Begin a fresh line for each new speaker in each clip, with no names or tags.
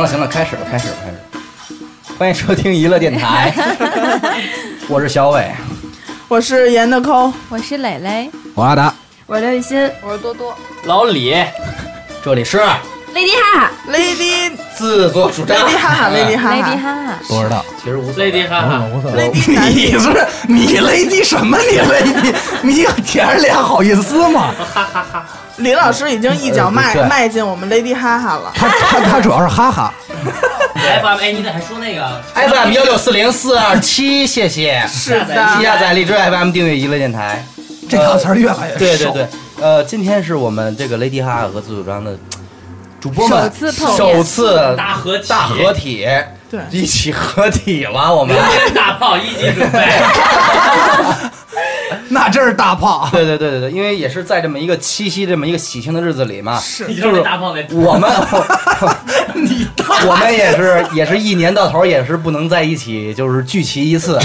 了行了，开始吧，开始吧，开始吧。欢迎收听娱乐电 台，我是小伟，
我是严的抠，
我是蕾蕾，
我阿达，
我是刘雨欣，我是多多
老李，
这里是
，Lady 哈
，Lady
自作主 张。
Lady 哈哈，Lady 哈
，Lady
哈，
哈哈，
不知道，
其实无所谓嗯
Lady 哈哈，
无所谓。
我你是你雷迪什么？你雷迪，你舔着脸好意思吗？
李老师已经一脚迈
对
迈进我们 Lady 哈哈了。
他他他主要是哈哈，
FM 哎，你咋还说那个
FM 幺六四零四二七，谢谢。
是
下
的，
载荔枝 FM 订阅娱乐电台。
这套词儿越来越
对对
熟
对，呃，今天是我们这个 Lady 哈哈和自主张的主播们
首次碰
首
面，
次
大合体
大合体，
对
一起合体了，我们。
大炮一 级准备，
那真是大炮。
对对对对对，因为也是在这么一个七夕这么一个喜庆的日子里嘛，
你
是
就是大炮那
我们我们也是也是一年到头也是不能在一起，就是聚齐一次，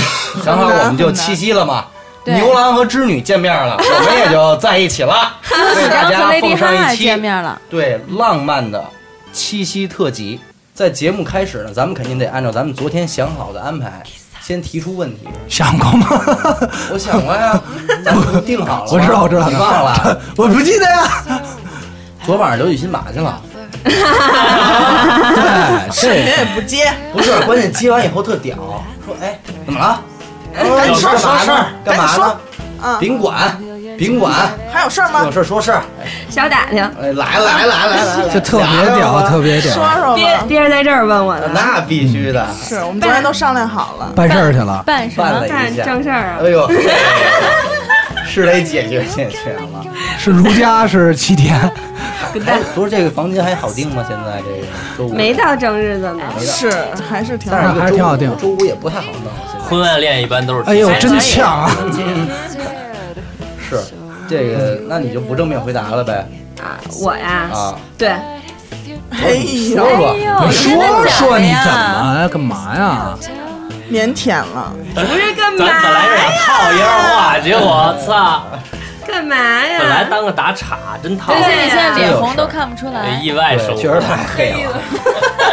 正好我们就七夕了嘛。
对
牛郎和织女见面了，我们也就在一起了，为
然
大
后
家
和
奉
Lady 哈
上
哈
一
见
期
面了，
对浪漫的七夕特辑。在节目开始呢，咱们肯定得按照咱们昨天想好的安排，先提出问题。
想过吗？
我想过呀，咱们都定好了吗。
我知道，我知道，
你忘了？
我不记得呀。
昨晚上刘雨欣哪去了？哎
视频也不接，
不是，关键接完以后特屌，说哎怎么了？哎
赶紧说
干嘛
说事
呢
儿？赶
干嘛
紧
呢
说？嗯，
甭管，甭管，
还有事儿
有
吗？
事儿说事儿。
小打听，
哎，来来来来来来，
就特别
聊
屌，
吧
特别
说
屌，
说
别
吧。
别人在这儿问我呢，
那必须的，
是我们昨天都商量好了，
办事儿去了。
办什
办
么
了？
干
一下
正。事儿啊
哎。呦，是得解决解决了。
是如家是七天，
哎不是这个房间还好定吗？现在这个周五
没，到正日子呢，
是还是挺
但
好
是
的。
还是挺好定
周五也不太好弄。现在
婚外啊恋一般都是
哎呦，真呛啊！
是这个，那你就不正面回答了呗？
啊我呀，
哎啊，
对，
哎
你
呦
说，说
哎。呦，
你
真的假
说
的
说你
呀
怎么哎呀？干嘛呀？
腼腆了，
不是干嘛
咱本来是
呀？
想套一下话，结果 操，
干嘛呀？
本来当个打岔，真套
而
对
且你现
哎
在脸
这有
红
事儿
都看不出
哎
来，
意外收
对，
获，
确实太黑了。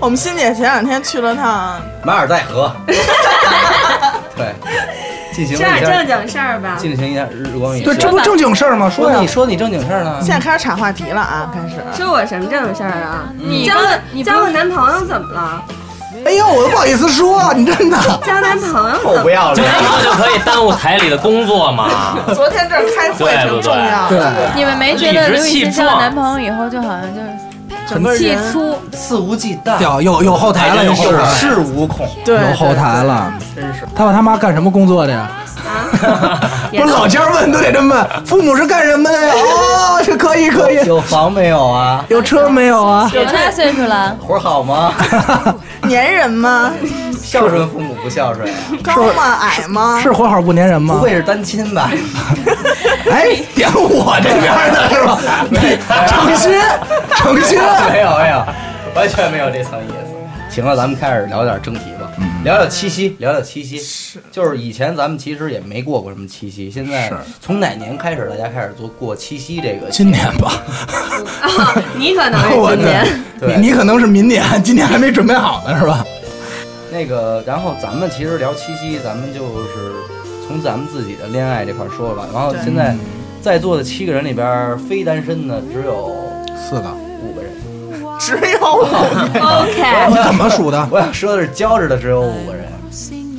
我们欣姐前两天去了趟，
马尔代河， 对，进行
这
了
点
一下
正，经事儿吧。
进行一下日光浴。
对，这不啊正经事儿吗？说
说
呀
你，说你正经事儿呢
现？在开始岔话题了啊，开始。
说我什么正经事儿啊？
你
交
跟
个
你不
交个男朋友怎么了？
哎呦，我都不好意思说，你真的。
交男朋友
臭
怎
不
么？
要
就
脸！
这就可以耽误台里的工作嘛。
昨天这儿开会挺重要
对
的，，
你们没觉得
理直
刘雨欣
气
交了
壮
男朋友以后就好像就是
整个
气
人
粗，
肆无忌惮，
屌，有有后台了，
哎
有
真
后
是
台了，
有恃无恐，
对
有后台了。
真是。
他爸他妈干什么工作的呀？
啊，
不是老家问都得这么问，父母是干什么的呀？哦，这可以可以。
有房没有啊？
有车没有啊？
有多大岁数了？
活儿好吗？
粘人吗？
孝顺父母不孝顺啊，
高吗？矮吗？
是活好不粘人
不
吗？
会是单亲吧？
哎，点我这边的是吧？
没
诚心，诚心。
没有没有，完全没有这层意思。行了，咱们开始聊点正题吧，
嗯
聊聊七夕，聊聊七夕。
是
就是以前咱们其实也没过过什么七夕，现在
是
从哪年开始大家开始做过七夕这个？
今年吧，
啊
你可能是
我
今
的
年。
对
你你可能是明年，今年还没准备好呢，是吧？
那个，然后咱们其实聊七夕，咱们就是从咱们自己的恋爱这块儿说吧。然后
对
现在在座的七个人里边儿，非单身的只有
四个，
五个人。
只有我
OK，
你怎么 数的？
我想说的是，交着的只有五个人，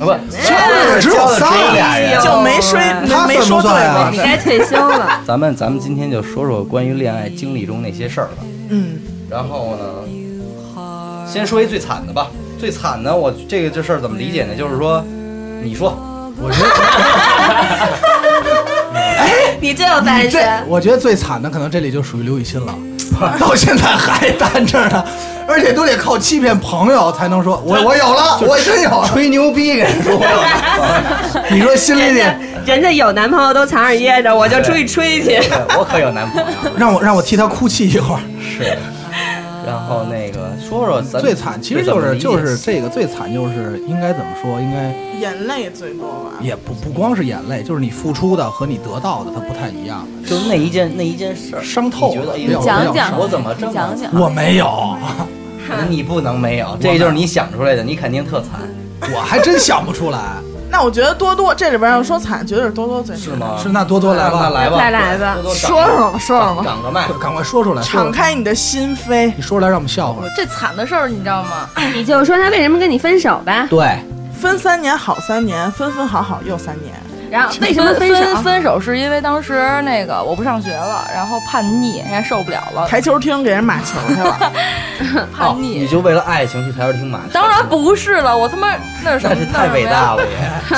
啊不，
交的只有
交的只有俩
仨。
人。
就没说
他
没
算
说
不
对
算啊
吧
你？该退休 了。
咱们咱们今天就说说关于恋爱经历中那些事儿吧。
嗯，
然后呢，先说一最惨的吧。最惨的，我这个这事儿怎么理解呢？就是说，你说，我说，
你这有担
这
心？
我觉得最惨的可能这里就属于刘雨欣了， 到现在还单着呢，而且都得靠欺骗朋友才能说，我我有了，我真有了。
吹牛逼跟人说，
你说心里得
人家有男朋友都藏着掖着，我就出去吹去。
对我可有男朋友。
让我让我替他哭泣一会儿。
是。然后那个说说咱
最惨其实
怎
就
么
是
理解
就是这个最惨就是应该怎么说？应该
眼泪最多吧？
也不不光是眼泪，就是你付出的和你得到的它不太一样。
就是那一件那一件事儿
伤透
你觉得
了
哎
你
呦，
讲讲
我怎么这
讲
么
讲，
我没有，
你不能没有，这就是你想出来的，你肯定特惨，
我还真想不 出来，
啊
那我觉得多多这里边要说惨，绝对是多多最惨。
是吗？
是那多多来
那
吧，
来吧，
快来吧
多多长
说说说说吧，
长个麦，
赶快说出来，说
敞
出来
开你的心扉。
你说出来让我们笑 话。
这惨的事儿你知道吗？
你就说他为什么跟你分手吧。
对，
分三年好三年，分分好好又三年。
然后为什么
分
手？
分分手是因为当时那个我不上学了，然后叛逆，人家受不了了，
台球厅给人马球去 了，
哦
叛
你
逆。
就为了爱情去台球厅买？
啊当然不是了，我他妈那是什
那
么？
是太伟大了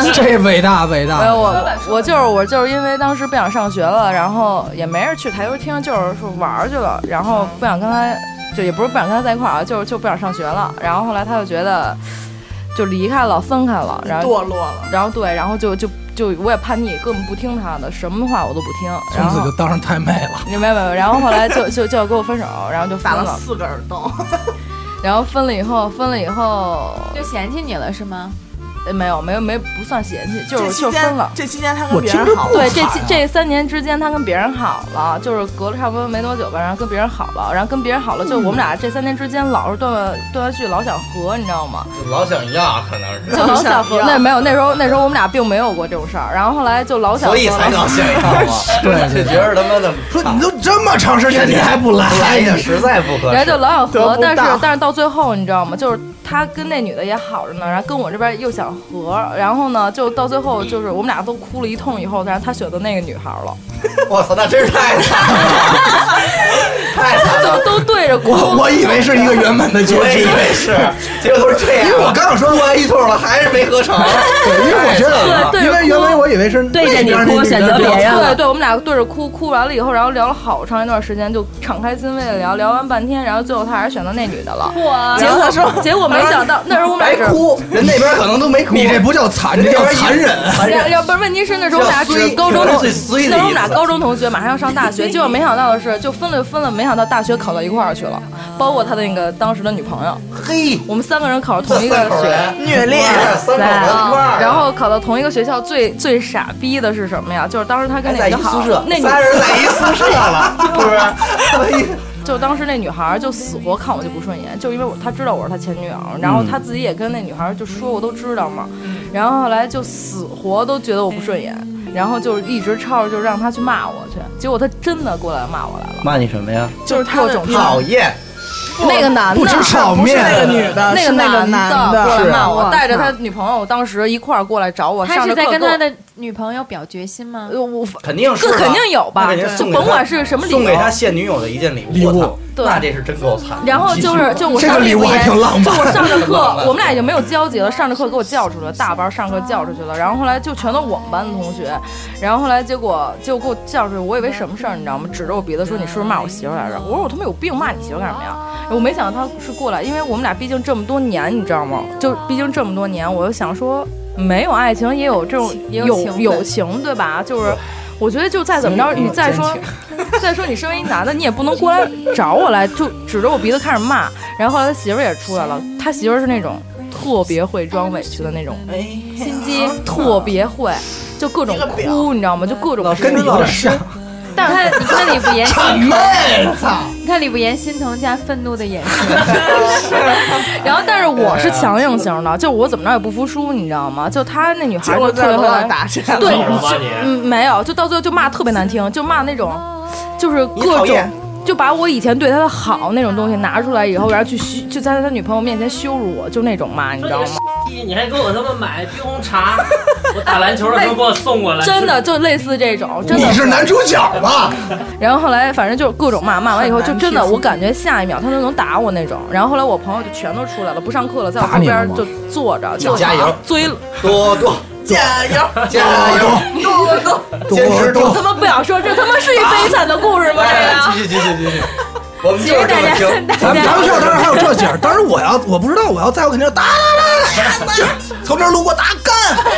也。
这伟大伟
没
大，
有我，我就是我就是因为当时不想上学了，然后也没人去台球厅，就是说玩儿去了，然后不想跟他，就也不是不想跟他在一块儿啊，就是就不想上学了。然后后来他就觉得就离开了，分开了，然后
堕落了。
然后对，然后就就就我也叛逆，根本不听他的，什么话我都不听。然
从此
后
就当上太妹了。
你没有没有，然后后来就就就要跟我分手，然后就分
打
了
了，四个耳洞，
然后分了以后，分了以后
就嫌弃你了是吗？
呃没有没有没有不算嫌弃，就
这
是就
期
分了
间。这期间他
我
跟别
听
人
着
好
不
了，
对，这
惨
期
啊
这三年之间，他跟别人好了，就是隔了差不多没多久吧，然后跟别人好了，然后跟别人好了，就我
嗯
们俩这三年之间老是断断断断续续，老想和，你知道吗？
老想要，可能，
就是老想和。那没有，那时候那时候我们俩并没有过这种事儿，然后后来就老想和
所以才老想要嘛。
对
就觉得他妈的
说你都这么长时间，你还不来？
来的实在不合
人家就
适。
老想
得
和，
不
但
到
是但是到最后，你知道吗？就是他跟那女的也好着呢，然后跟我这边又想和，然后呢，就到最后就是我们俩都哭了一通以后，然后他选择那个女孩了，
我操，那真是太惨 了，太惨了。
就都对着哭。
我我以为是一个圆满的结
我也
局
以，为是，结果都是这样。
因为我 刚想说
录完一通了，还是没合成。
对因为我觉
对
得，
对
因为原来我以为是
对着你哭
那边那女的
选择别人
对对，我们俩对着哭，哭完了以后，然后聊了好长一段时间，就敞开心扉的聊，聊完半天，然后最后他还是选择那女的了。
我
结果说，结果没想 到那时候我们
白
俩只。
哭，人那边可能都没哭。
你这不叫惨，这叫残忍。
要要不是问题是那时候我们俩只是高中
这
同，
是最衰的意思
那时候我们俩高中同学，马上要上大学，结果没想到的是，就分了就分了，没想到大学考到一块儿去了，包括他的那个当时的女朋友，
嘿，
我们三个人考到
这
同一个
三口
学，
人
虐恋
三口人一块儿，
然后考到同一个学校，最最傻逼的是什么呀？就是当时他跟
还
那
在一
女好
宿舍，，
那女
仨人在一宿舍 了，是不是？
就当时那女孩儿就死活看我就不顺眼，就因为我她知道我是她前女友，然后她自己也跟那女孩儿就说我都知道嘛，
嗯
然后后来就死活都觉得我不顺眼，然后就一直吵着就让她去骂我去，结果她真的过来骂我来了，
骂你什么呀？
就是他
各
的
种
讨厌，
那个男的
不。吃炒
不是那个
面，
女的，
那
是啊
个
那个
男
男
的过来
的。
骂我，
是
带着他女朋友，当时一块儿过来找我。
他
上
是
着
在
课
跟
给我
他的女朋友表决心吗？
呃我
肯定是
这
吧
肯定有
那
吧，
肯定
就
送给
甭
他
管是什么理由，
送给他现女友的一件礼
礼物
物，我操
对
那这是真够惨。
然后就是就我
这
上
个
着
礼物还挺浪
就我
漫。
上着课
浪漫，
我们俩已经没有交集了。上着课给我叫出去了，大班上课叫出去了。然后后来就全都我们班的同学，然后后来结果就给我叫出去，我以为什么事儿，你知道吗？指着我鼻子说：“你是不是骂我媳妇儿来着？”我说：“我他妈有病，骂你媳妇儿干什么呀？”我没想到他是过来，因为我们俩毕竟这么多年，你知道吗？就毕竟这么多年，我就想说，没有爱情也有这种
也有情分
友情，对吧？就是。我觉得就再怎么着，你再说， 再说你身为一男的，你也不能过来找我来，就指着我鼻子开始骂。然后后来他媳妇儿也出来了，他媳妇儿是那种特别会装委屈的那种，
哎心机，
特别会，就各种哭，你知道吗？就各种
老
哭
跟你有点像，
但是看你看李不言，
谄媚，操！
你看李不言心疼加愤怒的眼神，
然后，但是我是强硬型的，就我怎么着也不服输，你知道吗？就他那女孩
结
就
果
特
在
别
楼
会
道
来
打起来了，
对，
闹了吧
就
你
嗯，没有，就到最后就骂特别难听，就骂那种，就是
你讨
各种
厌。
就把我以前对他的好那种东西拿出来以后，然后去羞，就在他女朋友面前羞辱我，就那种骂，你知道吗？
你还给我他妈买冰红茶，我打篮球的 时候给我送过来，
真的就类似这种，真的
你。是男主角吧？
然后后来反正就是各种骂，骂完以后就真的，我感觉下一秒他就能打我那种。然后后来我朋友就全都出来了，不上课了，在我
打
旁
你了
边
吗
就坐着，
你
就
加油
追
多多
加油！
加油，
哦
坚持住
多
他妈不想说，这他妈是一悲惨的故事吗？这
哎
个。
继续继续继续，我们就是这么听。
咱们咱们学校当时还有这景儿，当时我要我不知道，我要在我肯定是打打打打打，从这儿路过打干，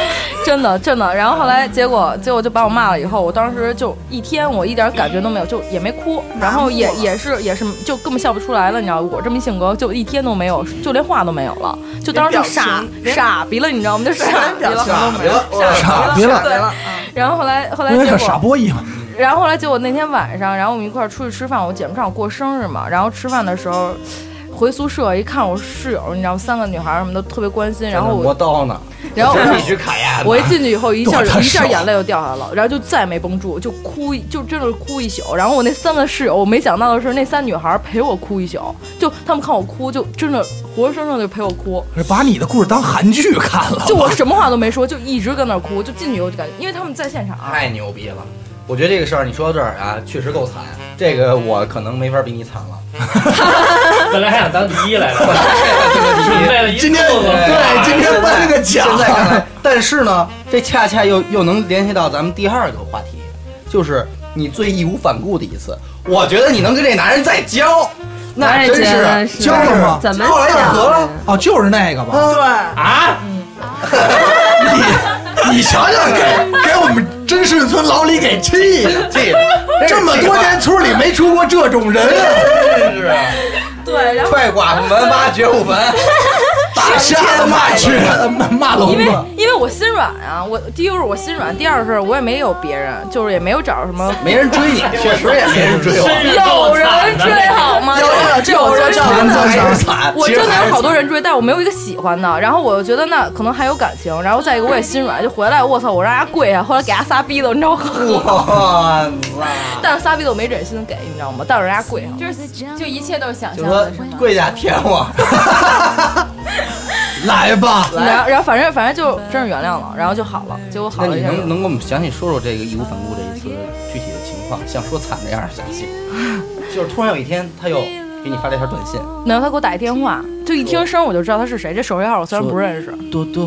真的真的。然后后来结果结果就把我骂了，以后我当时就一天我一点感觉都没有，就也没哭，然后也也是也是就根本笑不出来了，你知道我这么一性格就一天都没有，就连话都没有了，就当时就傻傻逼了，你知道吗？ 就傻逼了。
傻逼了，
傻逼
对
了，
啊
了，
然后后来后来
因为
结
是傻
果，
波一嘛，
然后后来结果那天晚上，然后我们一块儿出去吃饭，我姐们正好过生日嘛，然后吃饭的时候。回宿舍一看我室友，你知道三个女孩儿什么的特别关心，然后
磨
我
刀呢，
然后我
必须卡呀。
我一进去 以后，一下
剁他
一下
手
眼泪就掉下来了，然后就再没绷住，就哭一，就真的是哭一宿。然后我那三个室友，我没想到的是，那三女孩陪我哭一宿，就她们看我哭，就真的活生生的陪我哭。
把你的故事当韩剧看了，
就我什么话都没说，就一直跟那儿哭。就进去以后就感觉，因为他们在现场，啊
太牛逼了！我觉得这个事儿你说到这儿啊，确实够惨。这个我可能没法比你惨 了。
本来还想当第一来着，准备了一
今天
肚子
对今天颁这个奖
现，在看来，但是呢，这恰恰又又能联系到咱们第二个话题，就是你最义无反顾的一次。我觉得你能跟这男人再交，
我
那
也
真
觉得是
交
啊了吗
怎么
后来就
想
和了
的。
哦，就是那个吧。
对，
啊，
你想想，给给我们真顺村老李给气的，
这
这么多年村里没出过这种人啊！
真是啊
对， 然后
快寡妇门挖掘户坟，
打瞎了骂去，骂骂聋
因为
子。
因为我心软啊，我第一个是我心软，第二是我也没有别人，就是也没有找什么。
没人追你，确实也没人追我。
真是够
有
惨
人
的
追好吗？
有有有这我
有人
知
追
道
的
还是惨，
我
其实
真的
还
有
是
好多
惨
人追，但我没有一个喜欢的。然后我就觉得那可能还有感情，然后再一个我也心软，就回来我操，我让人家跪下，啊后来给人家仨逼的，你知道吗？
哇
但是仨逼的我没忍心给，你知道吗？但是人家跪上 了。
就是就一切都是想
就
象
说
的，是吗？
跪下舔我，
来吧，
然后，然后反正反正就真是原谅了，然后就好了，结果好
那
了
你
一下。
能能给我们详细说说这个义无反顾这一次具体的情况，像说惨这样详细？就是突然有一天，他又给你发了一条短信，
没有，他给我打一电话，就一听声我就知道他是谁。这手机号我虽然不认识，
多多，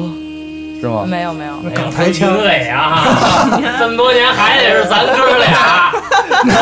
是吗？
没有没有，
港台腔
评委啊， 这么多年还得是咱哥俩，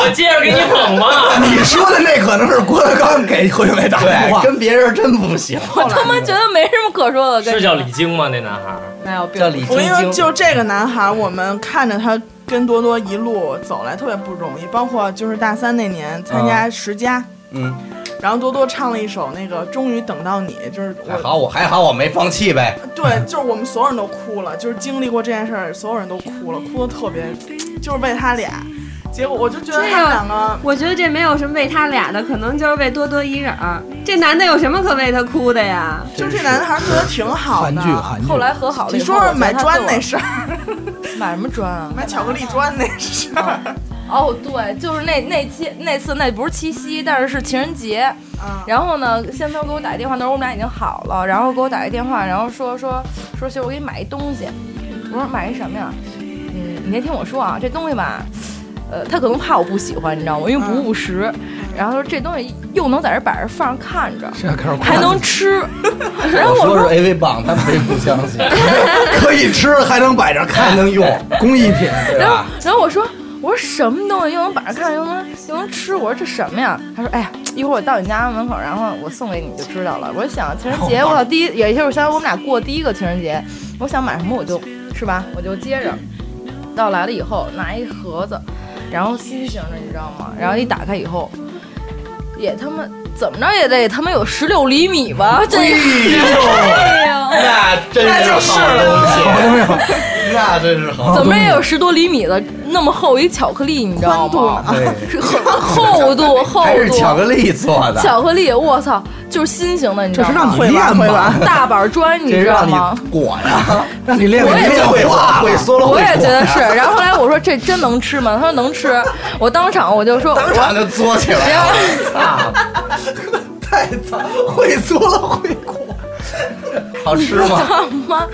我接着给你捧 吧。
你说的那可能是郭德纲给何云伟打电话
对，，跟别人真不行。
我他妈觉得没什么可说的。哎跟
是
你
叫
说
李菁吗？那男孩儿
没有，并
叫李晶
我跟你说，
晶，
就这个男孩，我们看着他跟多多一路走来特别不容易，包括就是大三那年参加十佳。
嗯，
然后多多唱了一首那个《终于等到你》，就是
还
我，
好我还好我没放弃呗。
对，就是我们所有人都哭了，就是经历过这件事儿，所有人都哭了，哭的特别，就是为他俩。结果我就觉得他们两个，
我觉得这没有什么为他俩的，可能就是为多多一人儿。这男的有什么可为他哭的呀？
就这男孩儿觉得挺好
韩
的
剧，。韩剧。
后来和好了以
你
后，
说说买砖那
那
事儿，
买什么砖啊？
买巧克力砖那事
啊
儿，
哦，对，就是那那期那次那不是七夕，但是是情人节。
啊，
然后呢，先头给我打一电话，那时候我们俩已经好了，然后给我打一电话，然后说说说媳妇，我给你买一东西。我说买一什么呀？嗯，你先听我说啊，这东西吧，呃，他可能怕我不喜欢，你知道吗？因为
嗯
不务实。然后说这东西又能在这摆着放着看着，
现在啊开始哭
还 能吃。然后
我
哎我
说
说
是 AV 棒，他们不相信，
可以吃，还能摆着
还
看，
能用，
工艺品。
对
然后
吧？，
然后我说，我说什么东西又能摆着看，又能又能吃？我说这什么呀？他说，哎呀，一会儿我到你家门口，然后我送给你就知道了。我就想情人节，我操，第一，也就是想我们俩过第一个情人节，我想买什么我就是吧，我就接着。到来了以后，拿一盒子，然后心形的，你知道吗？然后一打开以后，也他妈怎么着也得他妈有十六厘米
哎
吧？这
那真是好 东
好
西，
东西好，
那真是好。
怎么着也有十多厘米的那么厚一巧克力，你知道吗？
对，
是厚厚度 厚
还是
度，
巧克力做的，
巧克力，我操，就是新型的，你知
这
道
是让
吗？
你练
会
吧
吧，
大板砖，你
这是
知道
让
吗？
你裹呀，
让你练
我也
练
会画，
画
会
了。
说了
我
会
也
说
觉得是。然后后来我说这真能吃吗？他说能吃。我当场我就说，
当场就作起来了，啊，
太惨，会做了会哭，
好吃 吗？
他妈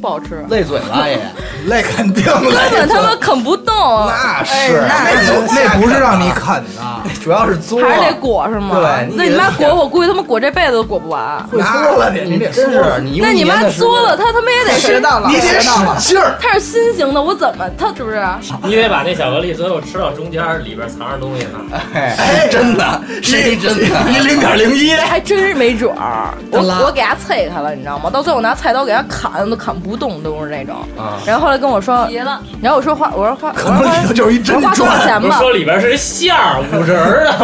不好吃，
累嘴了也，
累肯定
根本
累。
他妈啃不动，
那
哎
是
那
那不是让你啃 的，
主要是作，
还是得裹是吗？
对你
那
得
你妈
舔
裹我，估计他妈裹这辈子都裹不完。
会作了你，
你
得
真是你，
那你妈作了，，他他妈也 得
学
是，
到了，
你得
学到了。
使劲儿。
他是新型的，我怎么他是不是？
你得把那巧克力最后吃到中间，里边藏着东西呢。
哎，是真的，谁真的？
你零点零一，
还真是没准儿，我
真拉
我给他啐开了，你知道吗？到最后我拿菜刀给他砍，都砍不动，都是那种。
啊
然后后来跟我说，
急了，
然后我说花，我说花，我
可能
说
里头
花，
就是一
我说
真
花多少
砖。
钱
不是
吧？
说里边是馅儿五仁儿啊！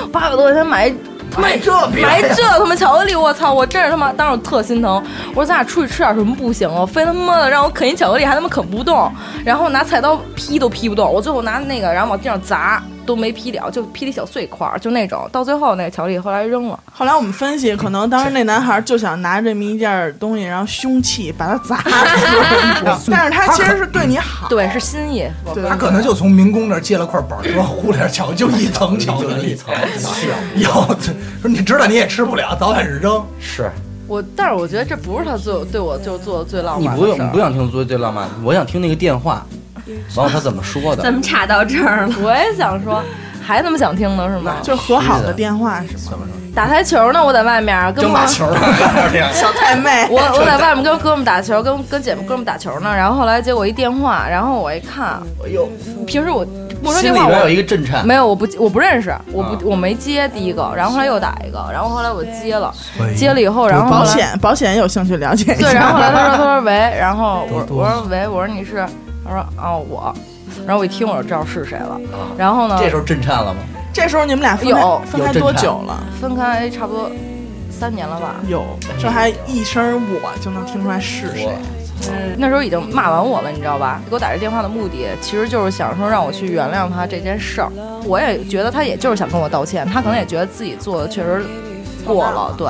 我
八百多块钱买一。他妈这买这他妈巧克力，我操！我真是他妈，当时我特心疼。我说咱俩出去吃点什么不行啊？非他妈的让我啃一巧克力，还他妈啃不动，然后拿菜刀劈都劈不动。我最后拿那个，然后往地上砸，都没劈了，就劈了一小碎块儿，就那种。到最后那个巧克力后来扔了，
后来我们分析，可能当时那男孩就想拿这么一件东西，然后凶器把它砸死， 但是他其实是对你好，
对，是心意。
对
他可能就从民工那儿借了块板砖糊点巧，就一层巧克
就一
力。
层，
要说你知道你也吃不了，早晚是扔。
是
我，但是我觉得这不是他最对我就做的最浪
你
漫
不
的
用
事
你
儿
不。想听最最浪漫，我想听那个电话，完了他怎么说
怎
的？
么岔到这儿了？
我也想说，还那么想听呢是吗？
就是和好的电话是吗？
打台球呢，我在外面儿跟
争
我
把球儿，
小太妹，
我我在外面跟哥们打球，跟跟姐们哥们打球呢，然后后来结果一电话，然后我一看，哎呦，平时我陌生
心
电
里
话
边有
我
一啊个震颤。
没有，我不我不认识，我不、我没接第一个，然后后来又打一个，然后后来我接了，接了以后，然后后
保
来
险保险有兴趣了解一
对，然
下。
后后来他说他说喂，然后我
多
我说喂，我说你是，他说哦我，然后我一听我就知道是谁了，然后呢
啊这时候震颤了吗？
这时候你们俩分
有
开分开
有
多
震
久了？
分开差不多三年了吧，
有，这还一声我就能听出来是谁。
那时候已经骂完我了，你知道吧？给我打这电话的目的，其实就是想说让我去原谅他这件事儿。我也觉得他也就是想跟我道歉，他可能也觉得自己做的确实过了。对，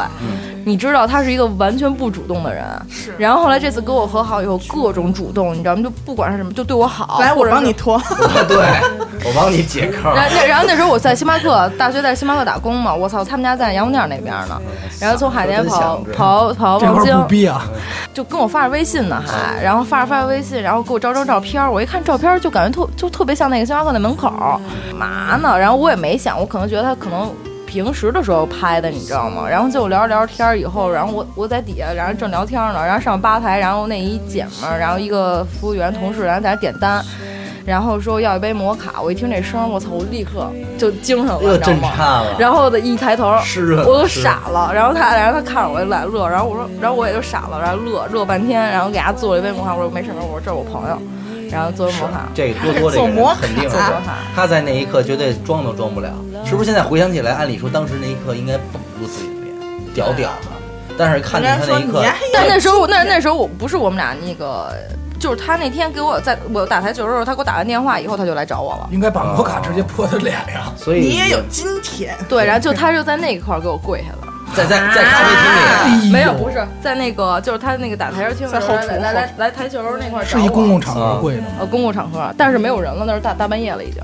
你知道他是一个完全不主动的人。
嗯是
然后后来这次跟我和好以后，各种主动，你知道吗？就不管是什么，就对我好。
来，
或
我
者是
帮你。脱。
对，我帮你解扣。
然 那然后那时候我在星巴克，大学在星巴克打工嘛，我操，他们家在杨红店那边 呢，然后从海淀跑跑跑
这
望
块
京
儿不，逼啊，
就跟我发着微信呢，
嗯
还，然后发着发着微信，然后给我照张照片儿，我一看照片儿就感觉特就特别像那个星巴克那门口儿，
嗯
嘛呢？然后我也没想，我可能觉得他可能平时的时候拍的，你知道吗？然后就聊着聊着天儿以后，然后我我在底下，然后正聊天呢，然后上吧台，然后那一姐们儿，然后一个服务员同事，然后在那点单。然后说要一杯摩卡，我一听这声儿，我操！我立刻就精神了，
又
你知道
震
吗
颤？了，
然后的一抬头，
湿润了，
我都
湿
傻了，然后他，然后他看着我就来乐，然后我说，然后我也就傻了，然后乐乐半天，然后给他做了一杯摩卡，我说没事没事，我说这是我朋友，然后做了摩卡，
这个多多这
做
个人
摩
肯定
做啊
是
摩卡，
他在那一刻绝对装都装不了，是不是？现在回想起来，按理说当时那一刻应该绷不住自己的脸，屌屌
啊
的，但是看
人家
见他
说
那一
你
刻，
还
但那时候那那时候我不是我们俩那个，就是他那天给我在我打台球的时候，他给我打完电话以后，他就来找我了，
应该把摩卡直接泼他脸上。
所以
你也有今天，
对，然后就他就在那一块儿给我跪下 了，
在在在咖啡厅
哎
里，
没有不是在那个就是他那个打台球厅的时候
在后厨
来来来来台球那块儿
是
找
一公
我，
共场合跪的吗？
呃公共场合，但是没有人了，那是大大半夜了已经。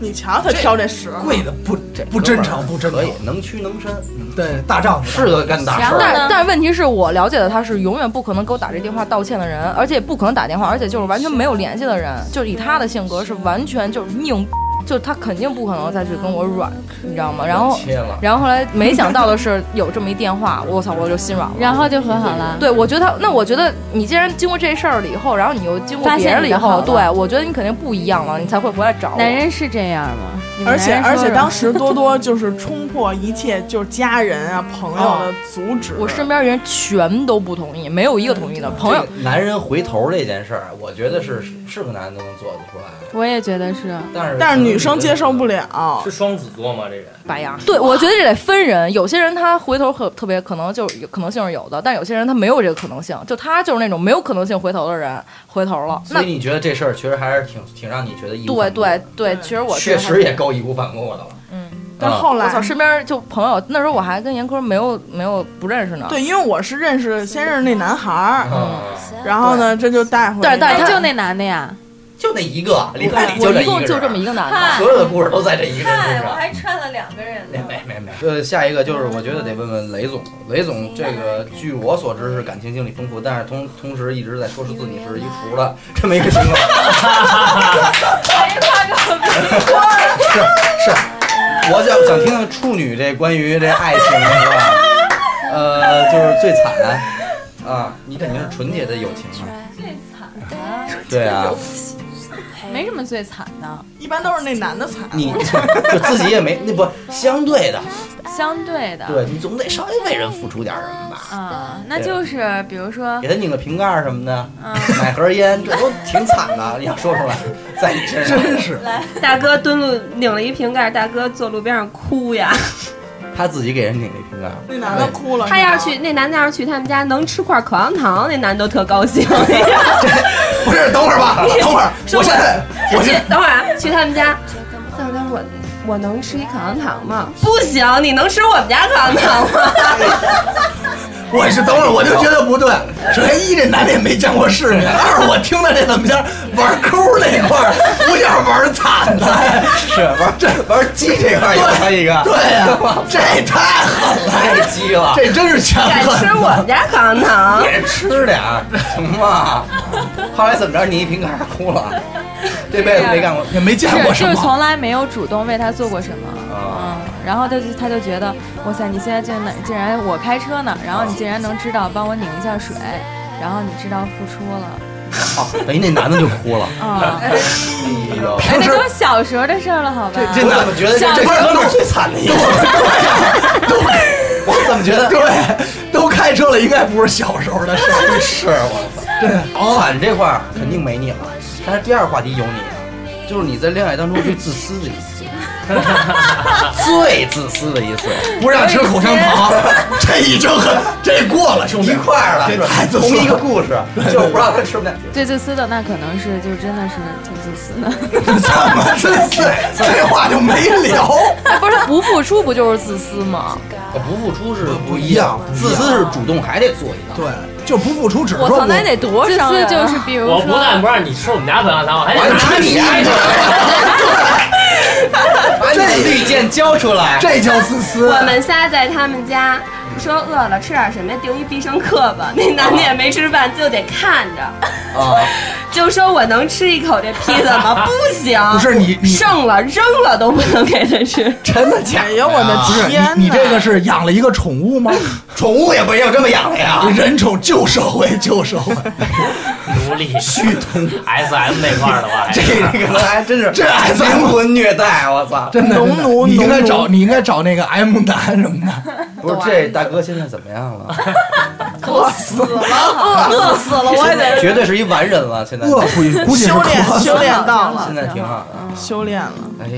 你瞧他挑这时候，
跪的不
这
不真诚，不真
可以
诚。，
能屈能伸，
对，大丈夫
是个干大
然
事儿。
后呢
但但问题是我了解的他是永远不可能给我打这电话道歉的人，而且也不可能打电话，而且就是完全没有联系的人，就是以他的性格是完全就是拧，就他肯定不可能再去跟我软，你知道吗？然后
切了，
然后后来没想到的是有这么一电话，我操，我就心软了。
然后就和好了。
对，我觉得他那我觉得你既然经过这事儿了以后，然后你又经过
发现
别人了以
你的好
后，
了
对我觉得你肯定不一样了，你才会回来找我。
男人是这样吗？你们
而且
男人
而
说
且
说
当时多多就是冲破一切就是家人啊朋友的阻止，
我身边人全都不同意，没有一个同意的朋友
这。个男人回头这件事儿，我觉得是是个男人都能做得出来，
我也觉得是，
但是
但是女生接受不了
是。双子座吗？这人
白羊。对，我觉得这得分人，有些人他回头可特别可能就是有可能性是有的，但有些人他没有这个可能性，就他就是那种没有可能性回头的人，回头了。
所
那
以你觉得这事儿确实还是挺挺让你觉得义无
对
反顾的
对对，其实我
确
觉得还
实也够义无反顾的了。
嗯，
但
啊
后
我
来
操，身边就朋友那时候我还跟严科没有没有不认识呢。
对，因为我是认识先认识那男孩儿，
啊
嗯
然后呢这就带回
但
来
是但
了，
是
哎，
他
就那男的呀，
就那一个，李
我
凯里
我
这
一共就这么
一
一个男
嗨
的，
个人，所有的故事都在这一个人身上。
串了两个人
没没没没。 呃，下一个就是我觉得得问问雷总，雷总这个据我所知是感情经历丰富，但是同同时一直在说是自己是一厨的这么一个情况。 是是，我想想听听处女这关于这爱情的是吧？呃，就是最惨啊，你肯定是纯洁的友情嘛。最惨的。对啊，
没什么最惨的，
一般都是那男的惨。
你 就自己也没那不相对的，
相对的，
对你总得稍微为人付出点什么吧，
啊，那就是比如说
给他拧个瓶盖什么的，
嗯
买盒烟，这都挺惨的。你要说 出来，在你身上
真是
大哥蹲路拧了一瓶盖，大哥坐路边上哭呀。
他自己给人拧了一瓶盖，
那男 的哭了，
他要是
你知
去那男的要是去他们家能吃块口香糖，那男的都特高 兴。
不是？等会儿吧，等会儿，我现在
去等会儿啊，去他们家，等会儿我我能吃一口香糖吗？不行，你能吃我们家口香糖吗？
我是等会儿我就觉得不对。首先一这男的也没见过世面，二我听他这怎么像玩抠那块儿有点玩惨的。
是玩这玩鸡这块儿有他一个，
对呀、这太狠了，
太鸡了，
这真是强
敢
狠
吃。我们家口香糖？
也吃点儿行吗？啊后来怎么着？你一瓶盖儿哭 了，这辈子没干过。
也没见
是
过什
就是
么，
从来没有主动为他做过什么，
啊
嗯，然后他就他就觉得，哇塞，你现在竟然竟然我开车呢，然后你竟然能知道帮我拧一下水，然后你知道付出 了，
哦，哎，那男的就哭 了。
啊、嗯，
哎呦，
哎，那都小时候的事儿了，好吧？
这我怎么觉得这这哥们儿最惨的一个？我怎么觉得
对， 都开车了，应该不是小时候的事儿。
真 是我操！对，
哦
惨这块儿肯定没你了，但是第二话题有你，就是你在恋爱当中最自私的一次， 最自私的一次，
不让吃口香糖， 这已经很这过了，兄弟，
一 块儿了，
这太自私
同一个
了。
故事，就是我不让他吃不下去。
最自私的那可能是就真的是挺自私的，
怎么自私？这话就没聊。
哎，不是不付出不就是自私吗？
呃不付出是
不一样不
自
一样
私是主动还得做一道。
对，就不付出，只是
我
说
操，那得多
自
伤人
私
啊！
就是 比如
我不但
说，
不让你吃我们家口香糖，我还
我
得拿
拿
你
你
家
呀！
口香 糖
对把你的绿箭交出来。
这叫自私。
我们仨在他们家说饿了吃点什么呀？订一必胜客 吧。那男的也没吃饭，就得看着，
啊，
就说我能吃一口这披萨 吗？不行，
不是你你
剩了扔了都不能给他吃。
真的假
哎呦我的
不是
天哪！
你，你这个是养了一个宠物吗？
宠物也不也有这么养的呀？
人宠旧社会，旧社会，
奴隶虚吞 S M 那块儿的话，还
这
是
个还真是
这还算
灵魂虐待，我操！
真的。
农
真的
奴
你应该
农奴
找你应该找那个 M 男什么的，
不是这大哥现在怎么样了？
饿死了，饿死了，我也得
绝对是一完人了，现在
饿估计估计是
修炼
渴
修 炼到了，
现在挺好的。
修炼了。
嗯
哎，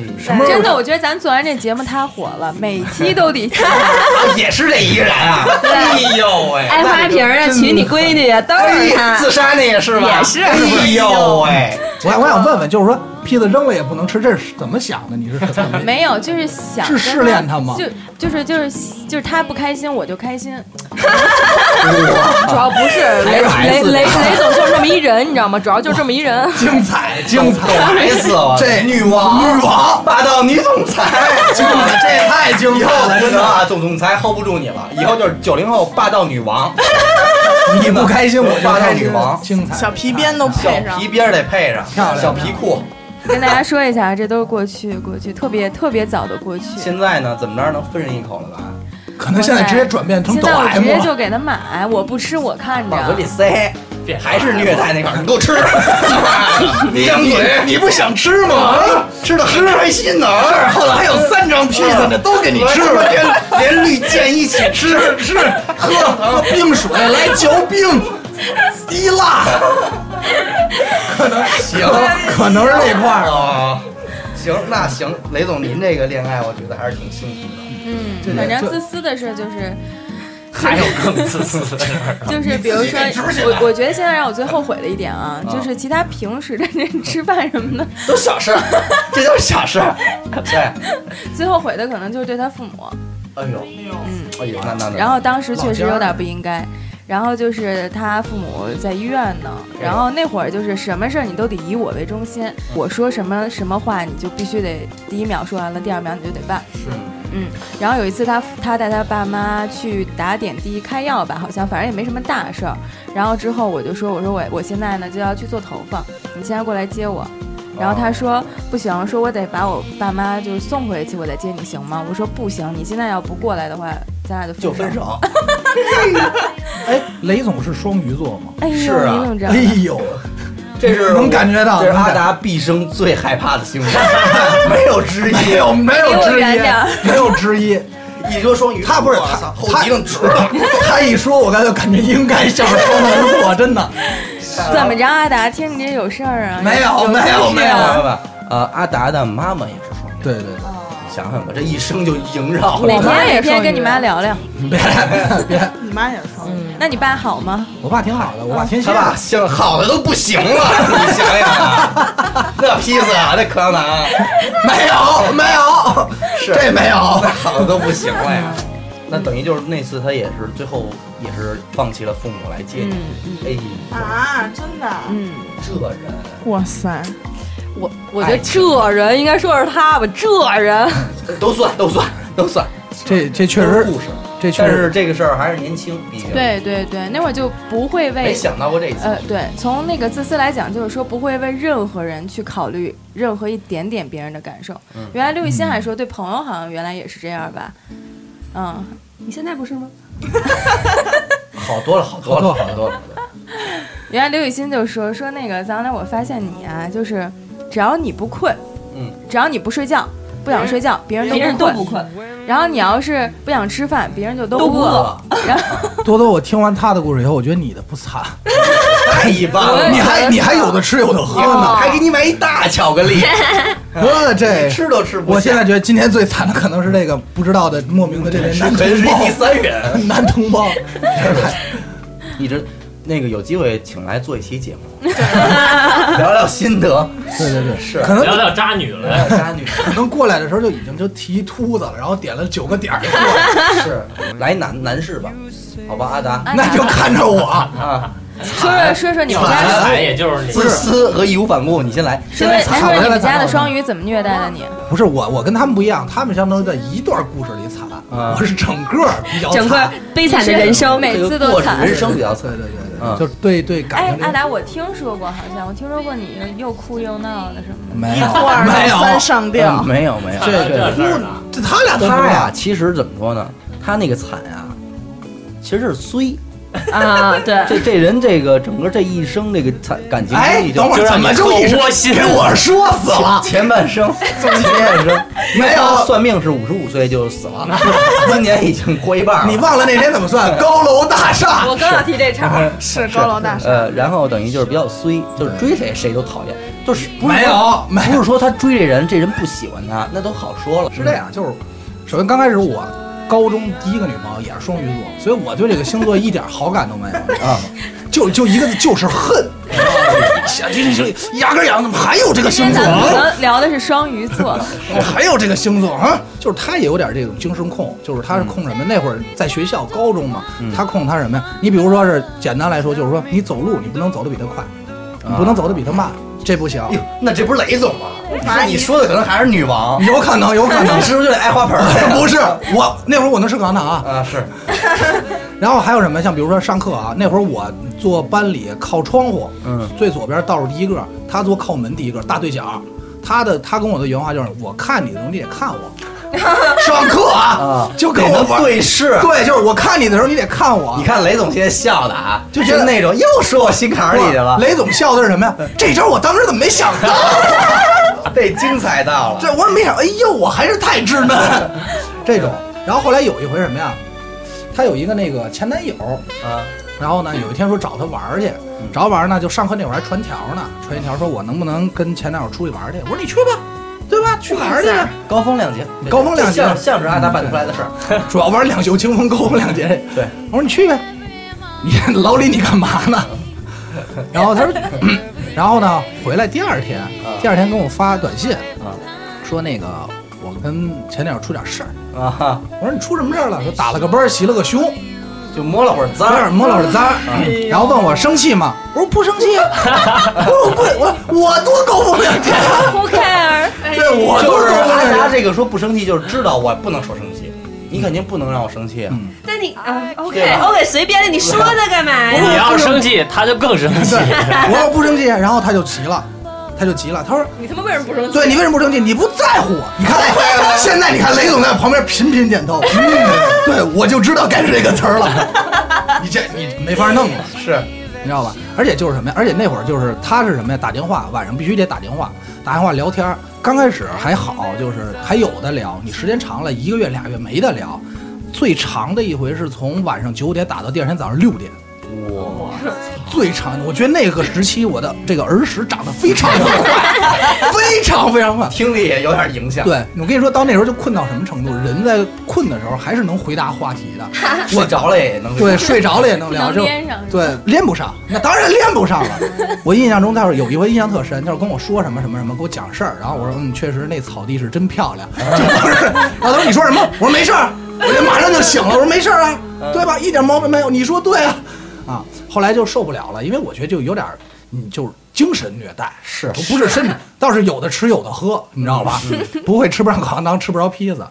真的，我觉得咱做完这节目他火了，每期都得
也是这一个人啊！哎呦喂！
爱花瓶啊，娶你闺女啊，都
哎
是
呀，
他。
自杀那也是吧？
也是
哎呦喂！
我想我想问问，就是说披萨扔了也不能吃，这是怎么想的？你是怎么
没有，就是想
是试
跟
炼他吗
就就是就是就是他不开心我就开心，
哎
主要不是
还
雷
是 S
雷雷雷总就是这么一人，你知道吗？主要就是这么一人。
精彩精彩
懂？S 我
这
女王
女王
霸道女总裁，
精彩，这太精
以
彩
后
了！
真
真
的
的，
啊，总总裁 hold 不住你了，以后就是九零后霸道女王，
你不开心我就
霸道
开
女
心
王，
精彩。
小皮鞭都
小
配上
皮，鞭儿得配上，
漂亮
小皮裤。
跟大家说一下，啊这都是过去过去特别特别早的过去。
现在呢，怎么着能分人一口了吧？
可能现在直接转变成
现
抖
在我
M
直接
了
就。给他买，我不吃我看
往嘴里
着。
塞，
变态
还是虐待那块儿，你给我吃！你张嘴，
你不想吃吗？
吃的很开心啊呢。这儿
啊后头还有三张披萨呢，都给你吃了。
连连绿箭一起吃，
是是，喝喝冰水来嚼冰，滴蜡， 可能行，可能是那块儿啊。
啊。行，那行，雷总，您这个恋爱，我觉得还是挺幸福的。
啊
嗯，反正自私的事就是
还有更自私的事儿。啊
就是，比如说我我觉得现在让我最后悔的一点啊，就是其他平时的那吃饭什么的，
都小事儿，这都是小事 儿。对，
最后悔的可能就是对他父母。
哎呦，哎呦，那那那，
然后当时确实有点不应该。然后就是他父母在医院呢，然后那会儿就是什么事儿你都得以我为中心，我说什么什么话你就必须得第一秒说完了，第二秒你就得办。嗯，然后有一次他他带他爸妈去打点滴开药吧，好像反正也没什么大事儿。然后之后我就说我说我我现在呢就要去做头发，你现在过来接我。然后他说不行，说我得把我爸妈就是送回去，我再接你行吗？我说不行，你现在要不过来的话，咱俩就
就分。手。
哎，雷总是双鱼座吗？
哎呦，
是啊
你怎么知道
哎？呦，
这是
能感觉到
这是阿
能感
达毕生最害怕的星座，没有之一。
没有没有
离我
之
远点儿
一，没有之一。
一说双鱼，
他不是
我
他
操，后脊梁直了。
他一说，我刚才就感觉应该像是双鱼座，真 的
怎么着，
啊
阿达？听你这有事儿啊？
没有没
没有
有没
没
有。
有没有，呃，阿达的妈妈也是双鱼，
对对，
想想吧，这一生就萦绕
哪
着。
天哪天跟你妈聊聊，
别别，
你妈也说，
嗯
那你爸好吗？
我爸挺好的，我爸天蝎啊
他，爸像好的都不行了，你想想啊，那披萨那可啊能
没有没有，
是
这没有
那。好的都不行了呀。
嗯
那等于就是那次他也是最后也是放弃了父母来接你，
嗯
哎，
啊，真的，
嗯，
这人
哇塞，
我我觉得这人应该说是他吧，这人
都算都算都算，
这这确
都是
实，
故事。
这确
但
实
是这个事儿还是年轻，毕竟
对对对，那会儿就不会
没
为
想到过这一层
呃，对，从那个自私来讲，就是说不会为任何人去考虑任何一点点别人的感受。
嗯
原来刘雨欣还说，对朋友好像原来也是这样吧？嗯，
你现在不是吗？
好多了，好多了，好多了。
原来刘雨欣就说说那个，将来我发现你啊，就是只要你不困，
嗯，
只要你不睡觉，不想睡觉，别人
别人
都
都
不
不
困。
困，
然后你要是不想吃饭，别人就都
都不饿
饿。
了，
多多，我听完他的故事以后，我觉得你的不惨，
太一般
我也
了，
啊你还
觉得
你还有的吃有的喝呢，
还给你买一大巧克力，
我这
哦你吃都吃不下。
我现在觉得今天最惨的可能是这个不知道的莫名的这位
是
男
可能
同
是一第
胞，
三人，
男同胞，
一直那个有机会请来做一期节目，聊聊心得，
对对对，
是
可
聊
能
聊渣女了。
聊渣女
可能过来的时候就已经就提秃子了，然后点了九个点儿，
是来男男士吧，好吧，阿达
啊
那就看着我，
啊，
说说说说你们家
惨
哎，也就是你
自私和义无反顾，你先来，
说
先来
说
哎惨
说
我
说
先
你
来
们家
惨
的
我
双鱼怎么虐待的你？
不是我，我跟他们不一样，他们相当于在一段故事里惨，
嗯
我是整个比较惨，
整个悲惨的人生，
每
这
次
个
都
过程
惨。
人生比较
对
惨，
对对
嗯
对，就是对对感
哎
情，这
阿达，我听说过，好像我听说过你又哭又闹的什 么的。
没
一
有嗯
哭二
没
闹三
有，
上吊，
嗯没有没有，
这
这事儿呢？
这他俩都不
他
一
呀
样，
啊其实怎么说呢，他那个惨啊，其实是衰。
啊，对，
这这人这个整个这一生这个惨感情经
哎
历，就
等会
就
儿
让
怎
你
么就
特
一直
窝心
给我说死 了？
前半生，前半生
没有
他算命是五十五岁就死 了，今年已经过一半了。
你忘了那天怎么算？高楼大厦，
我刚要提这茬儿，
是高楼大厦。
呃，然后等于就是比较衰，就是追谁谁都讨厌，就是不是
没有
说
没有
不是说他追这人，这人不喜欢他，那都好说了，
是这。样，就是首先刚开始我高中第一个女朋友也是双鱼座，所以我对这个星座一点好感都没有啊，就就一个字就是恨，想这这这压根儿痒，还有这个
今
星座
天咱们可
啊，
能聊的是双鱼座，
还有这个星座啊，就是他也有点这种精神控，就是他是控什么？那会儿在学校高中嘛，他控他什么呀？你比如说是简单来说，就是说你走路你不能走得比他快，你不能走得比他慢，这不行，
哟，那这不是雷总吗？是你说的可能还是女王，
有可能有可能
你 是不是就得爱花盆儿？
不是我那会儿我能吃口香糖啊。
啊，是
然后还有什么？像比如说上课啊，那会儿我坐班里靠窗户，
嗯，
最左边倒数第一个，他坐靠门第一个，大对角。他的他跟我的原话就是：我看你的时候，你得看我。 上课啊
啊，，
就跟
给
我
他
玩。
对视。
对，就是我看你的时候，你得看我
你。看雷总现在笑的啊，
就觉
是
得
那种又说我心坎儿里去了，
雷总笑的是什么呀？这招我当时怎么没想到？
被精彩到了。
这我也没想，哎呦，我还是太稚 嫩。这种，然后后来有一回什么呀？他有一个那个前男友，
啊，
然后呢，有一天说找他玩儿去，
嗯
找他玩儿呢，就上课那会儿还传条呢，传一条说我能不能跟前男友出去玩儿去？我说你去吧，对吧？去玩儿去呗，
高风亮节，
高风亮节
像像是阿达办得出来的事儿。
主要玩儿两宿清风，高风亮节。
对，
我说你去呗，你 老李你干嘛 呢？然后他说， 嗯然后呢，回来第二天，第二天跟我发短信，
啊
说那个我跟前男友出点事儿。
啊哈，
我说你出什么事儿了？说打了个啵儿，袭了个胸，
就摸了会儿
有点
脏，
摸了点脏，嗯然后问我生气吗？我说不生气啊，我说不，我我多高风亮节啊，
不 care。
对我多
就是
高风
阿
亮
达
节。
这个说不生气，就是知道我不能说生气，你肯定不能让我生气啊。
嗯
那你啊
对
，OK
吧
OK，随便的，你说它干嘛呀？
你要生气，他就更生气
对。，我要不生气，然后他就急了，他就急了，他说
你他妈为什么不生气？
对你为什么不生气？你不在乎我。你看，现在你看雷总在旁边频频点头，嗯，对我就知道该是这个词儿了。你这你没法弄了，
是，
你知道吧？而且就是什么呀？而且那会儿就是他是什么呀？打电话，晚上必须得打电话，打电话聊天儿。刚开始还好，就是还有的聊，你时间长了，一个月俩月没得聊。最长的一回是从晚上九点打到第二天早上六点，
哇，
最长的，我觉得那个时期我的这个儿时长得非常的快， 非常非常快。
听力也有点影响。，
对，我跟你说，到那时候就困到什么程度？人在困的时候还是能回答话题的，
睡着了也能
对，睡着了也能聊，
能
就
连上是吧
对，连不上，那当然连不上 了。我印象中，那会儿有一回印象特深，就是跟我说什么什么什么，给我讲事儿，然后我说，嗯，确实那草地是真漂 亮，就不是。 然后他说你说什么？我说没事儿，啊我就马上就醒了，我说没事儿啊，对吧？一点毛病没有，你说对啊，啊。后来就受不了了，因为我觉得就有点儿，你就是精神虐待，
是
都不是 身体，倒是有的吃有的喝，你知道吧？不会吃不上口香糖，吃不着披萨，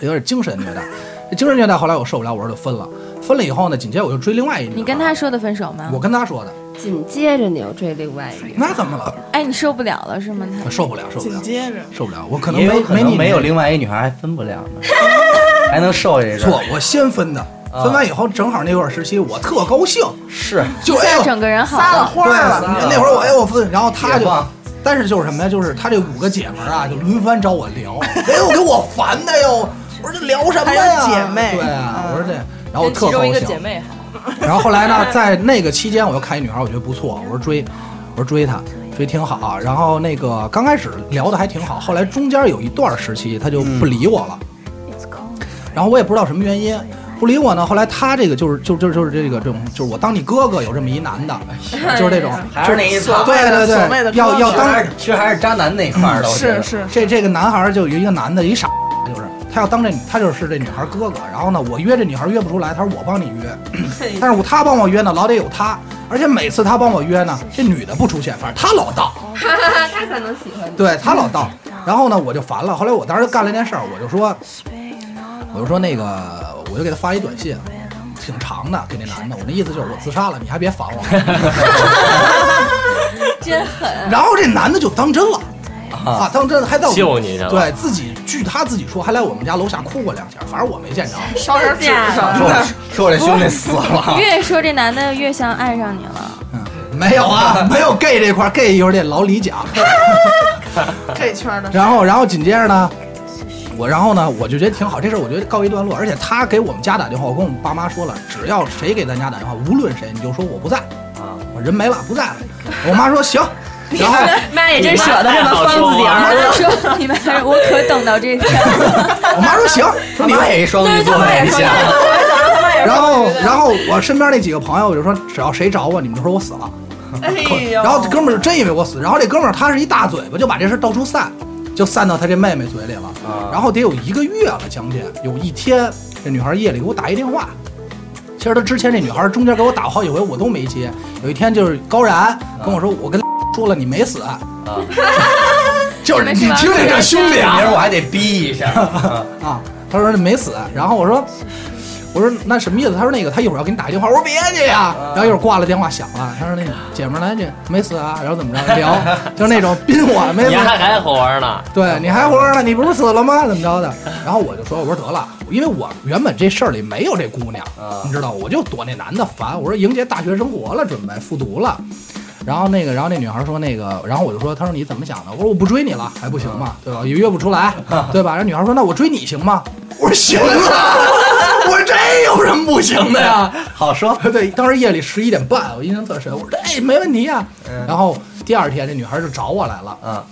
有点精神虐待。这精神虐待后来我受不了，我说就分了。分了以后呢，紧接着我就追另外一女。
你跟他说的分手吗
我？跟他说的，
紧接着你又追另外一个，
那怎么了？
哎，你受不了了是吗？他
受不了，受不了
紧，接着
受不了。我可能
也
没
有可能
你
没有另外一女孩还分不了呢，还能受下这
错
个？，
我先分的。
啊
分完以后，正好那段时期我特高兴，
是
就哎
现
呦
在，整个人好
撒了
了，
花
对
儿了，
那会儿我哎我分，然后他
也
就
棒，
但是就是什么呀？就是他这五个姐们儿啊，就轮番找我聊， 哎呦给我烦的哟！我说这聊什么呀？
还有姐妹
对啊，我说这，然后我
跟
特高
其中一个
兴
姐。妹好，
然后后来呢，在那个期间，我又看一女孩，我觉得不错，我说追，我说追她，追挺好。啊然后那个刚开始聊的还挺好，后来中间有一段时期，她就不理我了。然后我也不知道什么原因不理我呢。后来她这个就是就就就是这个这种，就是我当你哥哥有这么一男的，哎就是 这种，
还是那一套。
对对
所谓的
对，要
哥
要
其实
当
还是其实还是渣男那一块儿的，我觉
是
得
是，
这这个男孩儿就有一个男的，一傻，就是他要当这他就是这女孩儿哥哥。然后呢，我约这女孩儿约不出来，他说我帮你 约，但是我他帮我约呢，老得有他。而且每次他帮我约呢，这女的不出现，反正他老到，
哈哈哈，哦他可能喜欢你。嗯
对他老到。然后呢，我就烦了。后来我当时就干了一件事儿，我就说，我就说那个，我就给他发一短信，挺长的，给那男的，我那意思就是我自杀了，你还别烦我。
真狠。
然后这男的就当真了。啊，当真的还在我们
救你去了
对自己，据他自己说，还来我们家楼下哭过两下，反正我没见着。
烧点纸上
说我说我这兄弟死 了，
越说这男的越像爱上你了，
嗯，没有啊，没有 gay 这块儿，gay 一会儿得老李讲。
这圈儿的
然后，然后紧接着呢，我然后呢，我就觉得挺好，这事儿我觉得告一段落。而且他给我们家打电话，我跟我们爸妈说了，只要谁给咱家打电话，无论谁，你就说我不在啊，我人没了，不在了。我妈说行，然后。
妈哎也真舍得这么帮自己
你
儿啊
们说 你们还我可等到这天了。
我妈说行，
他妈也一双鱼座的，你想，
然后，然后我身边那几个朋友我就说，只要谁找我，你们就说我死了。
哎呦，
然后 这哥们儿就真以为我死，然后这哥们儿他是一大嘴巴，就把这事儿到处散，就散到他这妹妹嘴里了。
啊
然后得有一个月了，将近有一天，这女孩夜里给我打一电话。其实她之前这女孩中间给我打好几回，我都没接。有一天就是高
啊
然跟我说，我跟 说了你没死， 就是你听这这兄弟
这
啊
名儿我还得逼一下，嗯
啊，他说没死，然后我说。我说那什么意思？他说那个他一会儿要给你打一电话。我说别介呀、然后一会儿挂了电话响了。他说那个姐们儿来这没死啊，然后怎么着聊，就是那种宾我没
你
死，
还还活着呢，
对你还活着呢，你不是死了吗？怎么着的？然后我就说我说得了，因为我原本这事儿里没有这姑娘，
啊
你知道，我就躲那男的烦。我说迎接大学生活了，准备复读了。然后那个，然后那女孩说那个，然后我就说，她说你怎么想的？我说我不追你了，还不行吗？对吧？也约不出 来，对吧？然后女孩说那我追你行吗？我说行 啊，我说这有什么不行的呀？
好说，
对，当时夜里十一点半，我印象特深。我说哎，没问题呀、然后第二天这女孩就找我来了，
嗯，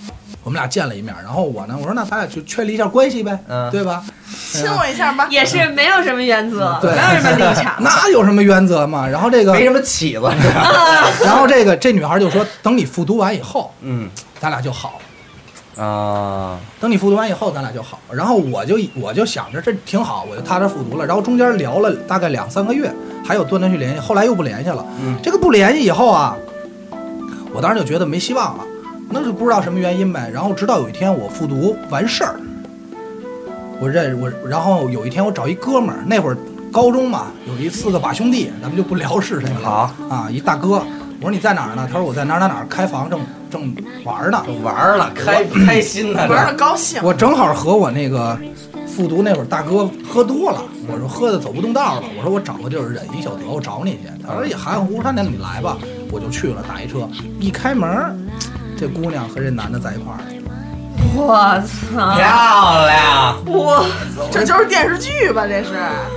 我们俩见了一面。然后我呢，我说那咱俩就确立一下关系呗，
嗯
对吧？啊
亲我一下吧，
也是没有什么原则，
对
没有什么立场。
那有什么原则嘛？然后这个
没，什么起子，
然后这个这女孩就说，等你复读完以后，
嗯
咱俩就好。
啊，
等你复读完以后，咱俩就好。然后我就我就想着这挺好，我就踏实复读了。然后中间聊了大概两三个月，还有断断续联系，后来又不联系了。
嗯
这个不联系以后啊，我当时就觉得没希望了，那就不知道什么原因呗。然后直到有一天我复读完事儿，我认我，然后有一天我找一哥们儿，那会儿高中嘛，有一四个把兄弟，咱们就不聊是谁了
好
啊，一大哥。我说你在哪儿呢？他说我在哪儿哪儿哪儿开房正正玩儿呢。
玩儿了，开不开心呢，
玩的高兴，
我正好和我那个复读那会儿大哥喝多了，我说喝的走不动道了，我说我找个地儿忍一宿得，我找你去。他说也含含糊糊，他那你来吧，我就去了，打一车，一开门，这姑娘和这男的在一块儿了，
我操！
漂亮，
我这就是电视剧吧？这是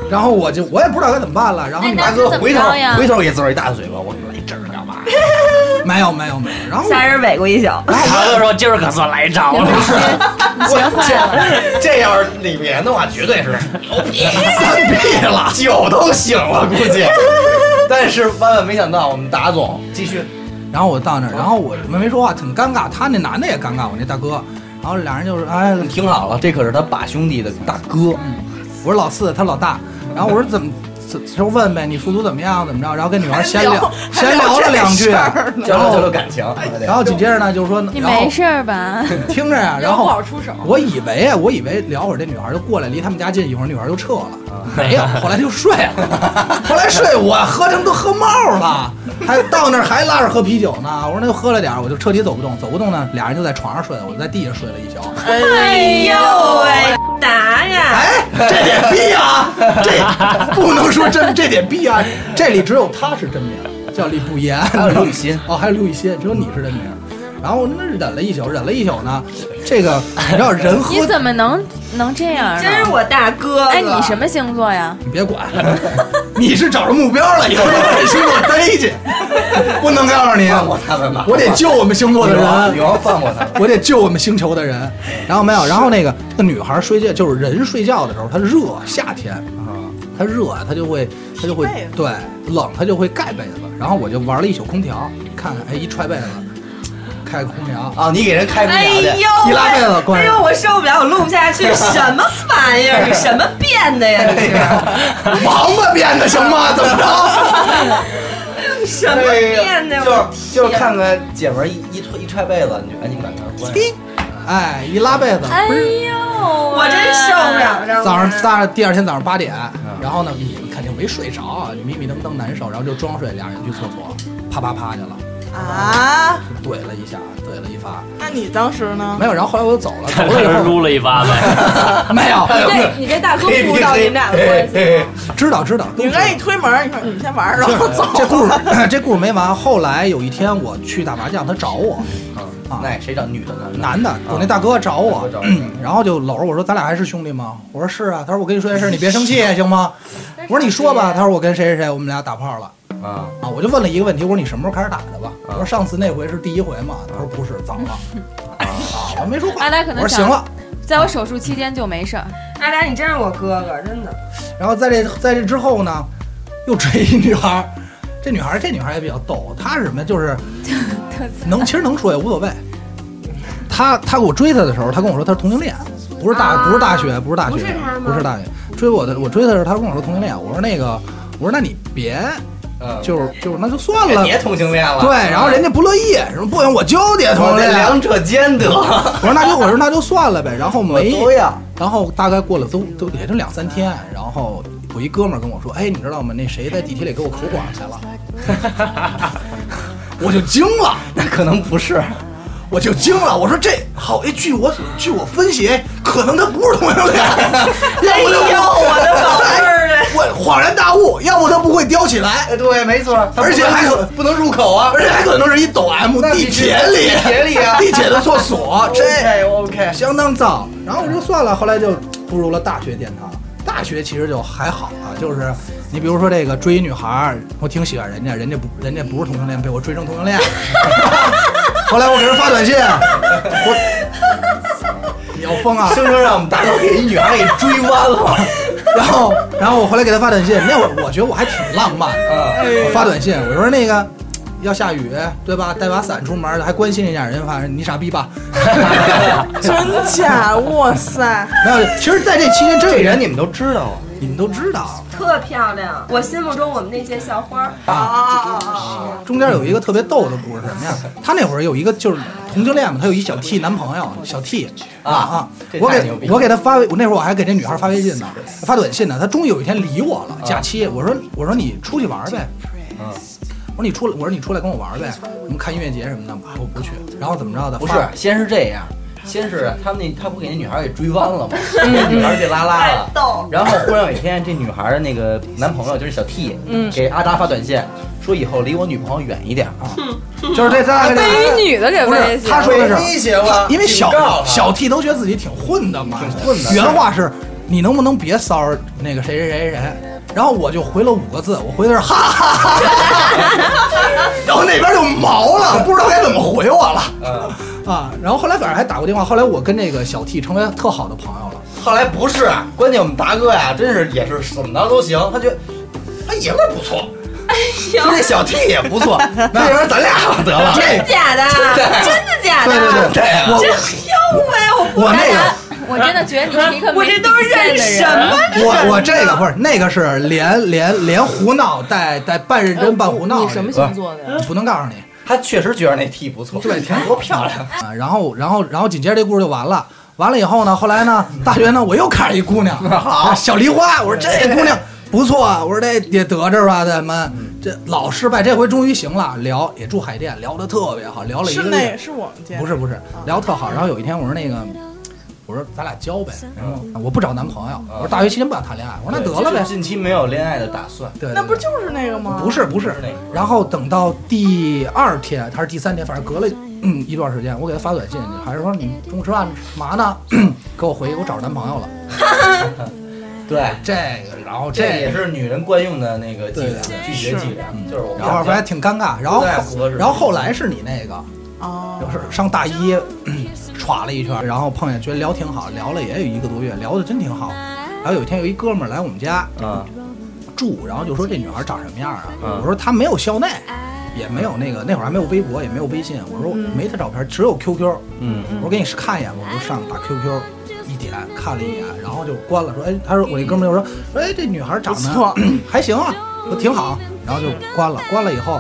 然后我就我也不知道该怎么办了。然后
那
你
大
们
哥回头
那怎么着呀
回头给自个儿一大嘴巴，我说你这是干嘛？
没有没有没有，然后
仨人尾过一宿，
大哥说今儿可算来着了。
这这要是李岩的话，绝对 是牛逼，三逼了，酒都醒了，估计。 但是万万没想到，我们达总继续，
然后我到那儿，然后我们没说话，挺尴尬。他那男的也尴尬，我那大哥。然后俩人就是哎，
听好啊了，这可是他把兄弟的大哥，
我说老四，他老大。然后我说怎么，怎就问呗，你复读怎么样，怎么着？然后跟女孩闲聊，
还
闲聊了两句
这事。儿 呢
交流交流感情。
然后紧接着呢，就是说，
你
然后
没事儿吧？
听着呀，然
不
后
好出手。
我以为啊，我以为聊会儿这女孩就过来，离他们家近，一会儿女孩就撤了，没有，后来就睡了，后来睡我喝成都喝冒了，还到那儿还拉着喝啤酒呢，我说那就喝了点儿，我就彻底走不动，走不动呢，俩人就在床上睡了，我就在地下睡了一宿，
哎呦喂，打呀！
哎，这点逼啊，这不能说真，这点逼啊，这里只有他是真名，叫李不言，
还有刘雨欣，
哦，还有刘雨欣，只有你是真名。然后那忍了一宿，忍了一宿呢，这个你知道人喝
你怎么能能这样
真是
呢？
我大哥哥！
哎，你什么星座呀？
你别管，你是找着目标了，以后 把这星座逮去，不能告诉你，
放过他们吧，
我得救我们星座的
女王，
人
女，王放过他们。
我得救我们星球的人。然后没有，然后那个那女孩睡觉，就是人睡觉的时候，她热，夏天啊，她热，她就会她就会
盖被子
对冷，她就会盖被子。然后我就玩了一宿空调，看看，哎，一踹被子，开空 调，
啊，你给人开空
哎
调
呦
去，
一拉被
喂！
子关
哎
上
呦，。我受不了，我录不下去，什么玩意儿？ 你什么变的哎呀？你
王八变的行吗？怎么着？
这什么变的呀？我
就是就是看看姐们儿一一推一踹被子，你就赶紧把门关上。
哎，一拉被子，
哎呦，
我真受不了这。
早上大第二天早上八点，然后呢，你们肯定没睡着，啊你迷迷瞪瞪难受，然后就装睡，俩人去厕所，啪啪啪去了，
啊？
怼了一下，怼了一发，
那你当时呢？
没有，然后后来我就走了，走
他
了
这
以
撸了一巴呗，
后没有，
这你这大哥不知道你们俩的关系。
知道知道，
你
都知道
刚一推门，你说你们先玩儿，然
这
后 走。
这故事 这故事没完，后来有一天我去打麻将，他找我，
啊那谁找女的呢？
男的，我那大哥找我
大哥找，你
嗯然后就搂着我说：“咱俩还是兄弟吗？”我说：“是啊。”他说：“我跟你说件事，你别生气，行吗？”我说：“你说吧。”他说：“我跟谁谁谁，我们俩打炮了
啊，
啊。”我就问了一个问题，我说：“你什么时候开始打的吧？”我说：“上次那回是第一回嘛？”他说：“不是，早了。”啊，我没说话。
阿呆可
我
能
说：“行
想，
了。
在我手术期间就没事儿。
阿达，你真是我哥哥，真的。”
然后在这在这之后呢，又追一女孩儿，这女孩儿这女孩儿也比较逗，她是什么就是 能其实能说也无所谓。她她给我追她的时候，她跟我说她是同性恋，不是大、
啊
不是大学不是大学
不是她吗
不是大学追我的我追她的时候，她跟我说同性恋，我说那个我说那你别
嗯，
就是就是那就算了。
别同性恋哎了。
对，然后人家不乐意，什么不行，我就得同性
我这
恋。
两者兼得，
我说那就我说那就算了呗，然后没
多呀，
然后大概过了都都也就两三天，然后我一哥们儿跟我说，哎，你知道吗？那谁在地铁里给我口管去了， 我就惊了，
那可能不是。
我就惊了，我说这好，哎，据我所据我分析，可能他不是 同性恋，要不就哎
哎呦我的宝贝儿啊
我恍然大悟，要不他不会叼起来，
哎，对，没错，
而且还有
不能入口啊。
而且还可能是一抖 M
那必须
地铁里，
地铁里啊
地铁的 厕所，这
哦 OK，
相当燥。然后我就算了，后来就步入了大学殿堂。大学其实就还好啊，就是你比如说这个追一女孩儿，我挺喜欢人家，人家不人家不是同性恋，被我追成同性恋。 后来我给人发短信，我你要疯 啊！
生生让我们大哥给一女孩给追弯了。
然后然后我回来给他发短信，那会儿我觉得我还挺浪漫的，
嗯，
我发短信我说那个。要下雨，对吧？带把伞出门，还关心一下人，反正你傻逼吧。
真假？哇 塞！
没有，其实在这期间，真
这
有人
人你们都知道啊。
你们都知道，
特漂亮，我心目中我们那届校花。
啊！
中间有一个特别逗的故事，什么呀？她那会儿有一个就是同性恋嘛，她有一小 T 男朋友，小 T
啊
啊
这，太
我
牛逼
给
了
我给她发微，我那会儿我还给这女孩发微信呢，发短信呢。她终于有一天理我了，假期，我说我说你出去玩呗，
啊嗯，
我说你出来，我说你出来跟我玩呗，我们看音乐节什么的，我说我不去。然后怎么着的？
不是
发，
先是这样，先是他们那他不给那女孩给追弯了吗？ 女孩被拉拉了。
逗，
然后忽然有一天，这女孩儿的那个男朋友就是小 T，给阿达发短信说以后离我女朋友远一点啊。
就是这大概这
啊被一女的给
不是
威胁
他
了。
说的是
威胁我
因为小
警告他
小 T 都觉得自己挺混的嘛，
挺混的
原话是，你能不能别骚扰那个谁谁谁谁谁？然后我就回了五个字，我回的是哈哈哈哈哈，然后那边就毛了，不知道该怎么回我了
嗯，
啊。然后后来反正还打过电话，后来我跟那个小 T 成为特好的朋友了。
后来不是，啊关键我们达哥呀，真是也是怎么着都行，他觉得他爷们儿不错，就这小 T 也不错， 那要不然咱俩得了。
真假的？真的假的？
对对对，
对啊
我
要不哎，我不
我那个。
我真的觉得你是一个
我这都是认什么？
我我这个不是那个是连连连胡闹带带半认真半胡闹，
呃你什么星座的呀？
不能告诉你。
他确实觉得那 T 不错，
对挺
多漂亮。
啊，然后然后然后紧接着这故事就完了。完了以后呢，后来呢，大学呢我又看上一姑娘，好小梨花，我说这姑娘不错啊，我说这也得着吧，咱们这老失败，这回终于行了，聊也住海淀，聊得特别好，聊了一
是
个
那
月，
是我们家，
不是不是，聊特好。然后有一天我说那个，我说咱俩交呗，然
嗯
后我不找男朋友，我说大学期间不想谈恋爱，我说那得了呗
就是，近期没有恋爱的打算，
对，对
嗯那不
对
就是那个吗？
不是不是
是那个，
然后等到第二天还是第三天，反正隔了嗯一段时间，我给他发短信，还是说你中午吃饭嘛呢？ 给我回，我找着男朋友了。
嗯
对。
这个，然后
哎这
这
也
个，
是女人惯用的那个伎俩，
对
拒绝伎俩，就是我。
然后反正还挺尴尬。然后
不太合适
然后后来是你那个，
哦，
就是上大一 耍了一圈，然后碰见觉得聊挺好，聊了也有一个多月，聊的真挺好。然后有一天有一哥们儿来我们家
啊，
住，然后就说这女孩长什么样啊？
嗯
我说她没有校内。也没有那个，那会儿还没有微博，也没有微信。我说没她照片，只有 QQ。
嗯，
我说给你看一眼吧，我就上打 QQ，一点看了一眼，然后就关了。说，哎，他说我那哥们儿就说，哎，这女孩长
不
得
错
还行啊，说挺好，然后就关了。关了以后，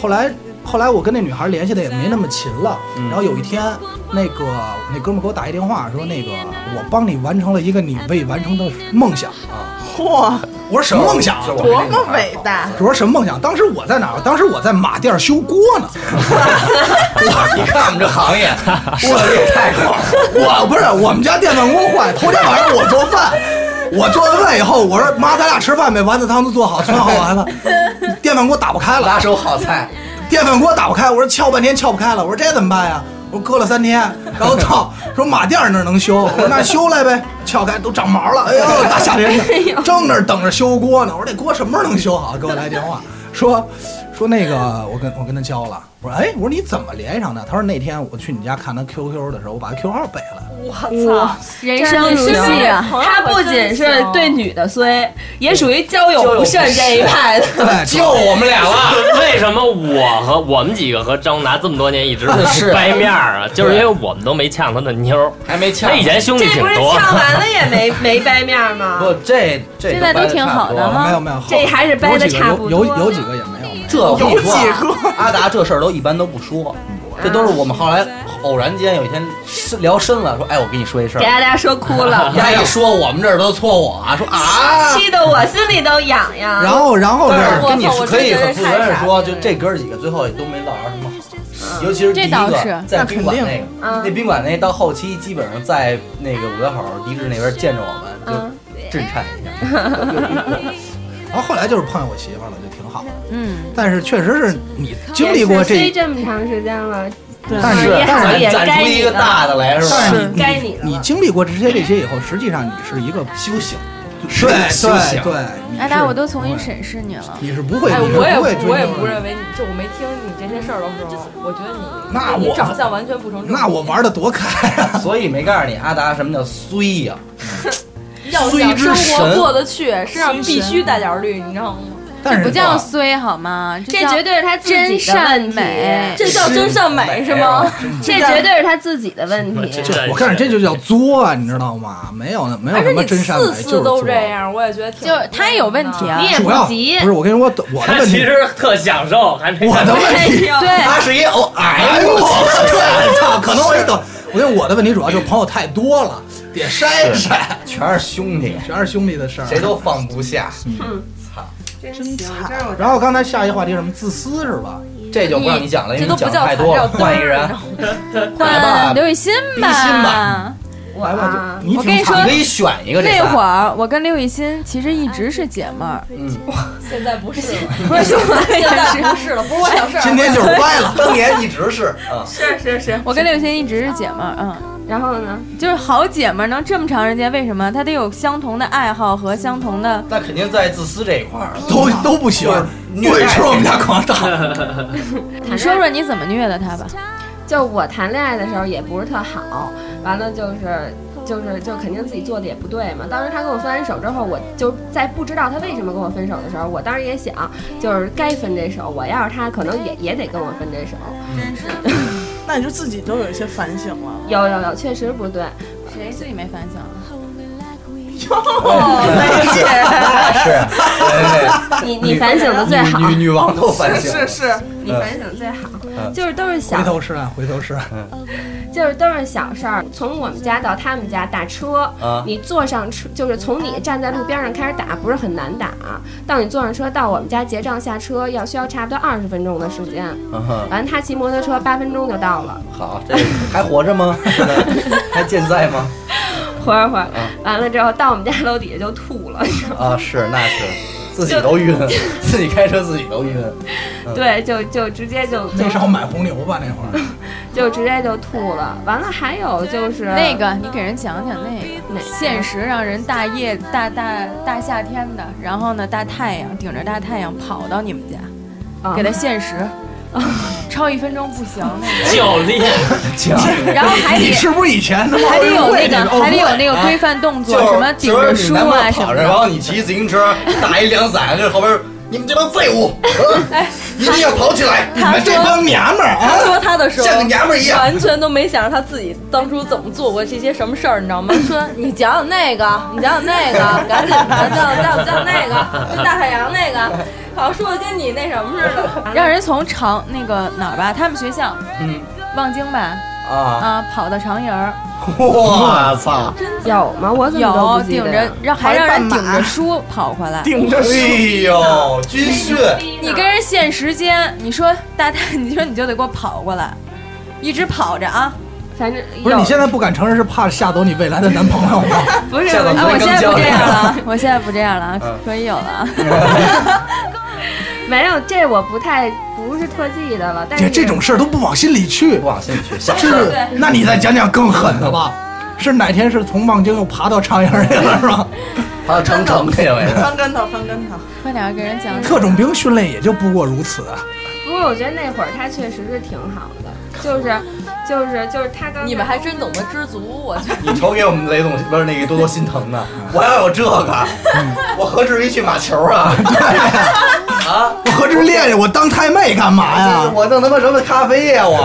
后来后来我跟那女孩联系的也没那么勤了。然后有一天，那个那哥们儿给我打一电话说，那个我帮你完成了一个你未完成的梦想。
嚯，
我说什么梦想啊？
多么伟大！
我说什么梦想？当时我在哪儿？当时我在马甸儿修锅 呢。
你看我们这行业，我这也太好了。
我不是我们家电饭锅坏，头天晚上我做 饭，我做完饭以后，我说妈，咱俩吃饭呗，丸子汤都做好，汆好 完了，电饭锅打不开了
拿，手好菜，
电饭锅打不开，我说撬半天撬不开了，我说这怎么办呀？我说搁了三天，然后到说马甸儿那儿能修，我说那修来呗， 撬开都长毛了，哎呦大夏 天的，正那儿等着修锅呢，我说这锅什么时候能修啊好？给我来电话说说那个我跟我跟他交了，我说哎我说你怎么联系上的？他说那天我去你家看他 QQ 的时候，我把他 QQ 号背下来了。
哇，
人生如戏啊！
他不仅是对女的衰，也属于哦交友不慎这一派的。
对，
就哎我们俩 了。
为什么我和我们几个和张达这么多年一直
是
掰面儿啊？就是因为我们都没呛他的妞儿，
还没呛
他以前兄弟
这
挺
不是
多。
唱完了也没没掰面
不
吗？，
这这
现在都挺好的
没
吗
有没有，后
这还是掰得
有几个
差不
有
多
有有几个也没有没有。嗯
这我跟你说啊
有几个
阿达这事儿都一般都不说，这都是我们后来偶然间有一天深聊深了，说哎，我跟你说一事
给
儿。
大家说哭 了，
丫一说我们这儿都错我啊，说啊，
气得我心里都痒痒。
然后然后
但
是
是跟你
我
说
我
可以
真
很
觉得
负
太
责任
傻
说，
了
就这哥几个最后也都没落着什么好，尤其是第一
这倒
个
是
在
那肯
宾馆
定
那个，
嗯
那宾馆那到后期基本上在那个五道口迪士那边见着我们
嗯
就震颤一下。
然后后来就是碰见我媳妇儿了，就挺好的。
嗯，
但是确实是你经历过
也是追
这，
这么长时间了，
对
但 是
也好
攒
也
攒
该
出
你
一个
了。
大的来是吧？
但是
是
你
该你了
你经历过这些这些以后，实际上你是一个
修行，
对
修
对
行
对，你
哎，
是
达，我都重新审视你了。
你是不会，
哎，
你是
我也
不会追
我也
究
不
的
认为你，就我没听你这些事儿的时候，我觉得你
那
你
我
长相完全不成正比。
那我玩的多开 啊！
所以没告诉你阿达什么叫衰呀、
要
虽
想
之
生活
神
过得去，身上必须带点儿绿，你知道吗？
但是
不叫
吧
衰好吗？
这
叫
绝对是他自己
真
的
善
问题，
美，
这叫真善美是吗？
这绝对是他自己的问题。
这
这，我看着这就叫作啊，你知道吗？没有没有
而
什
且
么
你
真善美，
次
就是
次都
作
这。样，我也觉得挺
就是他有问题啊
你也
主
不
要
急
不是我跟你说，我我的
他
问
其
题，
实特享受，还没
我的问
哎
题
呦，
他
对，
是一偶哎
哎
呦
呦，我对，操，可能我也懂。我觉得我的问题主要就是朋友太多了，得筛筛，
全是兄弟，
全是兄弟的事儿。
谁都放不下，
真惨！
然后刚才下一个话题是什么？自私是吧？
这就不让你讲了，因
这
为
都
你
不
讲
叫
太
惨，
多了，
叫
换一人。
嘚儿
来吧
换刘雨欣
冰心吧，
我我啊，
你
我跟你
挺
说
惨，
你可以选一个这
那
仨
会儿我跟刘雨欣其实一直是姐妹儿，
现在不是了，
不是兄弟
现在
也
不
是。
是了，不是我小事 儿。
今天 就是歪了。
当年一直是啊，
是是是。
我跟刘雨欣一直是姐妹儿，嗯，
然后呢？
就是好姐妹儿能这么长时间，为什么？她得有相同的爱好和相同的
那肯定在自私这一块儿。
都都不行，
虐待
对，是我们家狂大。
你说说你怎么虐的他吧？
就我谈恋爱的时候也不是特好，完了就是就是就肯定自己做的也不对嘛。当时他跟我分完手之后，我就在不知道他为什么跟我分手的时候，我当时也想，就是该分这手，我要是他，可能也也得跟我分这手。
那你就自己都有一些反省了。
有有有，确实不对。
谁自己没反省？
是，啊 对
你你反省的最好，
女女王都反 省，
是是，
你反省最好，
嗯
就是都是小
回头是岸，回头是啊
嗯
岸。
就是都是小事儿，从我们家到他们家打车，
啊
你坐上车就是从
嗯
你站在路边上开始打，不是很难打，啊到你坐上车到我们家结账下车要需要差不多二十分钟的时间，
嗯哼
完了他骑摩托车八分钟就到了，
好，这还活着吗？ 是的还健在 吗？
活着活着，
嗯
完了之后到我们家楼底下就吐了，
啊，是，那是，自己都晕， 自己开车自己都晕。
嗯
对，就就直接就就
那时候买红牛吧，那会儿
就直接就吐了，完了还有就是
那个，你给人讲讲那个
哪个
现实，让人大夜大大大夏天的，然后呢大太阳顶着大太阳跑到你们家，
啊
给他限时，超一分钟不行 那
教练，
个，然后还
你
得
是不是以前他妈
还得有那
奥运会
个还得有那个规范动作，什么顶着书啊什么
跑着，然
的。
后你骑自行车，打一两伞，就后边你们这帮废物，啊
哎
一定要跑起来！
你们这帮娘们儿啊，
他说他的时候，
像个娘们儿一样
完全都没想着他自己当初怎么做过这些什么事儿，你知道吗？说你讲讲那个，你讲讲那个，赶紧讲讲讲讲那个，就大太阳那个，好像说的跟你那什么似的。
让人从长那个哪儿吧，他们学校
嗯
望京吧
啊，
啊，跑到长营儿，
我操！
有吗？我怎么都
有
不记
顶
得
着
呀
让还让人
跑
顶
半马
着书跑回来。
顶着
哎
是
呦，军训，
你跟人限时间，你说大 太，你说你就得给我跑过来，一直跑着啊！
反正
不是
有啊
你现在不敢承认，是怕吓走你未来的男朋友吗？
不是，
吓得
啊，
我
我现在
刚
不
教
这
你
样了啊，我现在不这样了啊
嗯，
可以有了啊。
没有这我不太不是特记得了，但
姐，
是
这种事儿都不往心里去
不。往心里去，小事
是
儿。，
那你再讲讲更狠的吧。是哪天是从望京又爬到长营去了是吧？
还有长城这位，
翻跟头，翻跟头。
快点儿给人讲讲，
特种兵训练也就不过如此啊。
不过我觉得那会儿他确实是挺好的，就是就是就是他刚
你们还真懂得知足，我去，
你瞅给我们雷总不是那个多多心疼呢。我要有这个，我何至于去马球啊？啊，
我何止练练，我当太妹干嘛呀？
我弄他妈什么咖啡呀、我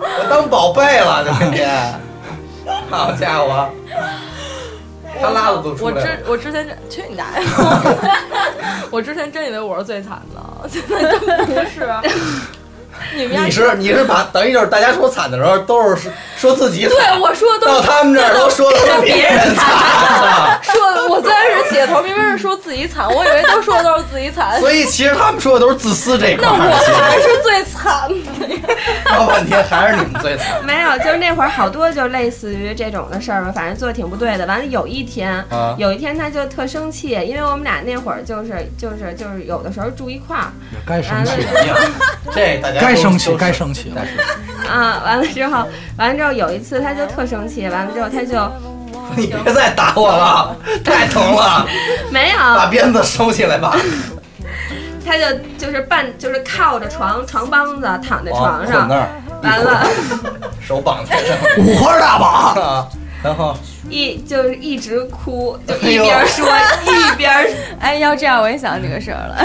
我当宝贝了，这天天，好家伙，他拉的都出
我
来
之
了。
我之前真去你大爷！ 我我之前真以为我是最惨的，现在真不是。啊你们家
你是你是把等于就是大家说惨的时候都是说说自己
对
惨，
我说的都
到
是
他们这儿都说的是别人惨，
说的，我最开始起的头明明是说自己惨，我以为都说的都是自己 惨，
所以其实他们说的都是自私这一块
那我
儿，
才是最惨的呀。
闹半天还是你们最惨
没有，就是那会儿好多就类似于这种的事儿嘛，反正做的挺不对的。完了有一天，
啊！
有一天他就特生气，因为我们俩那会儿就是就是就是有的时候住一块儿，
该生气，
一样这大家都
该生
都
气，
是
该生气了。
但是
啊，完了之后，完了之后有一次他就特生气，完了之后他就
你别再打我了，太疼了，
没有，
把鞭子收起来吧。
他就就是半就是靠着床床帮子躺在床
捆
上，
那儿，
完了。
手绑在上面
五花大绑，
啊，然后
一就是一直哭，就
哎
一
呦
边说一边
哎，要这样我也想这个事儿 了。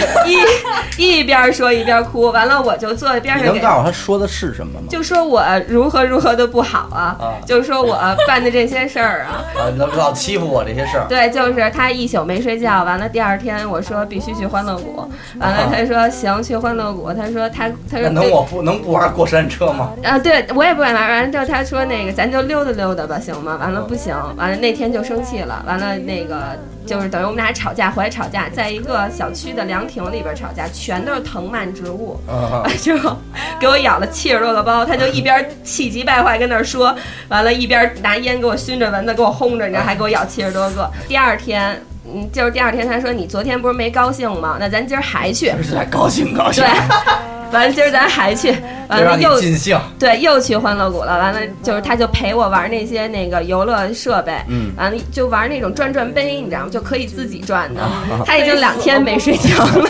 一一边说一边哭，完了我就坐在边
你
上
能
给，
告诉我他说的是什么吗？
就说我如何如何的不好啊，
啊
就说我办的这些事儿啊，
啊，你老欺负我这些事儿，
对，就是他一宿没睡觉，完了第二天我说必须去欢乐谷，完了
啊
他说行去欢乐谷，他说他他
那
说
能我不能不玩过山车吗？
啊，对我也不敢玩，完了之后他说那个咱就溜达溜达吧，行吗？完了不行，等，完了那天就生气了，完了那个就是等于我们俩吵架，回来吵架，在一个小区的凉亭里边吵架，全都是藤蔓植物，
啊
完之后给我咬了七十多个包，他就一边气急败坏跟那儿说，完了，一边拿烟给我熏着蚊子给我轰着，你知道，还给我咬七十多个。第二天，嗯，就是第二天他说你昨天不是没高兴吗？那咱今儿还去，
是还高兴高兴
对，， 完了今儿咱还去，
就
完了
让你
又
尽兴。
对，又去欢乐谷了。完了，就是他就陪我玩那些那个游乐设备，
嗯
完了就玩那种转转杯，你知道吗？就可以自己转的。 他已经两天没睡觉了。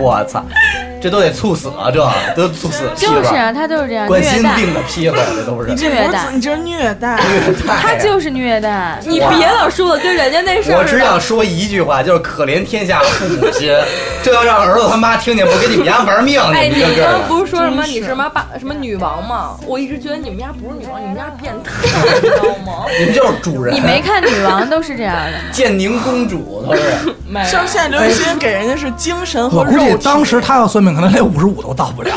我操，这都得猝死啊！这都猝死屁
就是
了，
啊，他就是这样
冠
虐
心
待，
病的屁了，这都
这不
是。
是你这是虐待，
他
他
就是虐待。
你别
老说我跟人家那
我只想说一句话，就是可怜天下父母心。这要让儿子他妈听见，不给你们家玩命！
哎，
你
你
们这
刚
个
刚不是说什么你是妈霸什么女王吗？我一直觉得你们家不是女王，你们家变 态，你知道吗？
你们就是主人。
你没看女王都是这样的吗？
建宁公主都是，
没有
像现在刘雨欣给人家是精神和
哎我
肉体。
估计当时他要算命，可能连五十五都到不 了，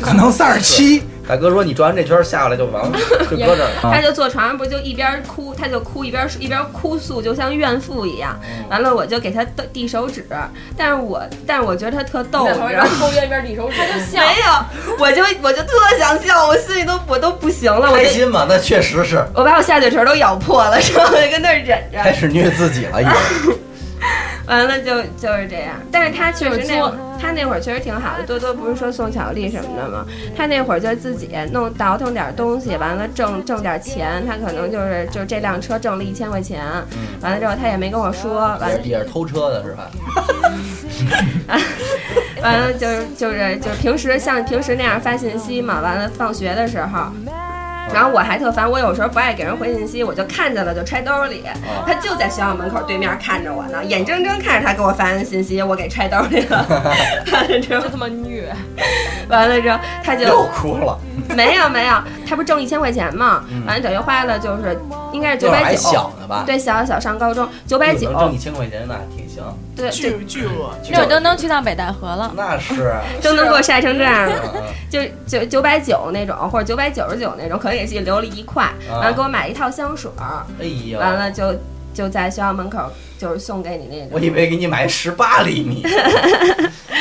可能三十七。
大哥说你转完这圈下来就完了，就搁这儿了。
他就坐床上，不就一边哭，他就哭一边一边哭诉，就像怨妇一样。完了，我就给他递递手指，但是我但是我觉得他特逗，你知道吗？
抽烟一边递手指，他就笑
没有，我就我就特想笑，我心里都我都不行了，我
开
就
心嘛？那确实是
我把我下嘴唇都咬破了， 然后我就跟那儿忍着。
开始虐自己了，已经。
完了就就是这样，但是他确实那会
就是
儿他那会儿确实挺好的。多多不是说送巧克力什么的吗？他那会儿就自己弄倒腾点东西，完了挣挣点钱。他可能就是就这辆车挣了一千块钱，完了之后他也没跟我说，完了
也也是偷车的是吧？
完了就是就是就是平时像平时那样发信息嘛，完了放学的时候。然后我还特烦，我有时候不爱给人回信息，我就看见了就揣兜里。他就在学校门口对面看着我呢，眼睁睁看着他给我发完信息，我给揣兜里 了。完了之后，
他妈虐，
完了之后他
又
就
哭了，
没有没有，他不是挣一千块钱嘛，完了等于花了就是应该是九
那会儿嗯
百
还
九
小，呢吧？
对，小小上高中九百九
能，挣一千块钱那挺行，
对，就
巨巨恶
就
那我都能去趟北戴河了。
那是。
都能给我晒成这样了。
嗯
就九九百九那种，或者九百九十九那种，可能也是留了一块，
啊
完了给我买一套香水儿，
哎呦，
完了就就在学校门口就是送给你那
我
种。
以为给你买十八厘 米，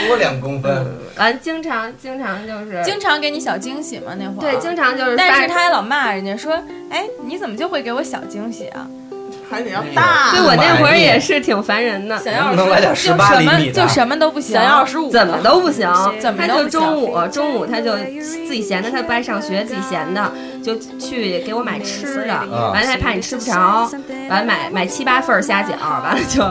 多两公分。
完了，经常经常就是
经常给你小惊喜嘛，那会儿
对，经常就是发，
但是他还老骂人家说，哎，你怎么就会给我小惊喜啊？
还得要大
对，我那会儿也是挺烦人的，
想要
能不能来点
就
18
什么
厘米的
就什么都不行，
想要十五，
怎么都不行。
怎么
他
都
就
不行
中午中午他就自己闲的，他不爱上学，自己闲的就去给我买吃的，
嗯
啊
完了还怕你吃不着，完了买买七八份儿虾饺，完了就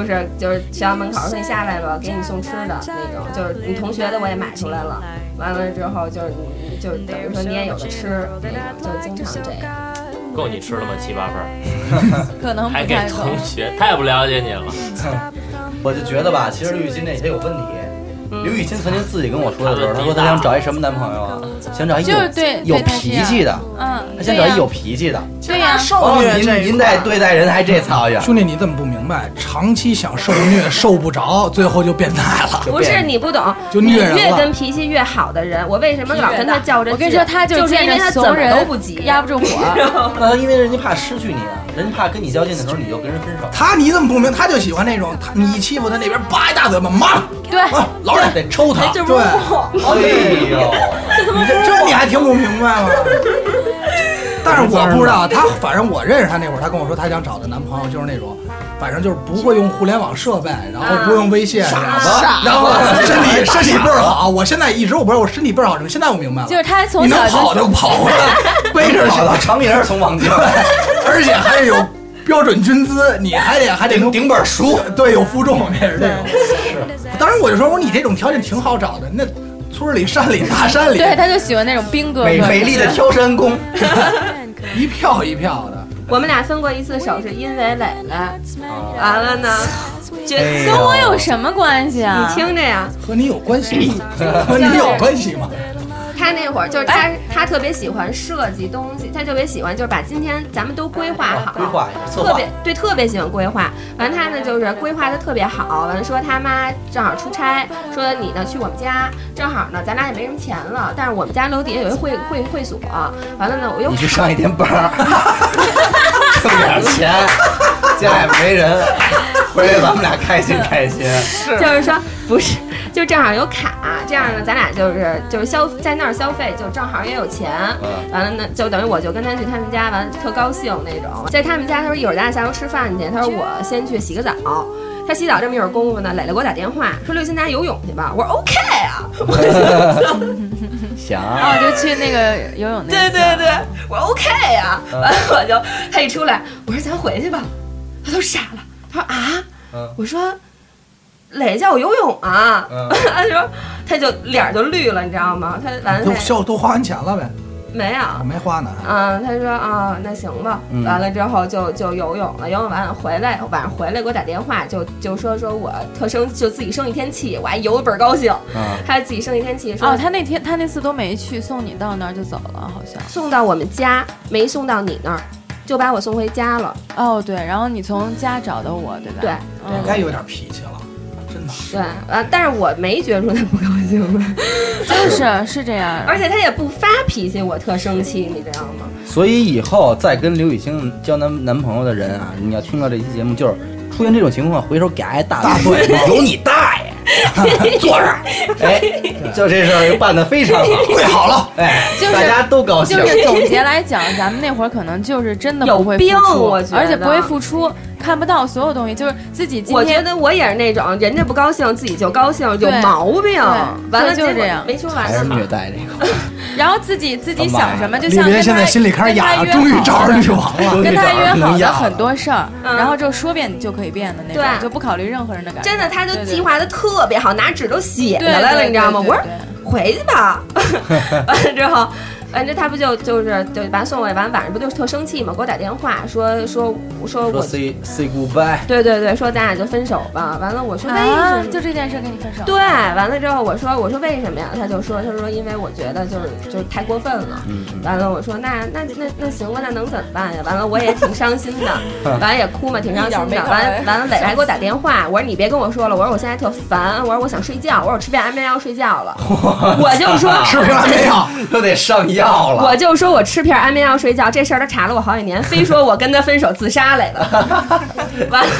就是就是学校门口说你下来吧，给你送吃的那种，就是你同学的我也买出来了，完了之后就是你就等于说你也有的吃，那种就经常这样。
够你吃了吗？七八份儿，
可能
还
不
给
太够
同。学，太不了解你了。
我就觉得吧，其实刘雨欣这些有问题。
嗯
刘雨欣曾经自己跟我说的时候，
她
她
问
说
题
她
大
想找一什么男朋友啊？想找一
嗯就是
有
对
有
对啊她是这
脾
样
气的，
嗯，
她想找一有脾气的。
对哎呀、
受
哦，
虐这一
您您
块
在
儿
对待人还这操样，
兄弟，你怎么不明白？长期想受虐受不着，最后就变态了。
就
不是
变
你不懂，
就
你
虐人
越
了
跟脾气越好的人，我为什么老跟他较着劲？
我跟你说，他
就是
见
因为
着
他怎
怂
么
人
都不急，
压不住火。
那因为人家怕失去你啊，人家怕跟你较劲的时候你就跟人分手。
他你怎么不明白？他就喜欢那种，他你一欺负他那边叭一大嘴巴，妈，
对，
啊老忍得抽他。对，
哎呦，
你这这你还听不明 白吗？但是我不知道，他反正我认识他那会儿，他跟我说他想找的男朋友就是那种，反正就是不会用互联网设备，然后不用微信，嗯傻
子
然后身体身体倍儿好。我现在一直我不知道我身体倍儿好什么，现在我明白了，
就是他从
你
小
能
就
跑就跑 回来，背着
跑
小
到长营从望京，
而且还得有标准军姿，你还得还得
顶
能
顶本儿书。
对有负重，也是这种。当时我就说，我说你这种条件挺好找的，那村里山里大山里，
对，他就喜欢那种兵哥 哥
美美丽的挑山工，
一票一票的。
我们俩分过一次手，是因为磊磊。完了呢，觉
哎
跟
哦
我有什么关系啊？
你听着呀，
和你有关系 吗？和 你有关系吗？
他那会儿就是他，他特别喜欢设计东西，他特别喜欢就是把今天咱们都规划好，
规划一下，策
特
划
别对，特别喜欢规划。完了他呢就是规划的特别好，完了说他妈正好出差，说你呢去我们家，正好呢咱俩也没什么钱了，但是我们家楼底下有一会会会所，完了呢我又
你去上一天班儿，挣点钱，家也没人，回来咱们俩开 心开心。
就是说不是，就正好有卡，这样呢，咱俩就是就是消在那儿消费，就正好也有钱。
嗯
完了呢，就等于我就跟他去他们家，完了特高兴那种。在他们家，他说一会儿咱俩下楼吃饭去，他说我先去洗个澡。他洗澡这么一会儿功夫呢，磊磊给我打电话说六亲家游泳去吧，我说 OK 啊，
行，
哦，就去 那个游泳那
对
次
对对，我说 OK 啊，完了我就他一出来，我说咱回去吧，他都傻了，他说啊，
嗯
我说磊叫我游泳啊，
嗯
他说他就脸儿就绿了，你知道吗？他完
都
了他
消都花完钱了呗，
没有。
啊没花呢。
嗯，他说啊、那行吧。
嗯
完了之后就就游泳了，游泳完了回来，晚上回来给我打电话，就就说说我特生，就自己生一天气，我还游得倍儿高兴，
嗯，
他自己生一天气说，
哦，他那天他那次都没去，送你到那儿就走了，好像。
送到我们家，没送到你那儿，就把我送回家了。
哦，对，然后你从家找的我，对吧？
对，
嗯
该有点脾气了，真的。
对，啊，但是我没觉出他不高兴 来，
就是是这样。
而且他也不发脾气，我特生气，你知道吗？
所以以后再跟刘雨欣交男男朋友的人啊，你要听到这期节目，就是出现这种情况，回头给挨大大嘴，嗯有你啊大 爷！坐这儿，哎，就这事儿办得非 常好，跪好了，哎，
就是
大家都高兴。
就是总结来讲，咱们那会儿可能就是真的不会付
有病
出，
我觉得
而且不会付出，看不到所有东西，就是自己今
我觉
天
得我也是那种，人家不高兴自己就高兴，有
对
毛病。完了
对就
结果
是这样
没说完
还
呢
是
嘛
虐。待这个，
然后自己
哎
自己想什么，就
李
像跟
别
他
现在心里开始痒痒，终于找着女王 了。
终于
跟他
找着
约好
能要
的
了
很多事儿，
嗯
然后就说变就可以变的那种，
对
就不考虑任何人的感受。
真的，他就
对对
计划的特别好，拿纸都写
对
下来了，你知道吗？
对
我说
对对对
回去吧， 完了之后，完了他不就就是就把他送过来，完晚上不就特生气嘛，给我打电话说说
说
说我，
say say goodbye，
对对对，说咱俩就分手吧。完了我说为什
啊
么，？
就这件事跟你分手。
对，完了之后我说我说为什么呀？他就说他说因为我觉得就是就是太过分了。
嗯，嗯
完了我说那那那那行吧，那能怎么办呀？完了我也挺伤心的，完了也哭嘛，挺伤心
一
的
点。没
完了
改
完了磊还给我打电话，我说你别跟我说了，我说我现在特烦，我说我想睡觉，我说我吃片安眠药睡觉了，我就说。
吃平安没有？
都得上药了。
我就说我吃片安眠药睡觉这事儿，他查了我好几年，非说我跟他分手自杀来了。 完了，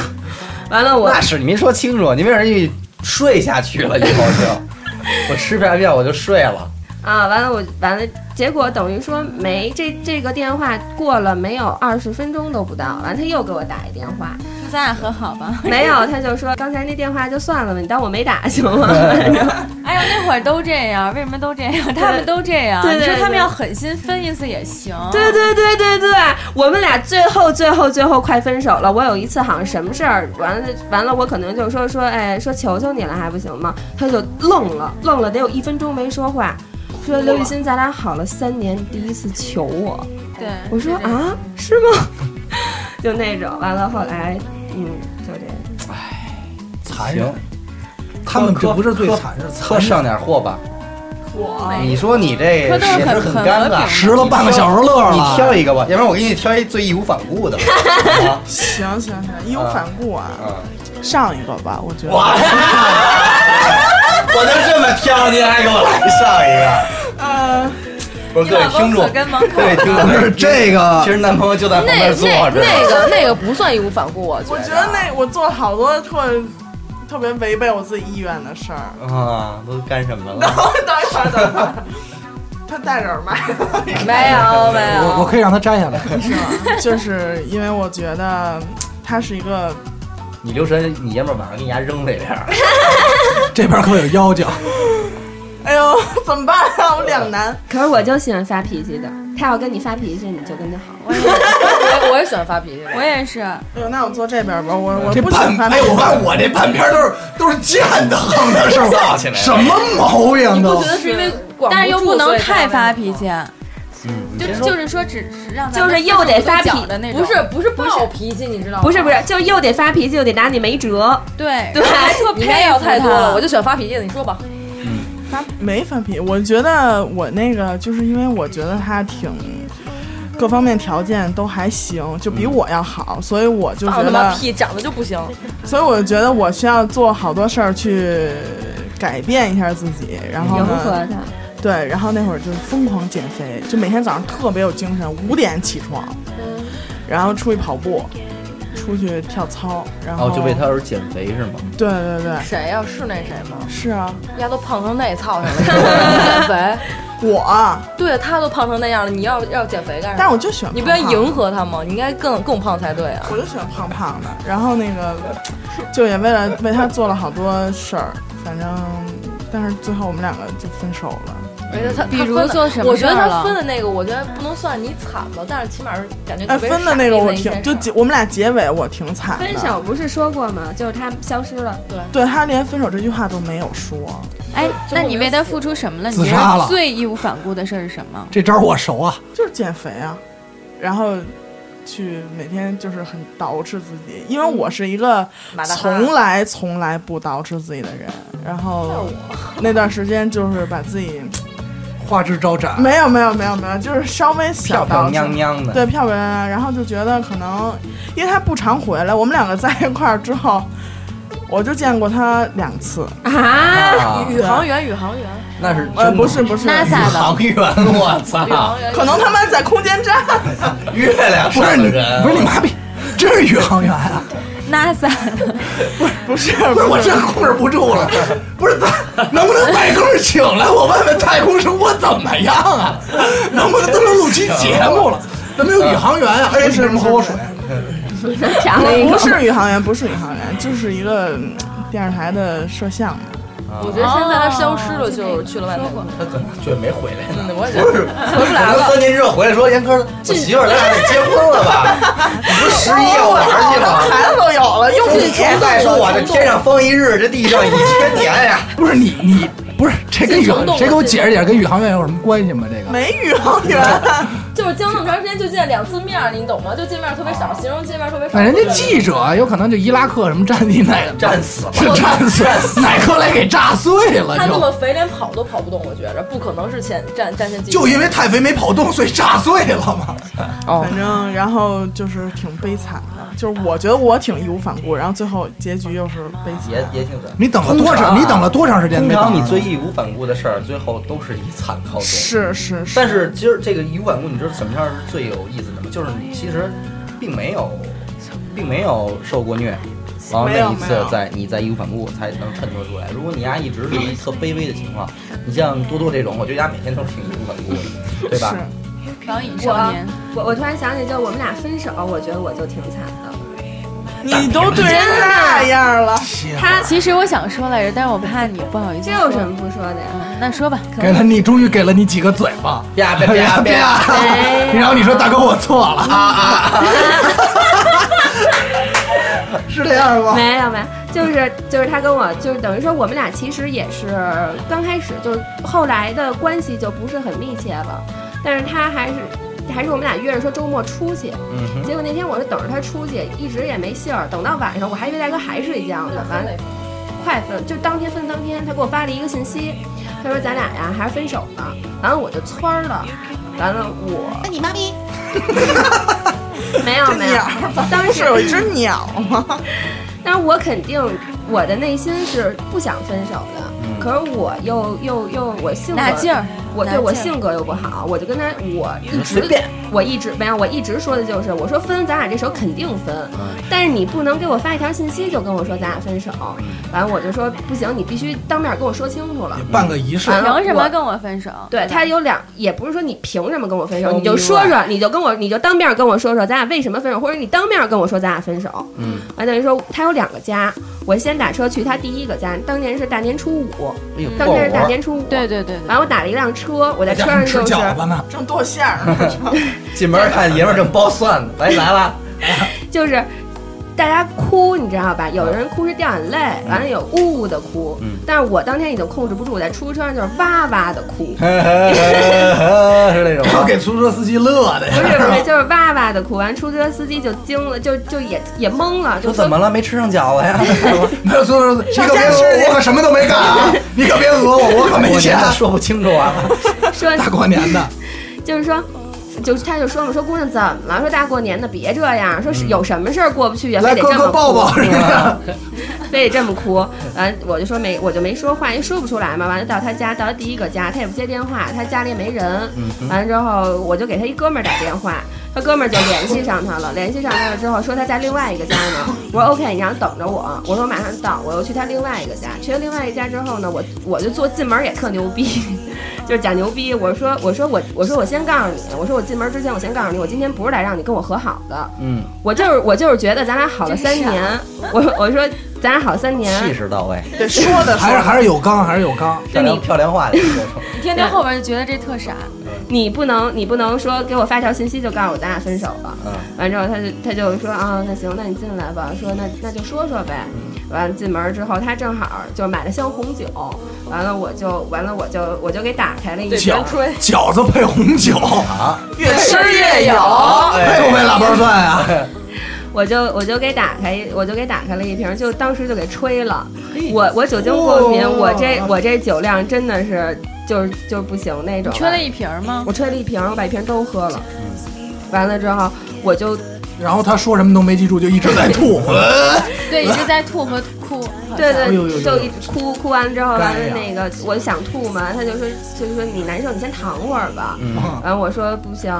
完了我
那是你没说清楚，你为什么一睡下去了？以后就我吃片药我就睡了，
啊，完了我完了，结果等于说没这这个电话过了没有二十分钟都不到，完了他又给我打一电话，
说咱俩和好吧。
没有，他就说刚才那电话就算了吧，你当我没打行 吗？然后
哎呦，那会儿都这样，为什么都这样？他们都这样。
对对
你说
对
他们要狠心分一次也行。
对对对对对，我们俩最后最后最后快分手了。我有一次好像什么事儿，完了完了，我可能就说说，哎，说求求你了还不行吗？他就愣了，愣了得有一分钟没说话，说刘雨欣，咱俩好了三年，你第一次求我。
对，
我说
对，
啊，是吗？ 就那种，完了后来，嗯，就这样。
残
行
忍，，他们这不是最惨，是
多
残忍。
上点货吧。
我
你说你这
可都是
也
很
是
很
尴
和平
尬
的，
拾了半个小时乐了。
你挑一个吧，要不然我给你挑一最义无反顾的吧。好吧
行行行，义无反顾啊，
啊
上一个吧，我觉
我
得。
我就这么挑，您还给我来上一个？
呃，
不是各位听众
可，跟门口
各位听
不是
众，
这个
其实男朋友就在旁
那
边坐
那
着。
那个那个不算义无反顾，我觉
我
得
觉得那我做了好多特特别违背我自己意愿的事儿。
啊，都干什么
等
了？
会儿等一会儿，等一会儿， 他戴着耳麦了，你
没有没
我我
有，
可以让他摘下来。
是吗？就是因为我觉得他是一个
你留神，你爷们儿晚上给你家扔这边儿。
这边可有妖精，
哎呦，怎么办啊？我两难。
可是我就喜欢发脾气的，他要跟你发脾气，你就跟他好。
我我也喜欢发脾气。
我也是。
哎呦，那我坐这边吧，我我
这
不喜
半
欢发
哎，我看我这半边都是都是贱的，横的是吧
造起来？了
什么毛病
你不
都
觉？得是因为管住，
但是又不能太发
气，
脾气，
嗯，
就就是说只是让咱
就
们
是又得发
四手
脾
五脚的那种，
不是不是暴脾气，你知道吗？
不是不，是，就又得发脾气，又得拿你没辙。
对
对
还特
你
佩服
那要太多了，
他
我就喜欢发脾气的。你说吧，
发没发脾气，我觉得我那个就是因为我觉得他挺各方面条件都还行，就比我要好，所以我就
放
觉
他妈
得，
屁，长得就不行。
所以我就觉得我需要做好多事儿去改变一下自己，然后
迎
呢，
合他，
对，
嗯
然后那会儿就疯狂减肥，就每天早上特别有精神，五点起床，然后出去跑步，出去跳操，然后、
哦，就为他而减肥是吗？
对对对，
谁呀、是那谁吗？
是啊，
丫都胖成那操性了，你说我减肥？
我，啊
对他都胖成那样了，你要要减肥干什么？
但我就喜欢啊
你不
要
要迎合他吗？你应该更更胖才对啊！
我就喜欢胖胖的，然后那个就也为了为他做了好多事儿，反正但是最后我们两个就分手了。
我觉得他
比
他
如
分的
做什么
我觉得
事儿啊
他
了
分的那个，我觉得不能算你惨吧，但是起码是感觉
哎，
特别
分的
傻
那个
逼
我
一
挺
件
就
事儿
结我们俩结尾我挺惨的，
分手不是说过吗？就是他消失了，
对他连分手这句话都没有说，
哎，那你为他付出什么了？你
自
觉
杀了
得最义无反顾的事儿是什么？
这招我熟啊，
就是减肥啊，然后去每天就是很捯饬自己，因为我是一个
马大哈
从来从来不捯饬自己的人，然后那段时间就是把自己
花枝招展，
没有没有没有没有，就是稍微
漂
小
漂
捯
亮
饬。
亮的，
对，漂漂亮亮，然后就觉得可能，因为他不常回来，我们两个在一块儿之后，我就见过他两次，
啊，
宇航员，宇航员，
那是
呃，
真的
不是不是，
NASA 的，
航员，我操
宇，航员，
可能他妈在空间站，
哎月亮
不是
上
你
的人，
不是你妈逼，真是宇航员啊！
NASA 的，
不是
不是我真控制不住了，不是咱能不能把哥们儿请来，我问问太空生活怎么样啊？能不能都能录期节目了？咱们有宇航员啊，而且你为什么喝我水？
抢了一
不
个。
是宇航员，不是宇航员，就是一个嗯电视台的摄像嘛。
哦
我觉得现在他消失了，就去了外面。
他怎么就没回来呢？
我也觉
不
得
是，不是，可能三年之后回来说，严哥，我媳妇儿咱俩得结婚了吧？你不是十一要玩去吗？
孩子都有了，用你
再说我这天上方一日，这地上一千年呀！
不是你你不是这跟宇航谁给我解释解释跟宇航员有什么关系吗？这个
没宇航员，
就是交那么长时间就见两次面儿，你懂吗？就见面儿特别少，形容见面儿特别少。
那人家记者啊有可能就伊拉克什么战地哪
战死了，
是战死哪颗雷给炸碎了
他那么
就。
肥，连跑都跑不动，我觉着不可能是前战战线记者。
就因为太肥没跑动，所以炸碎了嘛。
哦
反正然后就是挺悲惨的，就是我觉得我挺义无反顾，然后最后结局又是悲
也
惨。
也挺惨。
你等了多
通
少？
常啊
你等了多长时间？
通
没
常
等
你
啊
最义无反顾的事儿，最后都是以惨告终。
是是是，
但是其实这个义无反顾，你知道什么样是最有意思的吗？就是你其实并没有，并没有受过虐，然后
没
那
有
一
没
次
有
在你在义无反顾才能衬托出来。如果你丫一直是一特卑微的情况，你像多多这种，我觉得丫每天都是挺义无反顾的，对吧？
是
网瘾少年，
我我突然想起，就我们俩分手，我觉得我就挺惨的。
你都对人那样了，
他
其实我想说来着，但是我怕你不好意思。
这有什？么不说的呀？
嗯，那说吧，
给了你，终于给了你几个嘴巴。
啪啪啪啪！
对呀， 然后你说大哥我错了啊啊， 是这样吗？
没有没有，就是就是他跟我就是等于说我们俩其实也是刚开始，就是后来的关系就不是很密切了，但是他还是。还是我们俩约着说周末出去，
嗯哼，
结果那天我是等着他出去，一直也没信儿。等到晚上，我还以为大哥还睡觉呢，完了快分，就当天分当天，他给我发了一个信息，他说咱俩呀还是分手呢。完了我就蹿儿了，完了我
那你妈逼！
没有
这
没有
鸟，
当
不
时
是有一只鸟吗？
但是我肯定我的内心是不想分手的，
嗯
可是我又又又我性格
拿劲儿，
我对
拿
我
劲儿
性格又不好，我就跟他我一直
随便
我一直没有我一直说的就是我说分咱俩这时候肯定分，但是你不能给我发一条信息就跟我说咱俩分手，完了我就说不行，你必须当面跟我说清楚了。
办个仪式，
完了
凭什
我
么跟我分手？
对他有两，也不是说你凭什么跟我分手，
Tell
你就
me
说说，你就跟我，你就当面跟我说说，咱俩为什么分手，或者你当面跟我说咱俩分手。
嗯，
完等于说他有两个家，我先打车去他第一个家，当年是大年初五，
哎呦，
当
过
年是大
活
年初五。
对。对对对，
完我打了一辆车，嗯我在车上
家
就
吃
是
饺子呢，
正剁馅儿，
进门看爷们儿正包蒜呢，来来了，
就是大家哭，你知道吧？有人哭是掉眼泪，完了有呜呜的哭，
嗯
但是我当天已经控制不住，我在出租车上就是哇哇的哭。
是那种啊
然后
吗。
给出租车司机乐的
不
呀。
是不是，就是哇哇的哭完，出租车司机就惊了，就就也也懵了，就
说
说
怎么了？没吃上饺子呀？
没有出租车司机，你可别讹我，我可什么都没干啊！你可别讹我，我可没
过年
钱。
的说不清楚啊。
说
大过年的，
就是说，就是他就说嘛，说姑娘怎么了？说大过年的别这样，说是有什么事儿过不去也非啊
来
得
哥
这么
哥
哭
抱抱，是吧？
非得这么哭。完，我就说没，我就没说话，因为说不出来嘛。完了到他家，到他第一个家，他也不接电话，他家里也没人。完了之后，我就给他一哥们儿打电话，他哥们儿就联系上他了。联系上他了之后，说他在另外一个家呢。我说 OK，你让等着我。我说我马上到，我又去他另外一个家。去了另外一家之后呢，我我就坐进门儿也特牛逼， 就是假牛逼。我说我说我我说我先告诉你，我说我进门之前我先告诉你，我今天不是来让你跟我和好的。
嗯，
我就是我就是觉得咱俩好了三年， 我我说咱俩好三
气
年，
势到位，
得说的
还是还是有刚，还是有刚。
漂亮漂亮话也 说出来。
你听听后边就觉得这特傻，
你不能你不能说给我发条信息就告诉我咱俩分手了。
嗯，
完之后他就他就说啊，那行，那你进来吧。说那那就说说呗。完进门之后，他正好就买了箱红酒，完了我就完了我就我就给打开了一
饺
箱。
饺子配红酒，
越吃越有。
配不配腊八蒜啊？
我就我就给打开，我就给打开了一瓶，就当时就给吹了。我我酒精过敏，
哦
我这我这酒量真的是就是就是不行那种。
缺了一瓶吗？
我吹了一瓶，我把一瓶都喝了。
嗯
完了之后，我就
然后他说什么都没记住，就一直在吐。
对，一直在吐和哭。好像
对
哎呦呦呦
对，就一哭哭完之后，完
干
了
呀
那个我想吐嘛，他就说就是说你难受，你先躺会儿吧。
嗯
完了我说不行，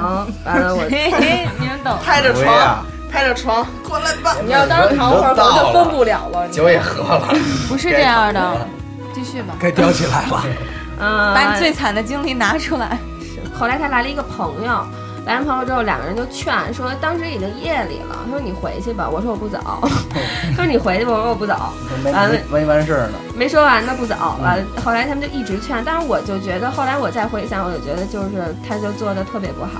完了我
嘿嘿， 你们懂。
拍着
对
床，
呀
拍着床，过来吧。
你要当时躺会儿，可能就分不啊
了了。
酒也喝了，
不是这样的，继续吧，
该叼起来了，
嗯，
把你最惨的经历拿出来。
后来他来了一个朋友，来完朋友之后，两个人就劝说，当时已经夜里了，他说你回去吧，我说我 不走，他说你回去吧，我说我不走，
没没没完事儿呢。
没说完呢不走，完了后来他们就一直劝，但是我就觉得后来我再回想，我就觉得就是他就做的特别不好，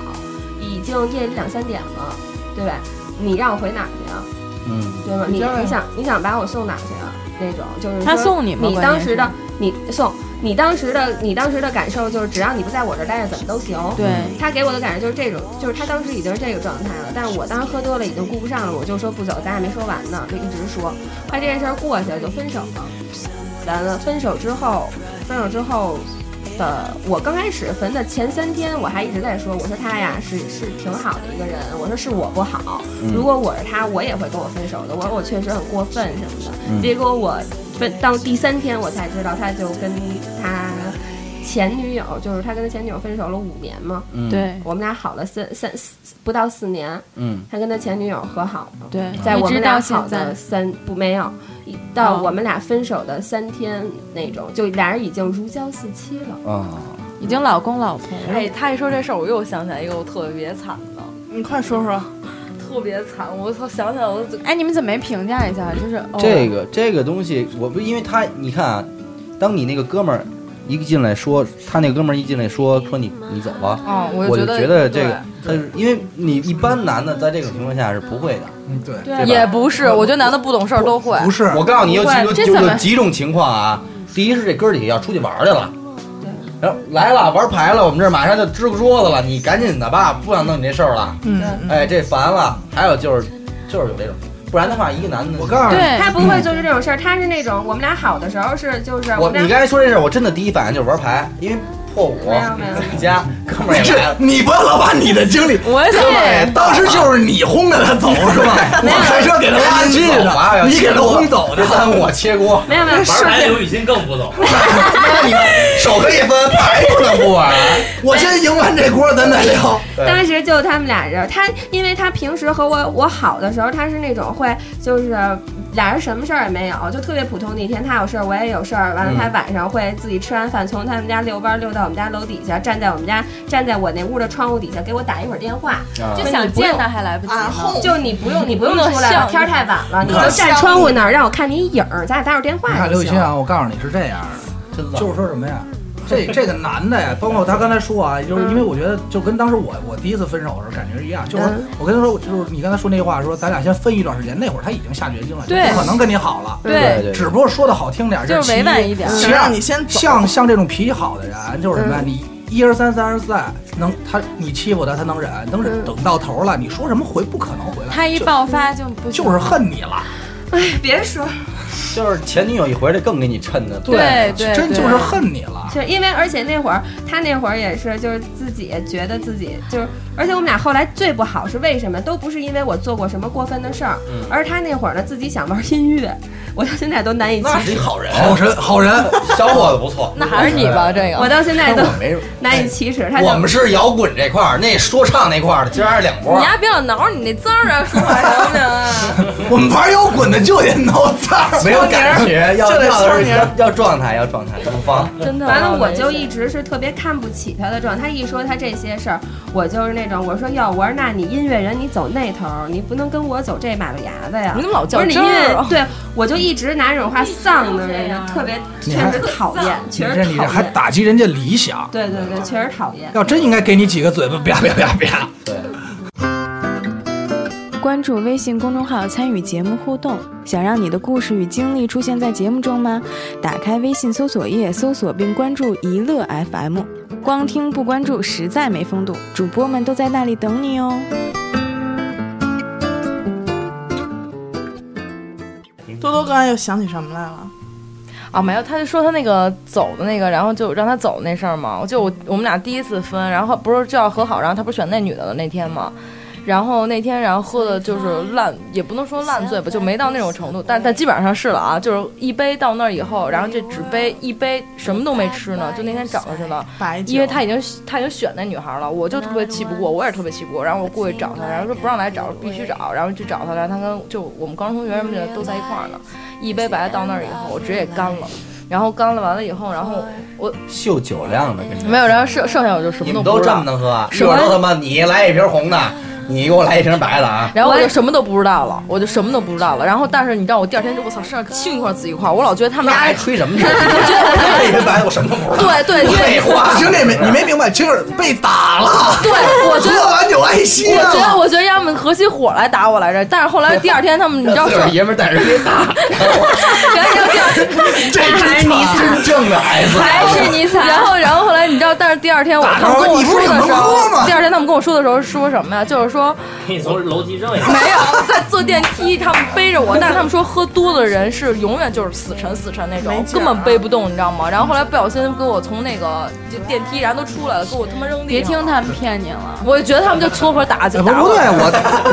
已经夜里两三点了，对吧？你让我回哪儿去啊？
嗯，
对吗？你
家呀
你想你想把我送哪儿去啊？那种就是说
他送你吗
你
关键
当时
是
的你送你当时的你当时的感受就是只要你不在我这儿待着怎么都行，
对，
他给我的感觉就是这种，就是他当时已经是这个状态了，但是我当时喝多了已经顾不上了，我就说不走，咱俩没说完呢，就一直说，后来这件事儿过去了就分手了。完了，分手之后，分手之后的我刚开始分的前三天，我还一直在说，我说他呀是是挺好的一个人，我说是我不好，如果我是他，我也会跟我分手的，我说我确实很过分什么的。结果我分到第三天，我才知道他就跟他前女友，就是他跟他前女友分手了五年嘛。
对，
我们俩好了三三四不到四年，
嗯，
他跟他前女友和好了，
对
在我
一
们
直
俩
到
好
现
的
在
三不没有，一到
哦
我们俩分手的三天那种，就俩人已经如胶似漆了。
啊，
已经老公老婆了。
哎，他一说这事儿，我又想起来一个我特别惨的，
你快说说，
特别惨，我操，想起来我就
哎，你们怎么没评价一下？就是哦
这个这个东西，我不因为他，你看啊，当你那个哥们儿一进来说，他那个哥们儿一进来说说你你走吧，
哦，我
我就
就得
觉得这个，他是因为你一般男的在这种情况下是不会的。
嗯，对，
对吧
对
也不是，我觉得男的不懂事儿都会。
不是
我告诉你，有几个
这
就
怎么
有几种情况啊。第一是这哥儿几个要出去玩儿去了，然后来了玩牌了，我们这儿马上就支个桌子了，你赶紧的吧，不想弄你这事儿了。
嗯，
哎，这烦了。还有就是就是有这种，不然的话，一个男的，
我告诉你，
对
他不会做出这种事儿，他是那种我们俩好的时候是就是
我
我们
你
俩
刚才说这事儿，我真的第一反应就是玩牌，因为破五
没有没有
自己家哥们儿也来
这
了，
你不要老把你的经历，
我想
当时就是你轰着他走是吧？我还是要给他拉去
哎
的，你给他轰走的
别。 耽误我切锅。
没有没有
玩牌刘雨欣更不懂，
那你手可以分，牌不能不玩。
我先赢完这锅，咱再聊。
当时就他们俩人，他因为他平时和我我好的时候，他是那种会就是俩人什么事儿也没有，就特别普通的一天，他有事儿我也有事儿，完了
嗯
他晚上会自己吃完饭从他们家遛弯儿遛到我们家楼底下，站在我们家站在我那屋的窗户底下给我打一会儿电话，
啊
就想见他还来不及
啊
呢。
后
就你不用你不用
那
出来了，
像
天儿太晚了，你
那
就站
像
窗户那儿让我看你影儿，咱俩打会儿电
你
话
看
就
刘雨
行
欣。啊，我告诉你是这样的。
真的
就是说什么呀？
嗯
这这个男的呀，包括他刚才说啊，就是因为我觉得，就跟当时我我第一次分手的时候感觉是一样，就是
嗯
我跟他说，就是你刚才说那话，说咱俩先分一段时间，那会儿他已经下决心了，就
对
不可能跟你好了，
对
对，
对，
只不过说的好听点儿，
就是
其
委婉一点。嗯
其
想
二
让你先走。
像像这种脾气好的人，就是什么呀？你一而三，三而四，啊能他你欺负他，他能忍，能忍等到头了，你说什么回不可能回来，
嗯他一
就
爆发就不行
就是恨你了，
哎，别说，
就是前女友一回来更给你衬的，
对对
真
对
就是恨你了。
就是因为而且那会儿他那会儿也是，就是自己觉得自己就是，而且我们俩后来最不好是为什么？都不是因为我做过什么过分的事儿，
嗯
而他那会儿呢自己想玩音乐，我到现在都难以启
那是一好人，
好人，好人，
小伙子不错。
那还是你吧，这
我
个。
到现在
但
都
我没，
难以启齿。他就
我们是摇滚这块儿，那说唱那块儿的，今儿是两波
你。丫别老挠你那字儿啊，说话什么的。
我们玩摇滚的就得闹脏，
没有感觉，要
就得
要
村儿名
要要状态，要状态，乳房。
真的。
完了，我就一直是特别看不起他的状态。他一说他这些事儿，我就是那种我说要我说那你音乐人你走那头儿，你不能跟我走这马路牙子呀。
你怎么老
我
较
说你
真
音
儿
乐
啊？
对，我就一直拿这种话丧的人家，特别
你
确
还
实讨厌，
你
确
这
实
你这
讨
还
厌。
打击人家理想，
对对对，确实讨厌。
要真应该给你几个嘴巴，啪啪啪啪。
对，
关注微信公众号参与节目互动，想让你的故事与经历出现在节目中吗？打开微信搜索页，搜索并关注“一乐 FM”，光听不关注实在没风度，主播们都在那里等你哦。
多多刚才又想起什么来了？
啊，没有，他就说他那个走的那个，然后就让他走那事儿嘛。就我我们俩第一次分，然后不是就要和好，然后他不是选那女的了那天嘛。然后那天，然后喝的就是烂，也不能说烂醉吧，就没到那种程度，但但基本上是了啊。就是一杯到那儿以后，然后这纸杯一杯什么都没吃呢，就那天找上去了。
白酒，
因为他已经他已经选那女孩了，我就特别气不过，我也特别气不过，然后我过去找他，然后说不让来找，必须找，然后去找他，然后他跟就我们高中同学什么的都在一块儿呢，一杯白到那儿以后，我直接干了，然后干了完了以后，然后
秀酒量的跟你。
没有，然后剩剩下我就什
你们
么不
都
知
这么
道，
能喝啊？一会儿都他妈你来一瓶红的，你给我来一瓶白的 啊！
然后我就什么都不知道了，我就什么都不知道了，然后但是你知道我第二天就我操身上青一块紫一块，我老觉得他们
那
俩
还吹什么 呢？来一瓶白的，我什么都不知道。
对对因
废
为
话，
兄弟没你 没明白，就是被打了，
对，我觉
喝
得。
完酒挨歇
我觉得，
了。
我觉得他们合起伙来打我来着，但是后来第二天他们，你知道
自
是，
个儿爷们儿带人给 打，
然后第二天
这是真正的挨
哎
揍。
还是你惨。
哎然后，然后后来你知道，但是第二天我
打
他
着
们跟我
你不
说
是
的
能
时
喝吗
候，第二天他们跟我说的时候说什么呀？就是 说
你从楼梯 扔一下。
没有在坐电梯，他们背着我，但是他们说喝多的人是永远就是死沉死沉那
没
种，
啊
劲儿
根本背不动，你知道吗？然后后来不小心给我从那个就电梯，然后都出来了，给我他妈扔地
别
上
听
了，
他们骗你了。
我就觉得他们就撮合打就
不
打
不
我
对，。啊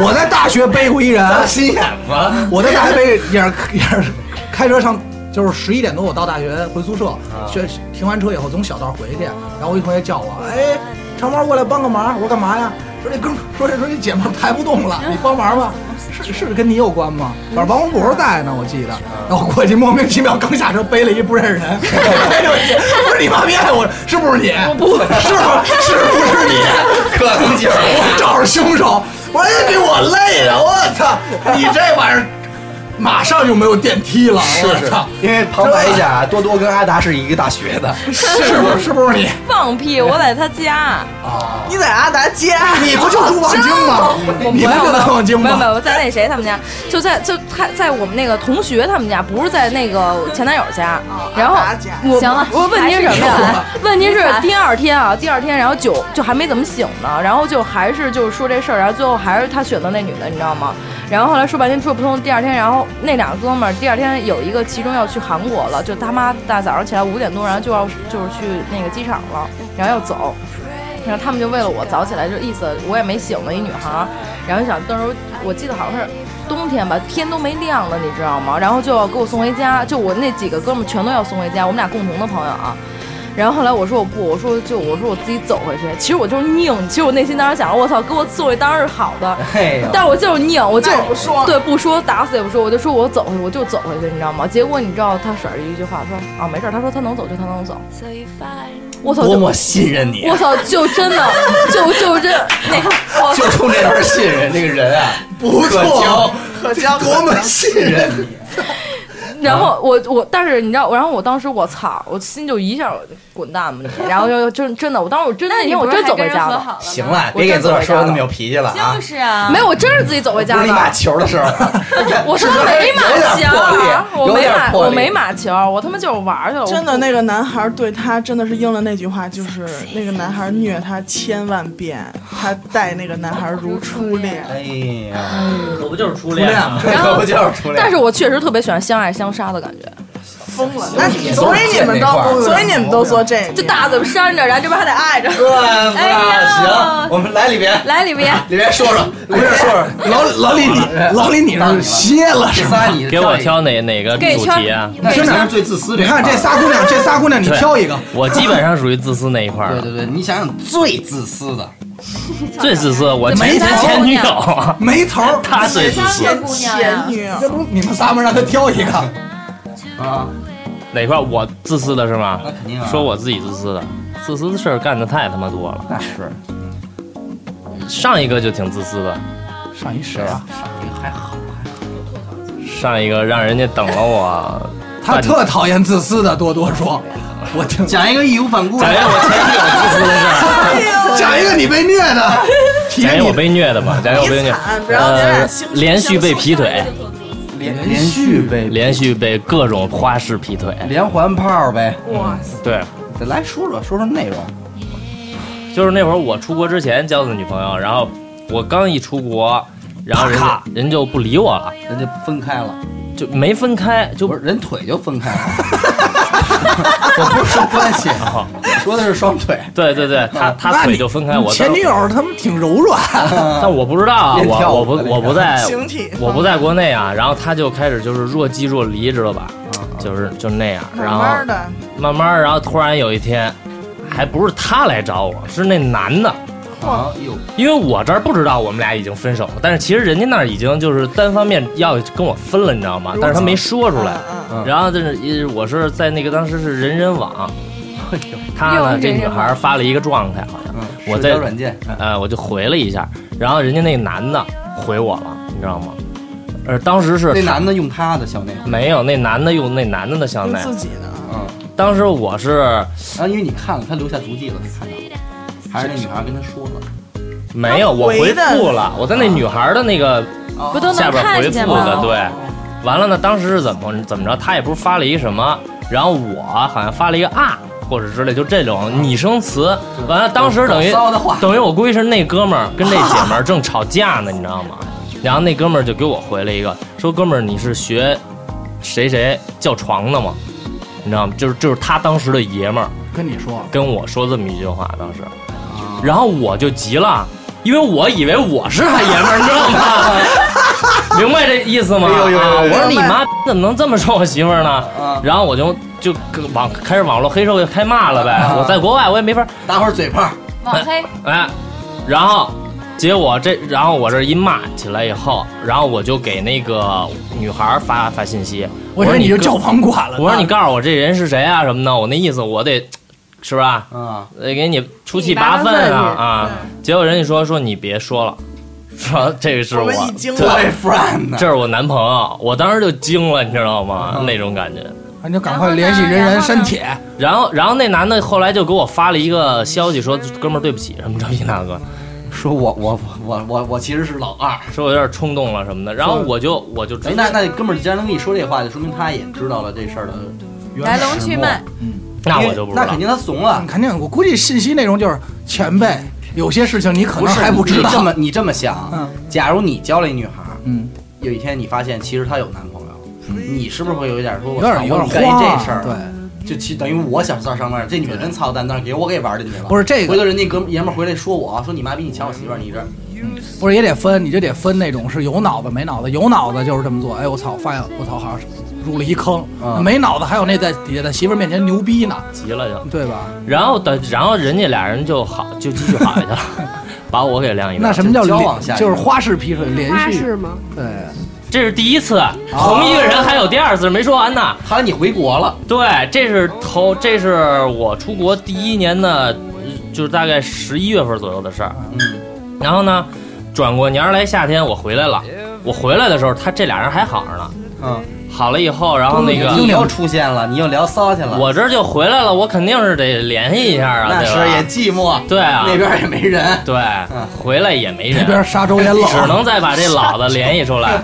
我我在大学背过一人，
心眼子，
我在大学被也是也是开车上，就是十一点多我到大学回宿舍，
啊
学停完车以后从小道回去，然后我一同学叫我，哎，长毛过来帮个忙，我说干嘛呀？说这哥们儿说这说这姐们儿抬不动了，你帮忙 吧。是是跟你有关吗？反正王洪博在呢，我记得。
啊
然后过去莫名其妙刚下车背了一不认识人， 背着我姐，不是你妈逼，啊我是不是你？不是吗？是不是你？
可能就是
我找着凶手，我也给我累的，我操！你这玩意儿马上就没有电梯了，我操！
因为旁白一下，多多跟阿达是一个大学的，
是不是是不是你？
放屁！我在他家，
你在阿达啊家，
你不就住望京吗？
我
你
没
不
有
就
没
在
有
望京
没有没
吗？
有，在那谁他们家，就在就他在我们那个同学他们家，不是在那个前男友家。然后
哦阿达家
我
行了
我问题是什么
还是
呀
你？
问题是第二天啊，第二天然后酒就还没怎么醒呢，然后就还是就是说这事儿，然后最后还是他选择那女的，你知道吗？然后后来说半天说不通，第二天然后那俩哥们儿第二天有一个其中要去韩国了，就他妈大早上起来五点多，然后就要就是去那个机场了，然后要走。然后他们就为了我早起来，就意思我也没醒呢，一女孩儿，然后就想到时候我记得好像是冬天吧，天都没亮了，你知道吗？然后就要给我送回家，就我那几个哥们儿全都要送回家，我们俩共同的朋友啊。然后后来我说我不，我说就我说我自己走回去。其实我就是拧，其实我内心当时想，我操，给我送回当然是好的，
哎呦，
但是我就是拧，我就
那也不说
对不说，打死也不说，我就说我走回去，我就走回去，你知道吗？结果你知道他婶儿一句话说啊没事儿，他说他能走就他能走，我操，
多
就
么信任你啊
我，操，就真的， 就就真那个，我
就冲这份 信任，这个人啊，
不
可
错
交，
多么信任你！
然后我我，但是你知道，然后我当时我操，我心就一下滚 蛋吧你，然后就就真的，我当时我真那天我真走回家了，
了
行了，别给自个儿说的那么有脾气了啊
就！是啊，
没有，我真是自己走回
不
家
是你马
的。
球的时候，
我说没马
有点
球
魄力
啊，我
有
没
点
马，
魄力
我没马球，我他妈就是玩儿去了。
真的，那个男孩对他真的是应了那句话，就是那个男孩虐他千万遍，他待那个男孩如初恋。
哎呀，
可不就是初
初
恋
恋
吗
嘛，？这可不就是初恋？
但是我确实特别喜欢相爱相杀的感觉，
疯了，那你所以你们
这块
都
儿
所以你们都说这个。
这大嘴巴扇着，然后这边还得爱着。
对吧？
哎
呀
啊行，我们来里边，
来里边，
里边说说，里边说说，
老老李你老李你是歇了是
仨
吧？
你
给我，挑哪哪个主题啊？
那真的是最自私的。
你看这仨姑娘，这仨姑娘你
对
挑一个，
我基本上属于自私那一块
对
儿，
对对，你想想最自私的，
最自私。我
怎么
前
是他
前女友
姑
啊，
没头儿。
她最自私
三个姑娘呀
前女友，
这不你们仨吗？让她挑一个。
啊，
哪块儿？我自私的是吗
那？肯定啊。
说我自己自私的，自私的事儿干的太他妈多了。
那是
上一个就挺自私的，
上一谁啊？
还好，
上一个让人家等了我，
他特讨厌自私的多多说，我听讲
讲一个义无反顾的
哎
讲一个我前女友自私的事儿，
讲一个你被虐的，体
讲一
验
个哎我
你
被虐的吧，讲一个我被虐
惨，不要你俩惺惺相，
呃
惜
连续被劈腿，
连连续呗，
连续被各种花式劈腿，
连环炮呗。
哇，
对。
得来说说说说内容，
就是那会儿我出国之前交的女朋友，然后我刚一出国，然后人家
咔
人就不理我了，
人家分开了，
就没分开，就
不是人腿就分开 了。我不是说关系，啊哦说的是双腿。
对对对，她她
那
腿
你
就分开，我
前女友他们挺柔软，
但我不知道啊，
别跳
我我
舞
不
了
我不在
形体
哎我不在国内啊，然后她就开始就是若即若离，知道吧？就是就那样，然
慢嗯
后
慢的，
慢慢儿，然后突然有一天，还不是她来找我，是那男的。
啊，哟，
因为我这儿不知道我们俩已经分手了，但是其实人家那儿已经就是单方面要跟我分了，你知道吗？但是他没说出来。
嗯嗯，
嗯
然后就是呃我是在那个当时是人人网，他
又
呢
是
这
人
女
人
孩儿发了一个状态，好像
嗯，
我
社
在
交软件，
呃我就回了一下，然后人家那个男的回我了，你知道吗？呃，当时是
那男的用他的小内裤，
没有那男的用那男的的香
用
奈，
自己的 啊，
嗯，
当时我是
然后因为你看了，他留下足迹了，他看到了，还是那女孩跟他说了，
没有我回
回的
复了，我在那女孩儿的那个
哦
不都
下
能
边
看
回
见
复的，
吗？
对。完了呢，当时是怎么怎么着？他也不是发了一个什么，然后我好像发了一个啊，或者之类，就这种拟声词。完了，当时等于
哦
骚的话，
等于我估计是那哥们儿跟那姐们儿正吵架呢，你知道吗？然后那哥们儿就给我回了一个，说哥们儿你是学谁谁叫床的吗？你知道吗？就是就是他当时的爷们儿
跟你说，
跟我说这么一句话，当时，然后我就急了，因为我以为我是他爷们儿，你知道吗？明白这意思吗？
哎呦呦呦呦
啊我说你
明白
妈怎么能这么说我媳妇儿呢？
啊，
然后我就就跟网开始网络黑社会开骂了呗
啊。
我在国外我也没法
打会儿嘴炮，
网黑，
哎，然后结果这，然后我这一骂起来以后，然后我就给那个女孩儿发发信息，我
我以
说
为你就
告
叫房管了呢。啊
我说你告诉我这人是谁啊什么的，我那意思我得是吧，
啊，
得呃给你出气拔粪啊啊！结果人家说说你别说了，说这个是
我
我，
们已经
对
boyfriend 呢
这，是我男朋友，我当时就惊了，你知道吗？那种感觉。
啊你就赶快联系人人删帖，
然后，然后那男的后来就给我发了一个消息说：“哥们儿，对不起，什么这逼那个。”
说我我我我我其实是老二。
说我有点冲动了什么的，然后我就我就
哎
直，
那
接，
那哥们儿既然能跟你说这话，就说明他也知道了这事儿的
来龙去脉，
那
因
我
为
就不知
那
道
肯。定他怂了
你。嗯肯定我估计信息内容就是前辈有些事情你可能还
不
知
你这
道
么。你这么想，
嗯
假如你交了一女孩儿，
嗯，
有一天你发现其实她有男朋友，你是不是会有一点说，
有
我操，
点有
我
点
干一
慌啊
这事儿，啊
对，，
就其等于我想上上面，这女的真操蛋，但是给我给玩进去了。
不是这
回
个，
头人家哥们爷们儿回来说我说你妈逼你抢我媳妇儿，你这
不是也得分，你就得分那种是有脑子没脑子，有脑子就是这么做。哎，我操，发现我操，好像是入了一坑。
嗯
没脑子还有那在底下在媳妇儿面前牛逼呢，
急了就，
对吧？
然后等，然后人家俩人就好，就继续好下去了，把我给晾一边。
那什么叫
交
连
往下去
就是花式劈腿连
花
续
式吗？
对，
这是第一次，同一个人还有第二次没说完呢。
看来你回国了，
对，这是头，这是我出国第一年的，就是大概十一月份左右的事儿。
嗯，
然后呢，转过年儿来夏天我回来了，我回来的时候他这俩人还好着呢。
嗯，
好了以后，然后那个
你又出现了，你又聊骚去了，
我这就回来了，我肯定是得联系一下啊，
那
对
时
吧
也寂寞，
对啊
那边也嗯没人，
对，回来也没
那
人，
边沙洲也冷，
只能再把这老的联系出来，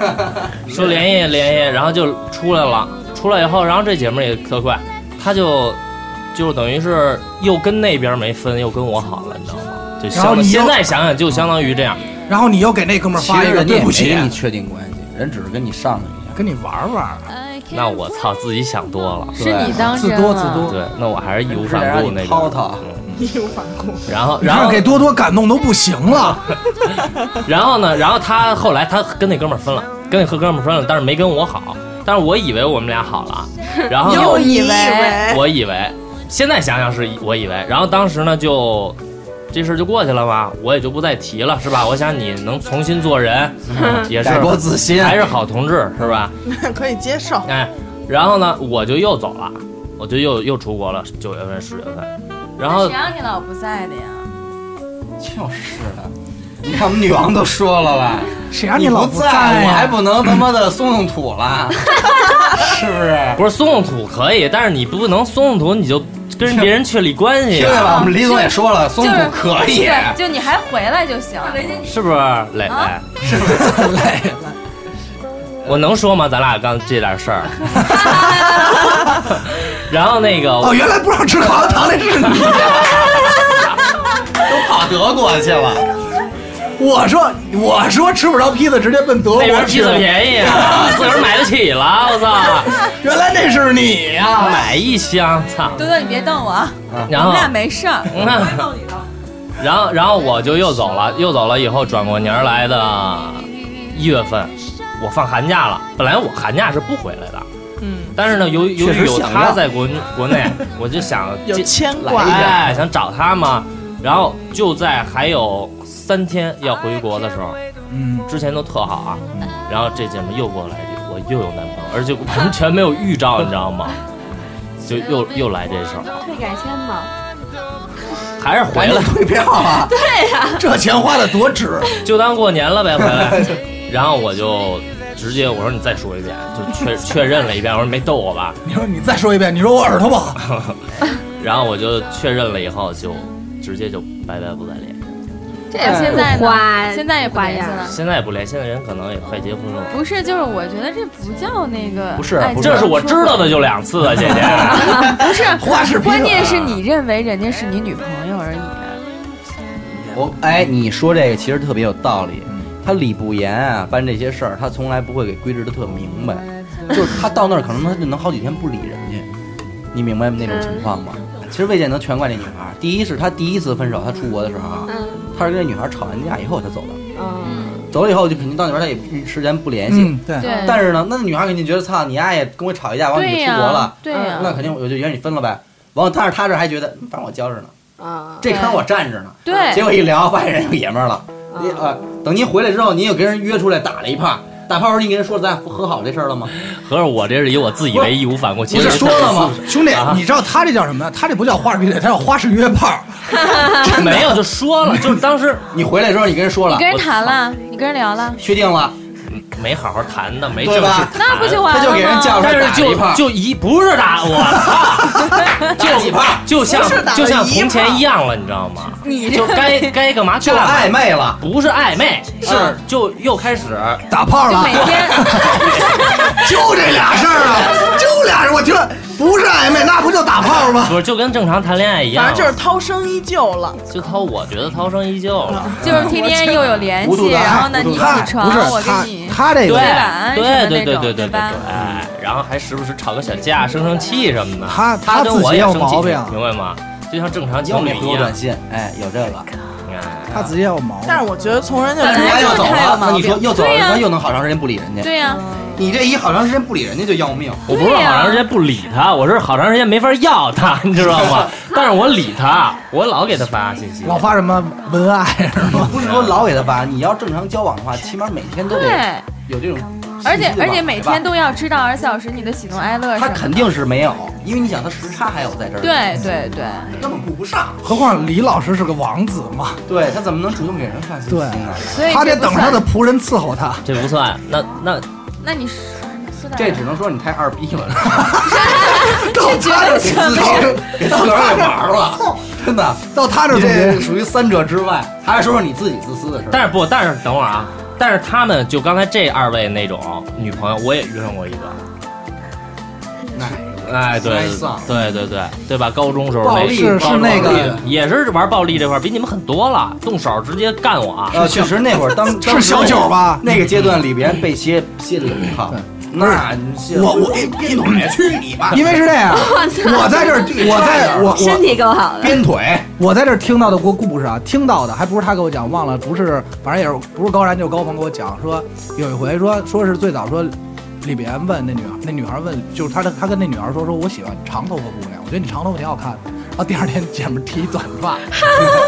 说联系联系，然后就出来了。出来以后，然后这姐们儿也特快，她就就等于是又跟那边没分，又跟我好了，你知道吗？就
然后
相
你又
现在想想，就相当于这样。
然后你又给那哥们儿
其
发
实
一个
人家
对
也
不
没
起啊
跟，你确定关系，人只是跟你上了一下。
跟你玩玩，
那我操，自己想多了。
是你当
自
真
多自
了。
多，
对，那我还是义无
是得
反
让
顾
你
那
掏
种。
掏
嗯
义无反顾。
然后，然
然后
后
给多多感动都不行了。
然后呢？然后他后来他跟那哥们儿分了，跟那哥们儿分了，但是没跟我好。但是我以为我们俩好了，然后呢
又以
你
为
我以为，现在想想是我以为，然后当时呢就这事儿就过去了嘛，我也就不再提了，是吧？我想你能重新做人，也是
改过自新，
还是好同志，是吧？
可以接受。
哎，然后呢，我就又走了，我就又又出国了，九月份、十月份，然后
谁让你老不在的呀？
就是的。你看我们女王都说了吧，
谁
啊
让
你
老
不
在啊
我还
呀？
不能他妈的松松土 了，是不
哎
是？
不是松松土可以，但是你不能松松土你就跟别人确立关系
听见
啊，
吧？我们李总也说了，松
就是
土可以，
对，就你还回来就行。
是不是？磊
啊
磊，我能说吗？咱俩刚这点事儿。然后那个
哦，原来不让吃口香糖那是你。
都跑德国去了，
我说我说吃不着披萨，直接奔德
那
国
边
去
披萨
了。
便宜啊，自个儿买得起了，我操！
原来那是你呀！
买一箱，操！
多多，你别瞪我啊，
然
我
后
们，俩没事儿。
嗯然后，然后我就又走了，又走了以后，转过年儿来的一月份，我放寒假了。本来我寒假是不回来的，
嗯，
但是呢，由由
确实
于有
想
他
要
在国 国内，我就想
有
进
牵
来
挂
一下，想找他嘛。然后就在还有三天要回国的时候，
嗯，
之前都特好啊，然后这姐们又给我来一句，我又有男朋友，而且完全没有预兆，你知道 吗？就又又来这事儿，
退改签吧，
还是回
赶紧
来，
退票啊！
这钱花的多值，
就当过年了呗，回 来。然后我就直接我说你再说一遍，就确确认了一遍，我说没逗我吧？
你说你再说一遍，你说我耳朵不好，
然后我就确认了以后，就直接就拜拜不再联系，
这现在
花
呢？现在也不
花
联系
样
了。
现在也不联系，现在人可能也快结婚了。
不是，就是我觉得这不叫那个，
不是
哎
不
这是我知道的，就两次了， 姐姐。
不是，
花式披
关
萨。
键是你认为人家是你女朋友而已，
我哎，你说这个其实特别有道理。他李不言啊，办这些事儿，他从来不会给规制的特明白，就是他到那儿可能他就能好几天不理人家，你明白那种情况吗？
嗯
其实未见得全怪这女孩儿。第一是他第一次分手，他出国的时候啊，
嗯
他是跟这女孩儿吵完架以后他走的，
嗯，
走了以后就肯定到那边他也时间不联系，
嗯，对，
对
但是呢，那女孩肯定觉得操，你丫也跟我吵一架，完了你
对
就出国了
呀，，对呀，
那肯定我就原你分了呗。完了，但是他这还觉得，嗯反正我交着呢，
啊，
这坑我占着呢。
对
结果一聊，发现人有爷们儿了。你
啊
呃，等您回来之后，您又跟人约出来打了一炮，打炮时候你跟人说咱俩和好这事儿了吗？
合着我这是以我自以为义无反顾，其
不
实
是说了吗？
兄弟，你知道他这叫什么呀？他这不叫花式披萨，他叫花式约炮。
没有就说了，就是当时
你回来之后，你跟人说
你
了，
跟人谈了，你跟人聊了，
确定了，
没好好谈的，没正
对
式
吧
谈，
那不就完
他
了吗？
就给人叫出
但
来打
是
了一
就
炮，
就一不是打我，
就几炮，
就像
不是打了
就像
一
从前
炮
一样了，你知道吗？
你
就该该干嘛
就
干嘛，
暧昧了。
不是暧昧，是
嗯
就又开始
打炮
就
了
每， 天，
就这俩事儿啊，就俩事儿。我听了不是暧昧，那不就打炮吗？
不是就跟正常谈恋爱一样
反，正就是涛声依旧了。
就涛，我觉得涛声依旧了，
就是天天又有联
无度
系，
的爱
然后呢，
无
你
度的爱
起床
不是，
我
他
给你，
他这
对
个
对吧
对对对对对对
对吧
对，然后还时不时吵个小架，生生气什么的，
他
他
他
跟
自
我
己
也
有
生
毛
气，
病
明白吗？就像正常
有
情
你
侣
回
一
我
样哎
短，信，哎，有这个。
你看
他自己也有毛病。
但是我觉得从人家
本
人
来
家
就
又走啊
太有
了，那
毛
你
病
说又走了，
对呀
那又能好长时间不理人家。
对呀，
你这一好长时间不理人家就要 命。
我不是好长时间不理他，我是好长时间没法要他， 你知道吗？但是我理他，我老给他发信息，
老发什么文案 是
你
吗？
不是说老给他发，你要正常交往的话，起码每天都
对，
得有这种信息吧，
而且而且每天
对吧
都要知道二十四小时你的喜怒哀乐
他
什么
肯
的，
定是没有，因为你想他时差还有在这儿，，
对对对，
根本顾不上。
何况李老师是个王子嘛，
对他怎么能主动给人发信息呢？
所以
他得
这不
等他
算
的仆人伺候他。
这不算，那那
那你
说到
这只能说你太二逼 了，
到他这儿
给
给
自己
自己，
给自个儿给玩了，真的。
到他这
你
儿总
这
结，
属于三者之外，还是说说你自己自私的事儿。
但是不，但是等会儿啊，但是他们就刚才这二位那种女朋友，我也遇上过一个。
哪一个
哎，对
该丧，
对对对对吧？高中时候
暴
没
力
是
暴
是那
暴力的
个
也是玩暴力这块儿比你们狠多了，动手直接干我啊！
呃，确实那会儿 当当
是小
时
九吧？
那个阶段，里边被歇歇里头靠，那你
我我
一腿去你妈
因为是这样， 我在这儿，我在我我
身体够好的，
鞭腿，
我在这儿听到的故故事啊，听到的还不是他给我讲，忘了，不是，反正也是不是高然就是高鹏给我讲说，有一回说说是最早说，李别问那女孩，那女孩问就是他的他跟那女孩说说我喜欢长头发姑娘，我觉得你长头发挺好看的，然后第二天姐们儿剃一短发，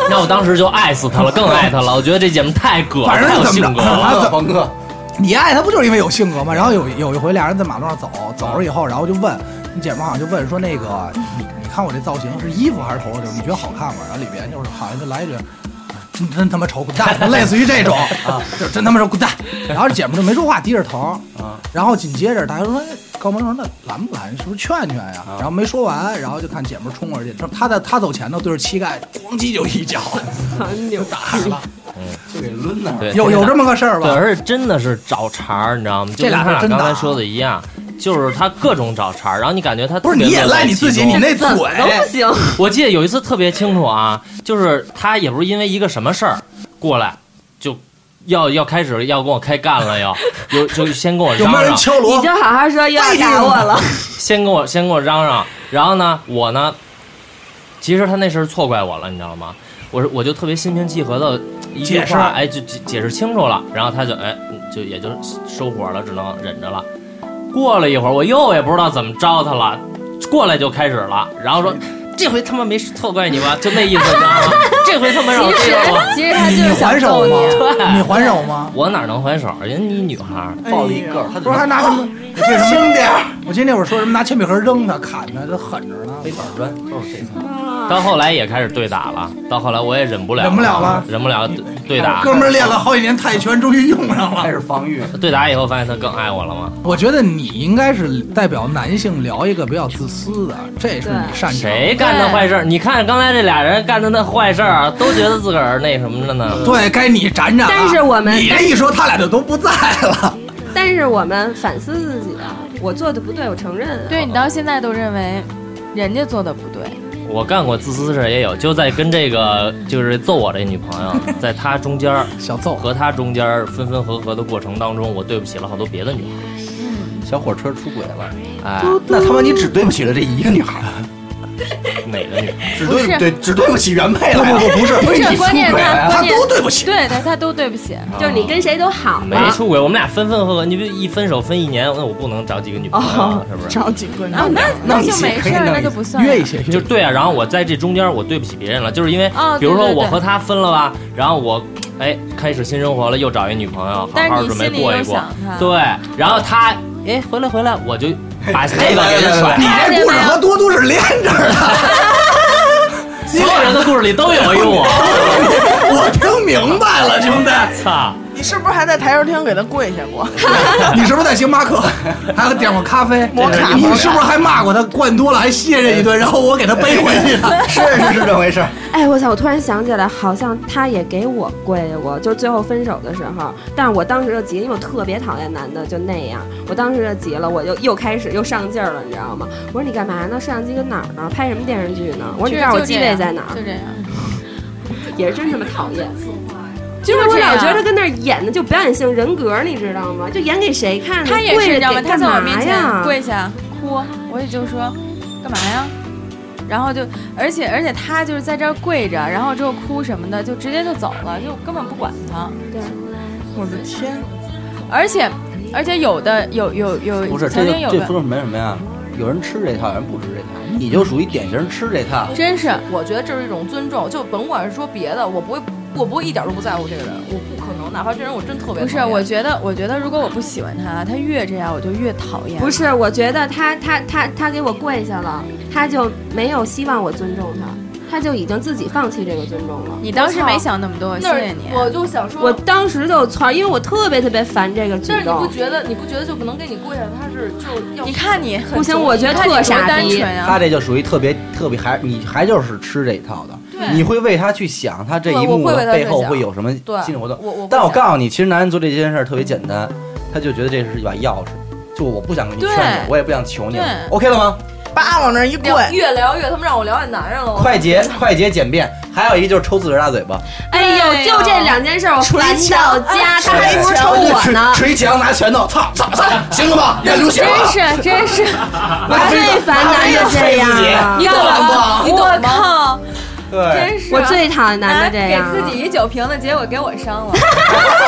那我当时就爱死他了，更爱他了。我觉得这姐们太葛了，
反正
太有
是怎
性
么
格
着
了。
啊
黄
怎
哥黄哥，
你爱他不就是因为有性格吗？然后有有一回俩人在马路上走，走了以后，然后就问，你姐们儿好像就问说那个你你看我这造型是衣服还是头发就是你觉得好看吗？然后里边就是好像就来一句。真真他妈丑，滚蛋！ 类似于这种，啊，就是真他妈丑，滚蛋！然后这姐们儿就没说话，低着头。
啊，
然后紧接着大家说，哎高萌说那拦不拦？是不是劝劝呀？
啊
然后没说完，然后就看姐们儿冲过去，他在他走前头对着膝盖咣叽就一脚，就打上了。
就给抡那儿了。
对，
有有这么个事儿
对，
吧？
而且真的是找茬儿，你知道吗？就跟
这俩
他
是真
刚
的
才
啊
说的一样，就是他各种找茬儿，然后你感觉他
不是
特别
你也
乐在
赖你
其
自己，
中
你那嘴
都不行，
我记得有一次特别清楚啊，就是他也不是因为一个什么事儿过来，就要要开始要跟我开干了，要有就先跟我
有
嚷
没有人
嚷，
敲锣
你？就好好说又要打我 了，
先跟我先跟我嚷嚷，然后呢，我呢，其实他那事儿错怪我了，你知道吗？我是我就特别心平气和的一句
解释
话，哎，就解解释清楚了，然后他就哎就也就收火了，只能忍着了。过了一会儿，我又也不知道怎么着他了，过来就开始了，然后说。这回他妈没错怪你吧？就那意思，你知道吗？这回他妈让我
其
知
实
道了。
其实他就
你
是
还
想
手
揍
吗
你。？
你还手吗？
我哪能还手？人家你女孩儿，
抱了一个儿，他
不是还拿什么？我记得什
轻
么？
点儿，
我记得那会儿说什么拿铅笔盒扔他、砍他，这狠着呢。
没板砖，都是这层。
啊
到后来也开始对打了。到后来我也忍不了，
忍不了了，
忍不了对打。
哥们儿练了好几年泰拳，终于用上
开
了。
始防御，
对打以后发现他更爱我了吗？
我觉得你应该是代表男性聊一个比较自私的，这是你擅长。
谁干的坏事儿？你看刚才这俩人干的那坏事儿，啊都觉得自个儿那什么了呢？
对该你展展了。
但是我们
你这一说，他俩就都不在了。
但是我们反思自己啊，我做的不对，我承认啊。
对你到现在都认为人家做的不对，
我干过自私的事儿也有，就在跟这个就是揍我这女朋友，在她中间儿
小揍，
和她中间儿分分合合的过程当中，我对不起了好多别的女
小火车出轨了。
孩。哎，
那他妈你只对不起了这一个女孩，
哪个女孩？
只对对只对不起原配
不
了。
不不，不是，
不是
这
你出
关键
轨
他
啊，
他
关键
都对不起。
对他他都对不起。啊
就是你跟谁都好啊
没
了，
出轨，我们俩分分合合，你不一分手分一年，那我不能找几个女朋友啊，是不是？
找几个
啊，
呢？
那
弄
那
一
就
起
没
可以
事儿，
弄
那
一
就
起
不算了
约一些，
就对啊，然后我在这中间儿我对不起别人了，就是因为
哦，
比
对
如说
对
我
对
和他分了吧，然后我哎开始新生活了，又找一女朋友，好
但
好
是你
准备
心里
过一
又
过
想。他，
对，然后他哎回来回来，我就把那个给人甩
你
了。
这故事和多多是连着的，
所有人的故事里都有一我，
我听明白了，兄弟。
操！
你是不是还在台球厅给他跪下过？
你是不是在星巴克还点过咖啡？
摩卡
你
摩卡
是不是还骂过他灌多了还谢人一顿，然后我给他背回去的？
是是是这回事儿。
哎，我操！我突然想起来，好像他也给我跪过，就是最后分手的时候。但是我当时就急，因为我特别讨厌男的就那样，我当时就急了，我就又开始又上劲儿了，你知道吗？我说你干嘛呢？摄像机跟哪儿呢？拍什么电视剧呢？我说你告诉我
就这
机
样
位在哪
就
儿？
这样，
也是真他妈讨厌，
就是
我
这
老
样。
觉得跟那儿演的就表演性人格，你知道吗？就演给谁看呢？
他也是，
跪
知道
着
吗？
给
他
干
在
嘛
我面前
呀？
跪下哭，啊我也就说干嘛呀？然后就，而且而且他就是在这儿跪着，然后之后哭什么的，就直接就走了，就根本不管他。
对
我的天！
而且而且有的有有有
不是，这
曾经
就
有
这
个
说明什么呀？有人吃这套，有人不吃这套，你就属于典型吃这套。
真是
我觉得这是一种尊重，就甭管是说别的，我不会，我不会一点都不在乎这个人，我不可能，哪怕这人我真特别
不是？
讨厌
我觉得我觉得如果我不喜欢他，他越这样我就越讨厌。
不是，我觉得他他他他给我跪下了，他就没有希望我尊重他。他就已经自己放弃这个尊重了。
你当时没想那么多，谢
那
谢
儿
你。
我就想说，
我当时就窜，因为我特别特别烦这个举
但是你不
动。
觉得你不觉得就不能跟你跪下？他是就要
你看你很
不行我觉得
你看你多
特傻逼
单纯啊呀、
他这就属于特别特别，还你还就是吃这一套的，你会为他去想他这一
对我
幕
会为他
背后
去想
会有什么
对
心理活动。
我我不
但我
想
告诉你，其实男人做这件事儿特别简单，他就觉得这是一把钥匙，就我不想跟你劝
对
你，我也不想求你
对
，OK 了吗？
叭往那儿一跪，
聊越聊越他妈让我聊见男人了。我
快捷快捷简便，还有一个就是抽自个儿大嘴巴，
啊
哎呦，就这两件事儿，我
捶
烦到
墙
家，他
哎
还不是抽
捶
我呢。
捶墙拿拳头，操操操， 行了吧？要流血
真
了，
是 真是，
拿推
最烦男的这样，
啊
你懂吗？
我靠，
对，
真是啊
我最讨厌男的这样。啊
给自己一酒瓶子，结果给我伤了。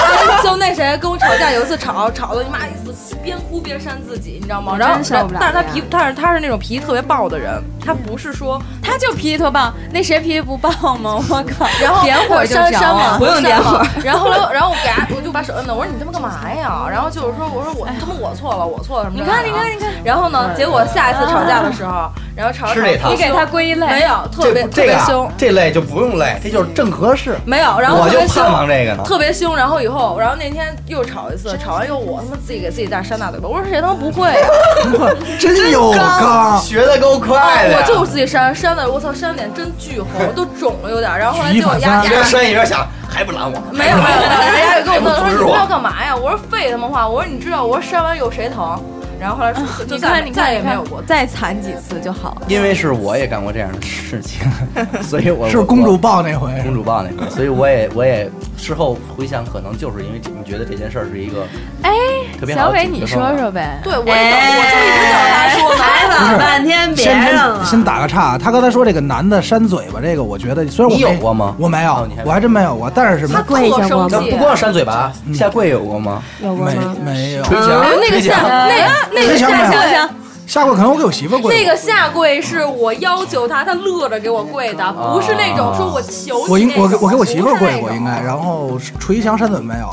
就那谁跟我吵架，有一次吵吵的你妈一直边哭边扇自己，你知道吗？然后
真受不了
但是他
这样
脾，但是他是那种脾气特别暴的人，他不是说
他就脾气特棒，那谁脾气不棒吗？我靠！
然后
点火就
扇
着
扇
啊
网，
不用点火
扇网。然后后来然后我给他，我就把手摁那，我说你他妈干嘛呀？然后就是说我说我他妈我错了，我错了什么？嗯
你看，你看，。你看，
然后呢，结果下一次吵架的时候，然后吵着
吃这套
吵着，
嗯你给他归一类，
没有特
这
别特
这
别
个啊
凶，
这类就不用累，这就是正合适。
没有，然后
我
特
就
别凶
盼。望这个呢。
特别凶，然后以后，然后那天又吵一次，吵完又我他妈自己给自己大扇大嘴巴，我说谁他妈不会呀、啊
真有刚，
学的够快的呀，
我就是自己扇扇的，我操，扇脸真巨红，都肿了有点儿。然后后来
举一
结果
反
丫
一
三
丫
边扇一边想，还不拦我？
没有没有没 有，丫丫就跟我弄
还不
说你
阻止
知
我
道干嘛呀？我说废他妈话，我说你知道我说扇完有谁疼？然后后来说就
你
再
看，
也
你
再
看，
也
你
没有
看
过，。
再惨几次就好了。
因为是我也干过这样的事情， 所以我
是
我
公主抱那回
我。公主抱那个，所以我也我也事后回想，可能就是因为你觉得这件事儿是一个
哎，
特别好
小
的
伟，
解决
你
方
说
法
说呗。
对，我就我就一直等着他说呢。
采访半天，别啊
先
人
先
了。
先打个岔，他刚才说这个男的扇嘴巴，这个我觉得虽然我
你
没
有过吗
我没有，
哦你还没有
我还真没有过。但是什么
他跪下过吗
那不光扇嘴巴，下跪有过吗？
有过
没
吗？
没有
捶
嗯
墙，
哎那个
捶
下
墙，
那那
捶
个
墙
下
没有
跪。
下跪，可能我给我媳妇儿跪过。
那个下跪是我要求他，他乐着给我跪的，不是那种说我求你
我应
那种
我给我给我媳妇儿跪过，
不是那种
应该。然后捶墙扇嘴没有，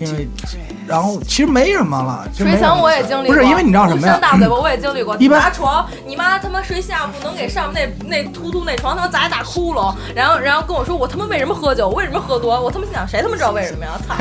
因为然后其实没什么了。其实没
捶
什么
墙我也经历
不
过，
是因为你知道什么呀
互相大嘴巴我也经历过，
一般
砸床，你妈他妈睡下铺能给上面那那突突那床他妈砸一大窟窿，然后然后跟我说我他妈为什么喝酒，我为什么喝多，我他妈心想谁他妈知道为什么呀？操！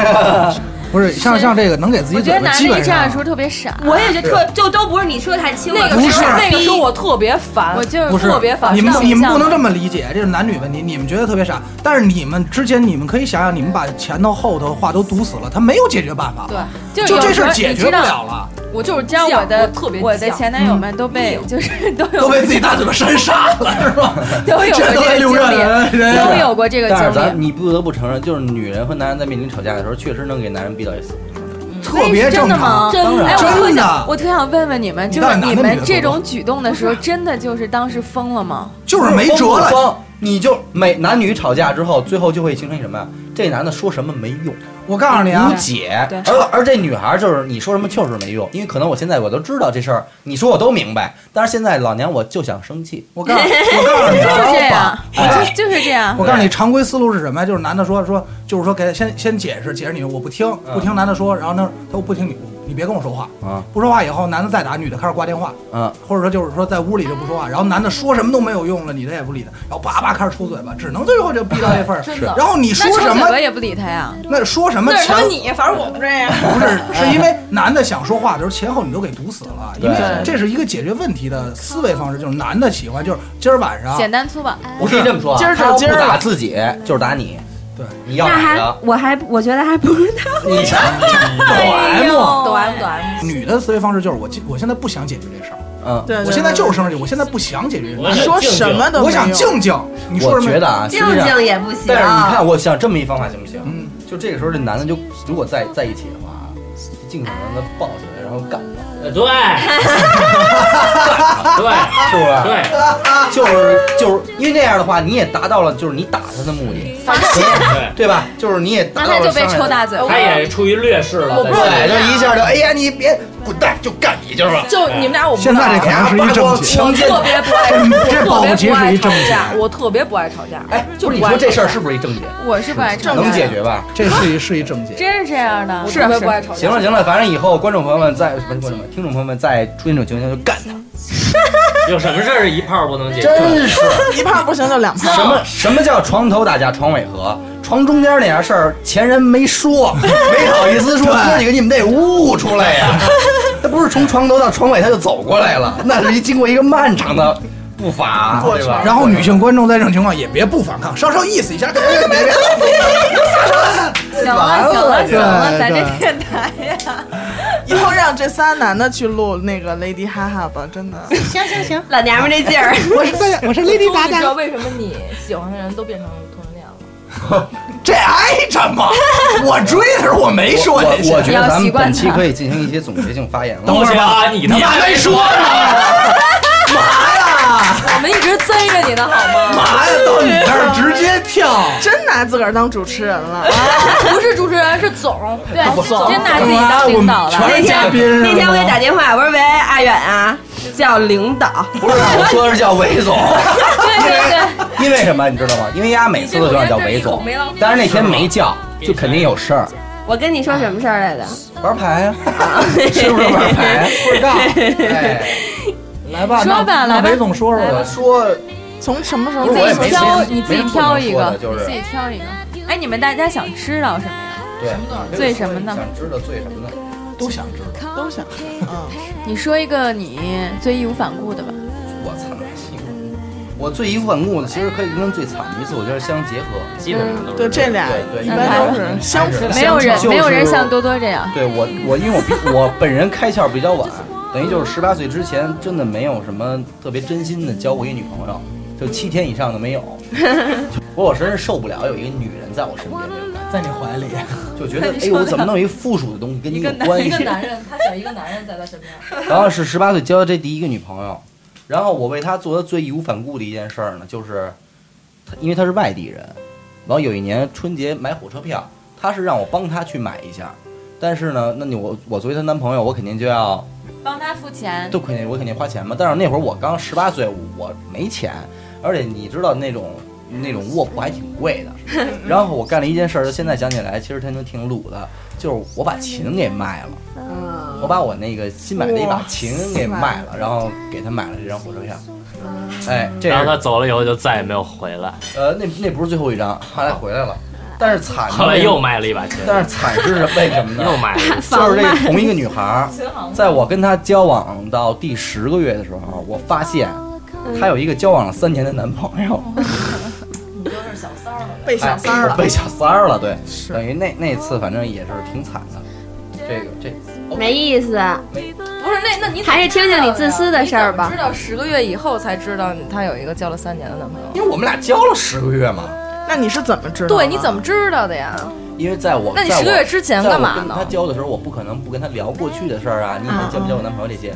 不是像像这个能给自己
我觉
嘴
得
巴，
男
基
的
本
一这样
上
的时候特别傻。
我也是特，就都不是你说的太轻了。
那
不
个时
是
候那个时候我特别烦，
我就是
不是
特别烦
你们
上
你们
下
不能这么理解，这是男女问题。你们觉得特别傻，但是你们之前你们可以想想，你们把前头后头话都堵死了，他没有解决办法，
对，
就
就这事儿
有时候
解
你
决不
知道
了了，
我就是
你知道
犟
我的
特别
我的
犟
前男友们都被就是都有
都被自己大嘴巴扇傻了，是吧？
都有过
这都
这个
得
经
留着
历，
人
都有过这 个
但是
经
咱
历。
你不得不承认，就是女人和男人在面临吵架的时候，确实能给男人逼到一死。
特别正常，
真的吗？哎，我特
真
想，
的
我特想问问你们，就
你到
是
底男
你
的女
们
的
这
多
种举动的时候，真的就是当时疯了吗？
就是没辙
疯不
了。
疯，你就每男女吵架之后，最后就会形成一什么呀？这男的说什么没用，
我告诉你啊
无，解
对。
而而这女孩就是你说什么就是没用，因为可能我现在我都知道这事儿，你说我都明白，但是现在老娘我就想生气。
我告诉我告诉你
就是这
啊
样，，
哎
就就是这样。
我告诉你，常规思路是什么呀？就是男的说说，就是说给他先先解释解释你，我不听，不听男的说，然后呢，他说不听你，你别跟我说话，
啊，
不说话以后，男的再打，女的开始挂电话，
嗯，
或者说就是说在屋里就不说话，然后男的说什么都没有用了，女的也不理他，然后叭叭开始抽嘴巴，只能最后就逼到这份儿。
真的
然后你说
那抽
什
嘴
么
巴？也不理他呀？
那说什么
那是
前
他你，反正我不这样。
不是，是因为男的想说话的时候前后你都给堵死了，因为
对
这是一个解决问题的思维方式，就是男的喜欢就是今儿晚上
简单粗暴。
我跟你这么说啊，
今儿是
他要不
今儿
打
了
自己就是打你，
对，
你要
那
哪
还
个？
我还我觉得还不是他
你想
哎呦
啊
抖 M 抖 M，
女的思维方式就是我今我现在不想解决这事儿，
嗯，
对，对
我现在就是生气，我现在不想解决这事
我
儿，
说什么都没
我想
用
静静。你说
我
什么？
觉得啊，实际上
静啊静也不行。
但是你看，我想这么一方法行不行？
嗯，
就这个时候，这男的就如果在在一起的话，啊尽可能的抱起来，然后干他，
呃对， 对
是不是？
对。
就是就是因为这样的话，你也达到了就是你打他的目的， 对吧？就是你也达到
那他
哎
了
就被
伤害
抽大嘴巴
他。也处于劣势了，
对，就一下就哎呀，你别滚蛋，就干你就是吧。
就你们俩我不知
现
道
在这
啊。
可能是一
我
正经，
我
强奸
特别不 爱，
这这保
我
不
特
齐
别不
是
爱
一
吵
正经，
架，我特别不爱吵架。
哎，
就
不是你
不爱
说这
吵
事儿
架
是不是一症结？
我是不爱正
能解决吧？
这是一是一正经。
真是这样的
我。特
啊
别不爱吵架。
行了行了，反正以后观众朋友们再不是观众朋友们，听众朋友们再出现这种情况就干他，
有什么事儿一炮不能解决？
真是
一炮不行就两炮。
什么什么叫床头打架床尾和，床中间那点事儿前人没 说，没好意思说，哥几个你们得悟出来呀， 他不是从床头到床尾他就走过来了，那是一经过一个漫长的步伐，对吧？
然后女性观众在这种情况也别不反抗，稍稍意思一下，别别别别，
行
哎
了行了行了，咱这
对
电台呀，
以后让这仨男的去录那个 Lady 哈哈吧，真的。
行行行，老娘们这劲儿，
我是大家，我是 Lady
你知道
嘎，
为什么你喜欢的人都变成同性恋了？
这挨着吗？我追的时候我没说这
我我
些，
觉得咱
你要习
们
惯
本期
它
可以进行一些总结性发言了。
等会儿吧，
啊，你他
你
妈
还没说呢，
我们一直追着你呢，好吗？
嘛呀？到你这儿直接跳，
真拿自个儿当主持人了，啊
不是主持人，是总。对
对，真拿
干
自己
嘛
当
我
领
们
导了。
全是嘉宾是吗
啊那天我给你打电话，我说喂，阿远啊，叫领导，
不是，我说的是叫韦 总，
对对对，
因为什么你知道吗？因为丫每次都喜欢叫韦总，但是那天没叫，就肯定有事儿。
我跟你说什么事儿来的？
玩牌啊， 是不是玩 牌？不知道。哎，
来吧，
说吧
那
来吧
那韦总说说吧。
说
从什么时候
不是我也
开
没
始
时间
挑你自己挑一个
没什么不能说的就是
你自己挑一个。哎，你们大家想知道什么呀？
对，
最什么呢
想知道最什么呢？
都想知道，
都想，嗯，
你说一个你最义无反顾的吧。
我操！我最一稳固的，其实可以跟最惨的一次，我觉得相结合。
基本上
嗯
都是
对，这俩
对对，
一般都是相
辅
辅
没有人
就是
没有人像多多这样。
对我，我因为我比我本人开窍比较晚，等于就是十八岁之前真的没有什么特别真心的交过一女朋友，就七天以上的没 有。我我真是受不了有一个女人在我身边这种感
在你怀里，
觉，就觉得哎呦，我怎么能有一附属的东西跟你有关系？
人，他想一个男人在他身边。
然后是十八岁交的这第一个女朋友，然后我为她做的最义无反顾的一件事儿呢，就是她因为她是外地人，然后有一年春节买火车票，她是让我帮她去买一下，但是呢，那你我我作为她男朋友，我肯定就要
帮他付钱，
都肯定我肯定花钱嘛。但是那会儿我刚十八岁，我没钱，而且你知道那种那种卧铺还挺贵 的。然后我干了一件事儿，就现在想起来，其实他就挺鲁的，就是我把琴给卖了。
嗯
我把我那个新买的一把琴给卖了，然后给他买了这张火车票。哎，这
然后
是
他走了以后就再也没有回来，
呃，那那不是最后一张，后来回来了，但是惨的
后来又卖了一把琴，
但是惨是为什么呢？
又卖了一把琴。
就是这同一个女孩儿，在我跟她交往到第十个月的时候，啊我发现
嗯
她有一个交往了三年的男朋友，
被小三儿
哎
了，
被小三儿了，对，
是
等于那那次反正也是挺惨的。这个这
没意思，
不是那那你怎么
还是听听你自私的事儿吧
知道十个月以后才知道你他有一个交了三年的男朋友。
因为我们俩交了十个月嘛，
那你是怎么知道的？
对，你怎么知道的呀？
因为在我
那你
在我
十个月之前
在我
干嘛
跟
呢
他？交的时候，我不可能不跟他聊过去的事儿啊，你以前交没交过男朋友这些，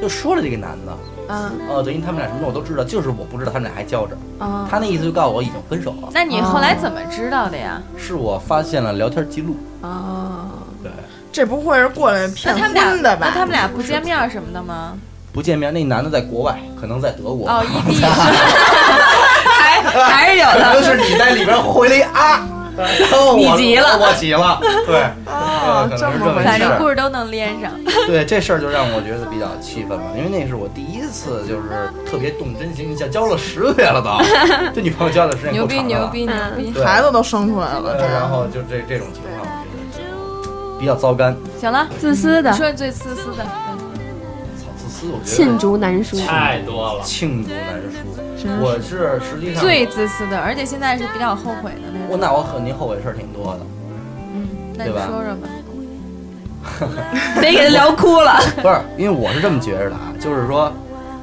就说了这个男的。
嗯
哦，等于他们俩什么我都知道，就是我不知道他们俩还交着。
嗯。
他那意思就告诉我已经分手了，
那你后来怎么知道的呀？
是我发现了聊天记录。
哦，
对，
这不会是过来骗
那他们俩
婚的吧？
那他们俩不见面什么的吗？
不见面，那男的在国外，可能在德国。
哦，异地。
还还是有
可
的。
能是你在里边回了一啊，然后我
你急了
我急了。对，
啊
可能是
这么
这么
回
一
反
事
正
儿
故事都能连上，
对这事儿就让我觉得比较气愤吧，因为那是我第一次就是特别动真心，你想交了十个月了都，这女朋友交的时间
牛
够
逼
长的
牛
了，
逼牛逼！
对
孩子都生出来了，
呃然后就这这种情况，我觉得比较糟糕。
行了，
自私的，
说你最自私的，
操，自私，我觉得
罄竹难书。
太多了，
罄竹难书。
真是
我是实际上
最自私的，而且现在是比较后悔的那
我
种。
那我肯定后悔的事儿挺多的。
嗯，那你
对吧
说说吧。
得给他聊哭了。
不是，因为我是这么觉着的啊，就是说，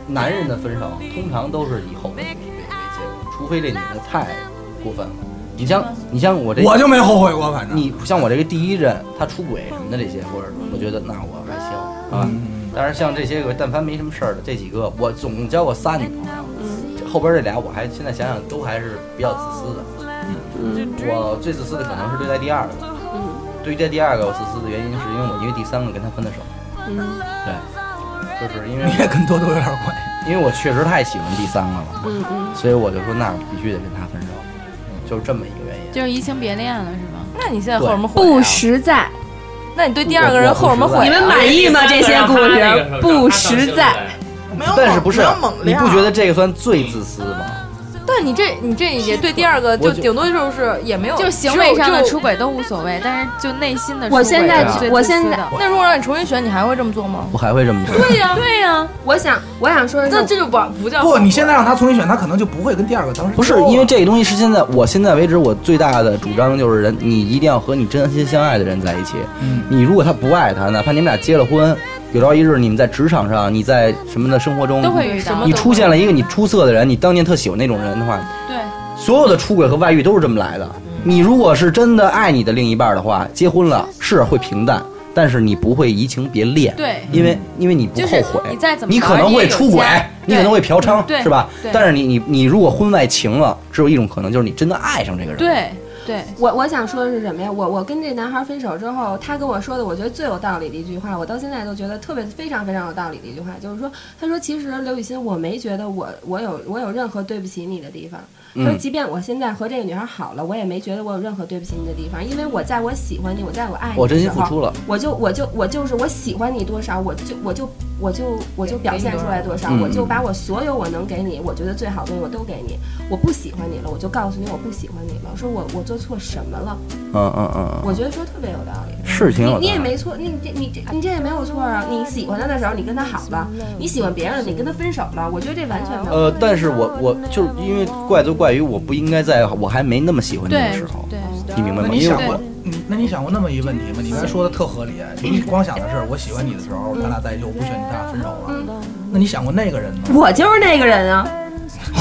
男人的分手通常都是以后悔为为结果，除非这女的太过分了。你像你像我这，
我就没后悔过，反正
你像我这个第一任，他出轨什么的这些，或者我觉得那我还行啊。但是像这些个，但凡没什么事儿的这几个，我总共交过仨女朋友，这后边这俩我还现在想想都还是比较自私的。我最自私的可能是对待第二个，对待第二个我自私的原因是因为我因为第三个跟他分的手。
嗯
就是因为
你也 跟多多有点关系。
因为我确实太喜欢第三个了，
嗯嗯，
所以我就说那必须得跟他分手，就是这么一个原因。
就是移情别恋了是吗？
那你现在后什么悔、啊？
不实在，
那你对第二个人后什么悔、啊？
你们满意吗？这些故事不实在。
没有猛，
但是不是啊
没有猛
你
料，
不觉得这个算最自私吗？
但你这你这也对第二个
我
就
就
顶多就是也没有，
就行为上的
只有
出轨都无所谓，但是就内心的出轨
我现在
是最
我
自私
现
的
在
那如果让你重新选，你还会这么做吗？
我还会这么做。
对呀、
对呀，
我想我想说的
那
是，
这就不不叫
不，你现在让他重新选，他可能就不会跟第二个当时
不是因为这个东西是现在我现在为止我最大的主张就是人，你一定要和你真心相爱的人在一起。
嗯
你如果他不爱他，哪怕你们俩结了婚，有朝一日你们在职场上，你在什么的生活中，
都会遇到。
你出现了一个你出色的人，你当年特喜欢那种人的话，
对，
所有的出轨和外遇都是这么来的。你如果是真的爱你的另一半的话，结婚了是会平淡，但是你不会移情别恋，
对
因为因为你不
就
后
是
悔，
你再怎么
你
着
可能
也
会
有
出轨
家，
你可能会嫖娼，
对
是吧
对？
但是你你你如果婚外情了，只有一种可能就是你真的爱上这个人。，
对对，
我我想说的是什么呀？我我跟这男孩分手之后，他跟我说的，我觉得最有道理的一句话，我到现在都觉得特别非常非常有道理的一句话，就是说，他说其实刘雨欣，我没觉得我我有我有任何对不起你的地方。他说，
嗯，
即便我现在和这个女孩好了，我也没觉得我有任何对不起你的地方，因为我在我喜欢你，我在我爱你，
我真心付出
了，
了，
我就我就我就是我喜欢你多少，我就我就我就我就表现出来多少，
嗯
我就把我所有我能给你，我觉得最好的东西我都给你，我不喜欢你了，我就告诉你我不喜欢你了，说我我做错什么了，
嗯嗯嗯嗯，
我觉得说特别有道理。
是挺有嗯道
你你也
理。
没错，你这你这你这也没有错啊！你喜欢他的时候，你跟他好了；你喜欢别人，你跟他分手了。我觉得这完全没有。
呃，但是我我就是因为怪就怪于我不应该在我还没那么喜欢你的时候，
对
你明白
那
吗？
你
因为我
想过，你那你想过那么一问题吗？你刚才说的特合理，你光想的是我喜欢你的时候，咱俩在一起，我不选你，咱俩分手了。那你想过那个人呢？
我就是那个人啊，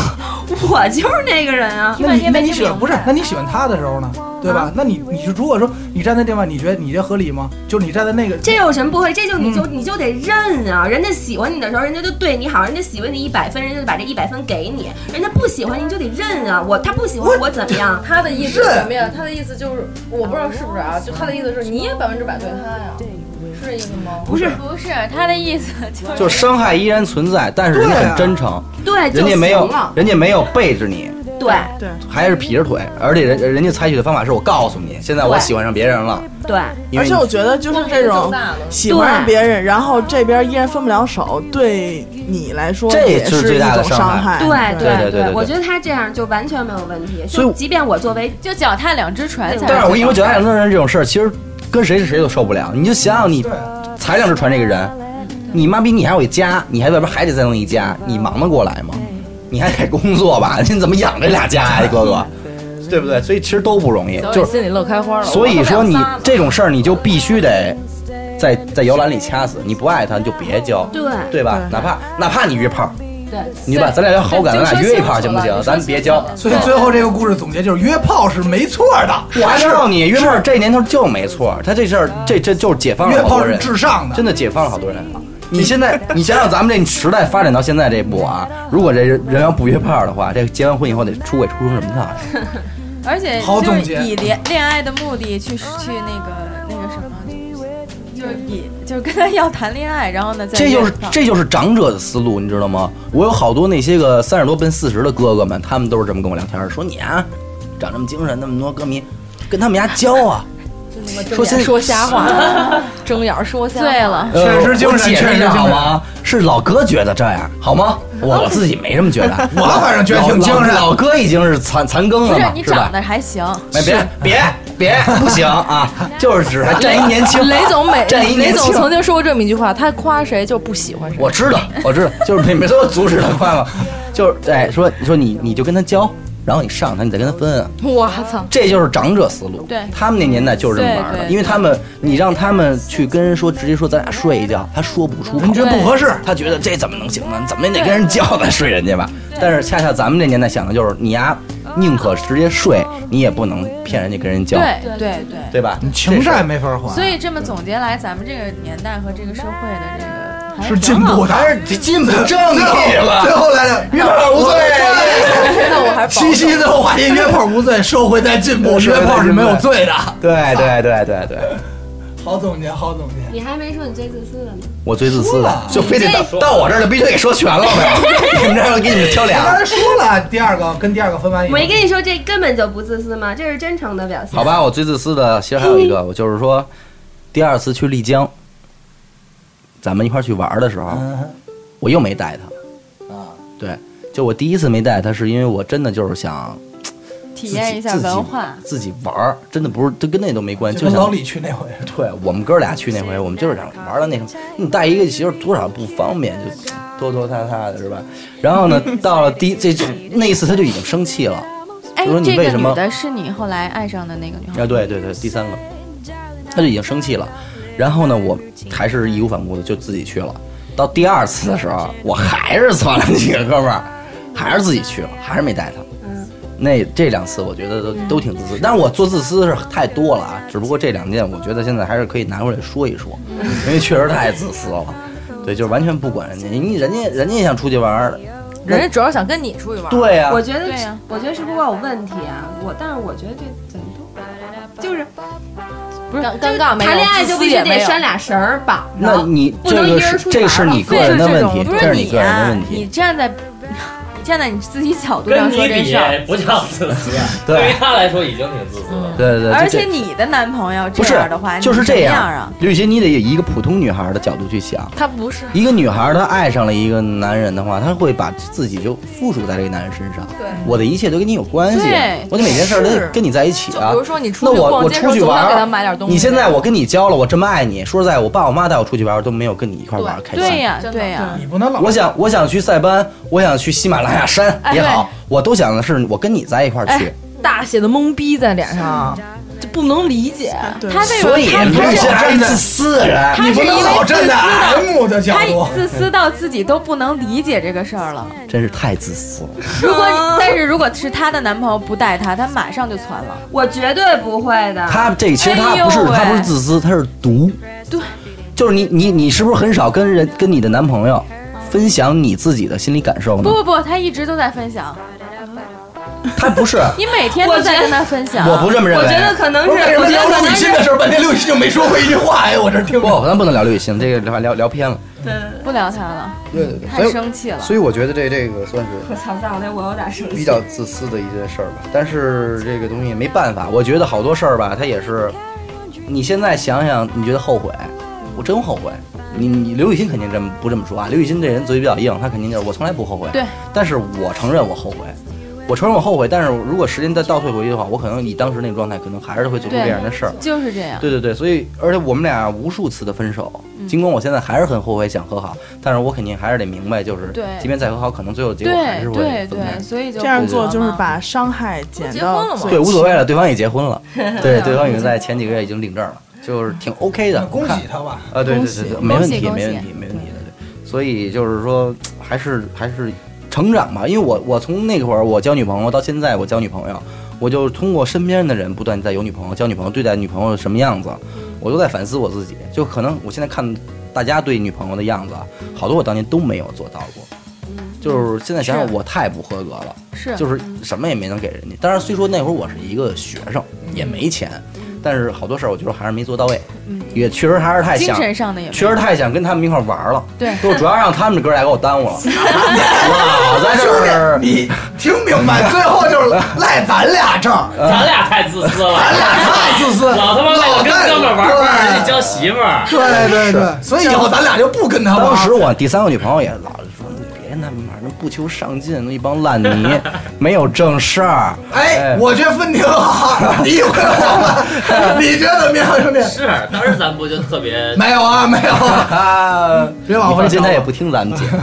我就是那个人啊。
那你那你喜欢不是？那你喜欢他的时候呢？对吧？那你你是如果说你站在这方，你觉得你这合理吗？就是你站在那个，
这有什么不会？这就你就、
嗯
你就得认啊！人家喜欢你的时候，人家就对你好，人家喜欢你一百分，人家就把这一百分给你；人家不喜欢你，你就得认啊！我他不喜欢我怎么样？
他的意思是什么呀？他的意思就是，我不知道是不是啊？就他的意思是，你也百分之百对他呀，是这意思吗？
不是不是，他的意思就是
就是伤害依然存在，但是人家
对啊
很真诚，
对，就
人家没有
行了。
人家没有背着你，
对
对，
还是劈着腿，而且人人家采取的方法是我告诉你，现在我
对
喜欢上别人了，
对，
因
而
为
且
你
我觉得就是这种喜欢上别人，然后这边依然分不了手，对你来说
这
也
是最
一
大的
种
伤害
伤害。
对对
对
对对
我觉得他这样就完全没有问题。
所以
就即便我作为
就脚踏两只
啊
船才。
但是啊我跟你说，脚踏两只船这种事儿，其实跟谁是谁都受不了。你就想想，你
对啊
才两只船这个人，你妈逼你还有一家，你还外边还得再弄一家，你忙得过来吗？你还得工作吧？ 你怎么养这俩家呀、哥哥？对不对？所以其实都不容易，
我
就是
心里乐开花了。
所以说你这种事儿，你就必须得在在摇篮里掐死。你不爱他，你就别交，
对
对吧？哪怕哪怕你约炮，
对
你就把咱俩有好感，咱
对
俩
就说
约一
清
炮
楚
行不
了
行？
就
咱
说
别
清
交
楚。了
所以最后这个故事总结就是约炮是没错的，
我还告诉你，约炮这年头就没错，他这事儿这这就是解放
约
了好
炮
多
是
人，
至上的啊
真。的解放了好多人。你现在，你想想咱们这时代发展到现在这一步啊，如果这人人要不约炮的话，这结完婚以后得出轨出成什么样？
而且
好
就
总
是
结
以恋恋爱的目的去去那个那个什么，就是以就是跟他要谈恋爱，然后呢再
这就是
约炮
这就是长者的思路，你知道吗？我有好多那些个三十多奔四十的哥哥们，他们都是这么跟我聊天儿，说你啊，长这么精神，那么多歌迷，跟他们家交啊。说现在
说瞎话， 睁眼说瞎话
醉了，
呃
确实精
我
神
解释一
确
下
实精神
好吗？是老哥觉得这样好吗？我自己没这么觉得，
我反正觉得
老
挺精神
老老哥已经是残残羹
不
了
是
嘛，
你
是吧
长？得还行，
哎，别 别别，不行啊！就是只还占一年轻。
雷总每
占一
雷
年
总
轻。
曾经说过这么一句话，他夸谁就不喜欢谁。
我知道，我知道，就是每每都阻止他快嘛，就是哎说说你你就跟他交，然后你上他，你再跟他分啊。
我操！
这就是长者思路。
对
他们那年代就是这么玩
对
的，
对
因为他们，你让他们去跟人说，直接说咱俩睡一觉，他说不出口，
你觉得不合适，
他觉得这怎么能行呢？怎么也得跟人叫再睡人家吧。但是恰恰咱们这年代想的就是，你呀、宁可直接睡，你也不能骗人家跟人叫，
对对对。
对吧？
你情债没法还，
所以这么总结来，咱们这个年代和这个社会的这个还
是进步的，还是
进步正
最后
义
最
了，
后来的约炮无罪。七夕最后话题，约炮无罪，社会在进步，
社
约
会在进步
炮是没有罪的。
对对对对对，
好总结，好总结。
你还没说你最自私的呢。
我最自私
说
的
了，
就非得到到我这儿就必须得给说全了 呗。你们这儿给你们挑
我刚
俩
才，说了，第二个跟第二个分完以后，
没跟你说这根本就不自私吗？这是真诚的表现。
好
嗯
吧？我最自私的其实还有一个，我就是说，第二次去丽江，咱们一块儿去玩儿的时候，
嗯
我又没带他。
啊，
对，就我第一次没带他，是因为我真的就是想
体验一下文化。
自己玩儿，真的不是，就跟那都没关系，
就
就
跟老
想
李去那回，
对我们哥俩去那回，我们就是想玩的那什么，你带一个媳妇儿多少不方便，就拖拖沓沓的是吧？然后呢，到了第这这那一次他就已经生气了，
哎，
我说你
这
为
个
什
女
么
的是你后来爱上的那个女孩
啊，对对对，第三个，他就已经生气了。然后呢，我还是义无反顾的就自己去了。到第二次的时候，啊我还是窜了几个哥们儿，还是自己去了，还是没带他。
嗯，
那这两次我觉得都都挺自私，但是我做自私是太多了啊。只不过这两件，我觉得现在还是可以拿出来说一说，因为确实太自私了。对，就是完全不管人家，你人家人家也想出去玩儿，
人家主要想跟你出去玩。
对呀、
我觉得
对啊
啊
呀，
我觉得是不是我有问题啊？我，但是我觉得这怎么都就是
不是尴尬没有，
谈恋爱就
自
必
私
须
也没
得
有
拴俩绳儿绑着，
那你
不
这
能一
个
人
是
出去
这
玩
是
儿
你
了
个人的问题，
不
这是
是
你个人的
呀、
问
你
题。
站在你站在你自己角度
跟
上
你
说这
比
事儿，
不叫自私，
对
于他来说已经挺自私了。
对对对，
而
这
且你的男朋友
不
这
是
样的话，
就是
你什么
这
样
样
啊？。
吕欣，你得以一个普通女孩的角度去想，
他不是
一个女孩她爱上了一个男人的话，她会把自己就附属在这个男人身上。
对
我的一切都跟你有关系
对，
我得每件事儿都得
是
跟你在一起
就
啊。
比如说你出
那
去
我
逛
我
街的时
出
候
去
总
玩
想
儿，
给他买点东西。
你现在我跟你交了，我这么爱你，说实在，我爸我妈带我出去玩儿都没有跟你一块儿玩儿开心。
对呀、
真的
对呀、
你不能老
我想，我想去塞班，我想去喜马拉雅山
哎
也好，我都想的是我跟你在一块儿去
哎。大写的懵逼在脸上，就不能理解。
对，
他为什
所
么
以
他
你
他
现
是
在还是自私的人，
你不能老站在 M 的角度
他，自私到自己都不能理解这个事儿了。
真是太自私了。
如果你但是啊如果是她的男朋友不带她，她马上就窜了。
我绝对不会的。
他这其实他不是、
啊哎呦喂
他不是自私，他是毒。
对，
就是你你你是不是很少跟人跟你的男朋友分享你自己的心理感受呢
不？不不，她一直都在分享，
他不是，
你每天都在跟她分享。
我不这么认
我
为。
觉得可能是，
为什
我
么
觉得可
聊刘
能
雨欣
是
的事儿，半天刘雨欣就没说过一句话？哎，我这听不懂。
不，咱不能聊刘雨欣，这个聊聊聊偏了。
不聊她了，
对对对
太生气了。
以我觉得这这个算是
我操，算了，我有点生气。
自私的一件事儿吧。但是这个东西没办法，我觉得好多事儿吧，它也是，你现在想想，你觉得后悔，我真后悔。你你刘雨欣肯定这么不这么说啊，刘雨欣这人嘴比较硬，她肯定就是我从来不后悔。
对，
啊但是我承认我后悔，我承认我后悔。但是如果时间再倒退回去的话，我可能以当时那个状态，可能还是会做出这样的事儿。
就是这样，
对对对，所以而且我们俩无数次的分手，尽管我现在还是很后悔想和好，但是我肯定还是得明白，就是
对
即便再和好，可能最后结果还
对
是会
对
分开
对，。所以就
这样
不
做
了
就是
嘛
把伤害减
结婚
到
了嘛
最
对，无所
轻
谓了，对方也结婚了，对，对方已经在前几个月已经领证了，就是挺 OK 的。
恭
看
喜他 吧！
啊，对对
恭
对
喜
对，没问题，
恭
没
喜
问题，没问题的。对，所以就是说，还是还是成长吧，因为我我从那会儿我交女朋友到现在我交女朋友，我就通过身边的人不断在有女朋友、交女朋友、对待女朋友什么样子，我都在反思我自己。就可能我现在看大家对女朋友的样子，啊，好多我当年都没有做到过。就是现在想想，
嗯是
我太不合格了。
是嗯
就是什么也没能给人家。当然，虽说那会儿我是一个学生，也没钱，
嗯
但是好多事儿我觉得还是没做到位，也确实还是太
精
想，
神上的也没
确实太想跟他们一块儿玩儿了。
对
就主要让他们哥俩给我耽误了。 老在这儿，嗯
你听明白，最后就是赖咱俩这儿，
咱俩太自私了，
嗯咱
嗯
俩太自私，
老他妈老跟哥们儿玩儿玩儿，人家
对
交媳妇儿。
对对对，所以以后咱俩就不跟他玩。
当时我第三个女朋友也老说你别那么玩儿，那不求上进，那一帮烂 泥，没有正事儿。
哎，我觉得分挺 好，你一会我们，你觉得怎么样，兄弟？
是，当时咱们不就特别
没有啊，没有 啊，
啊，
别往
你
回
放心，
找
他也不听咱们节 目。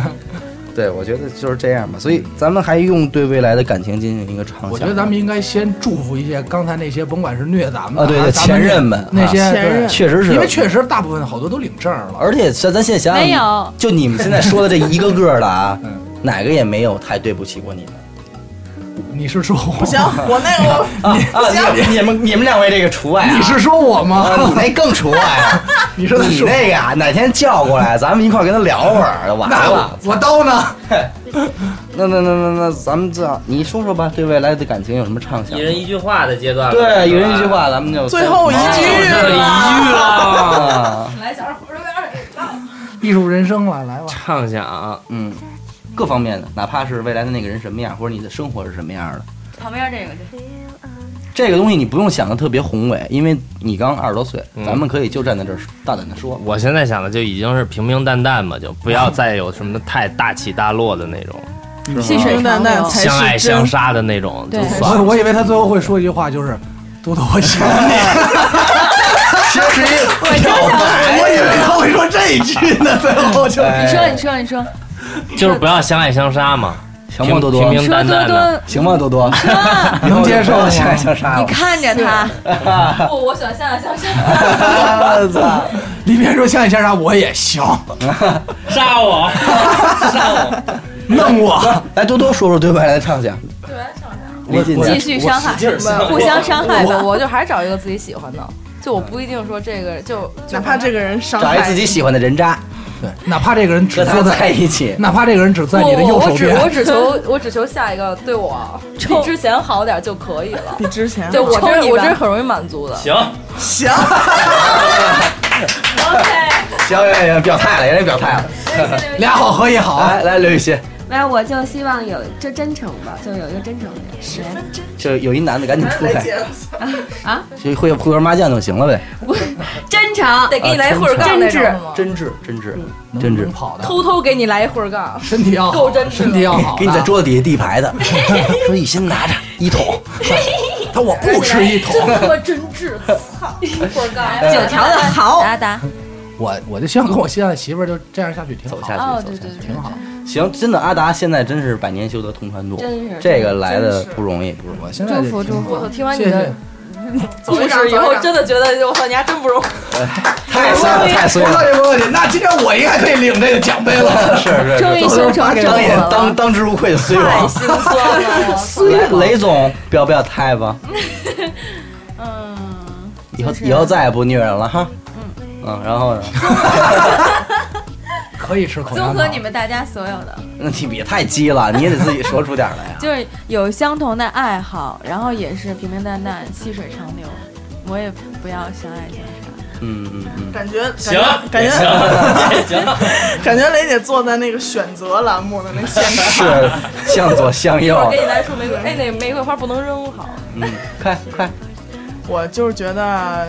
对，我觉得就是这样吧，所以咱们还用对未来的感情进行一个畅想。
我觉得咱们应该先祝福一些刚才那些，甭管是虐咱们的
啊对对
咱
前
们
任们
那些
啊前
对
任
确实是，
因为确实大部分好多都领证了，
而且咱咱现在想想，
没有
就你们现在说的这一个个的啊
嗯，
哪个也没有太对不起过你 们
你是说我
不行，， 我那个 我
啊啊！你们你们你们两位这个除外啊，
你是说我吗？
啊你那更除外啊！
你说他
你
说
那个呀，哪天叫过来，咱们一块儿跟他聊会儿就完
那
了
我。我刀呢？
那那那那那，咱们这样，你说说吧，对未来的感情有什么畅想
一？人一句话的阶段，
对，一人一句，话，咱们就
最后一句
哦这一句 了，
啊，
艺术人生了，来吧。
畅想，
嗯，各方面的，哪怕是未来的那个人什么样，或者你的生活是什么样的，
旁边这个
这个东西你不用想的特别宏伟，因为你刚二十多岁，
嗯
咱们可以就站在这儿大胆的说。
我现在想的就已经是平平淡淡吧，就不要再有什么太大起大落的那种，
平平淡淡才
相爱
是
相
真。
杀的那种，就
对
算
我
了。
我以为他最后会说一句话，就是“多多，我想你
其实一个”，
我以为他会说这一句 呢，最后就
哎
你说，你说，你说，
就是不要相爱相杀嘛，
行吗，
平
多
平
多？
平淡淡的。
行吗， 多多？
能接受吗？
相爱相杀
你
了。
看着他，
不，我想象相杀。
我 操！
李边说相信先生，我也 行，
杀我！
弄我。
来，多多说说对未来的畅想。对未来畅想，
继续伤害，互相伤害吧
我。我就还是找一个自己喜欢的，就我不一定说这个就
哪怕这个人伤
找一
害
自己喜欢的人渣，
对，哪怕这个人只
和他
坐
在
在，
一起。
哪怕这个人只
我
在你的右
我
手
只我
边，
只求我只求下一个对我比之前好点就可以了。
比之前
对我
抽
这
你
我
吧
这是很容易满足的。
行，
行，
行行行，表态了，人家表态了。
俩好合一好啊。
来来，刘雨欣，
没有，我就希望有就真诚吧，就有一个真诚的人。十分真
就是有一男的赶紧出来，
啊，
就会会玩麻将就行了呗。啊
真诚，
得给你来一会儿杠
真
那
挚
种吗
真挚，真挚，
能
真挚
能，跑的，
偷偷给你来一会儿杠，
身体要好
够真实的
身体要好。
给你在，桌子底下递牌的，说雨欣拿着一桶，
他我不吃一 桶。
他妈真挚，操，一会儿杠。
九条的好，达达，
我我就希望跟我现在媳妇儿就这样下去挺好
走，下
哦，
去，走
对
下
对
去。
对
挺，好。
行，真的，阿达现在真是百年修得同船渡，
真是
这个来的不容易，不容易。
我现在就
祝福
挺好
我听完你
谢
的
谢。
故事以后，真的觉得我操，你还真不 容易。
啊
太衰了，太衰
我
了，
这问题，那今天我应该可以领这个奖杯 了。
是是
终于
是，
修成正
当
果
眼
了
当。当之无愧的衰王。
心酸了，我操！
雷雷总表不表态吧？
嗯，
以后
就是
以后再也不虐人了哈。嗯，然后呢？
可以吃口香
综
糖。
合你们大家所有的，
那你别太激了，你也得自己说出点儿来啊呀。
就是有相同的爱好，然后也是平平淡淡，细水长流。我也不要相爱相杀。
嗯嗯嗯，
感觉
行，
感觉
行
感觉，
行，
感觉雷姐坐在那个选择栏目的那现场，
是向左向右。
给你来束玫瑰，哎，那玫瑰花不能扔啊好。
嗯，快快，
我就是觉得。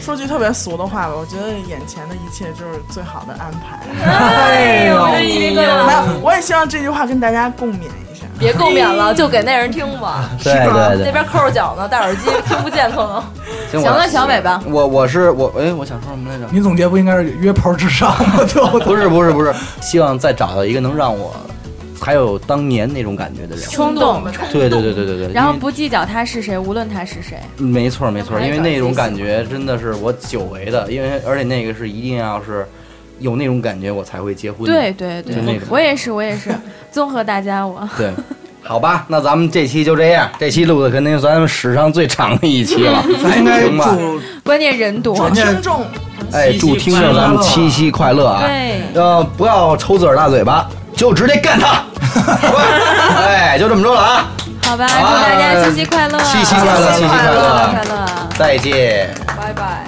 说句特别俗的话吧，我觉得眼前的一切就是最好的安排。
哎呦，这一鸣哥
没 有，我也希望这句话跟大家共勉一下。
别共勉了，就给那人听吧。
对对
那
对，
边抠着脚呢，戴耳机听不见可能。
行
行
我
了，小尾巴，
我我是我，哎，我想说什么来着？
你总结不应该是约炮至上吗？ 最后
不是不是不是，希望再找到一个能让我还有当年那种感觉的人。
冲动，
对对对对对对，
然后
因为
不计较他是谁，无论他是谁。
没错没错，
还
因为
找
那种
自己
感觉真的是我久违的，因为而且那个是一定要是有那种感觉我才会结婚。
对对
就那
对
种，
我也是，我也 是。综合大家，我
对，好吧，那咱们这期就这样，这期录的肯定是咱们史上最长的一期 了，
咱应该
行吧？
祝
关键人多
人。家
听众
哎，祝听众咱们七夕快乐啊！
对
呃，不要抽自个儿大嘴巴，就直接干 他，好吧？哎，就这么着了啊！
好吧，
好
祝
啊
大家七夕快乐，
七夕快乐，七夕快
乐，
乐
快，乐。
再见。
拜拜。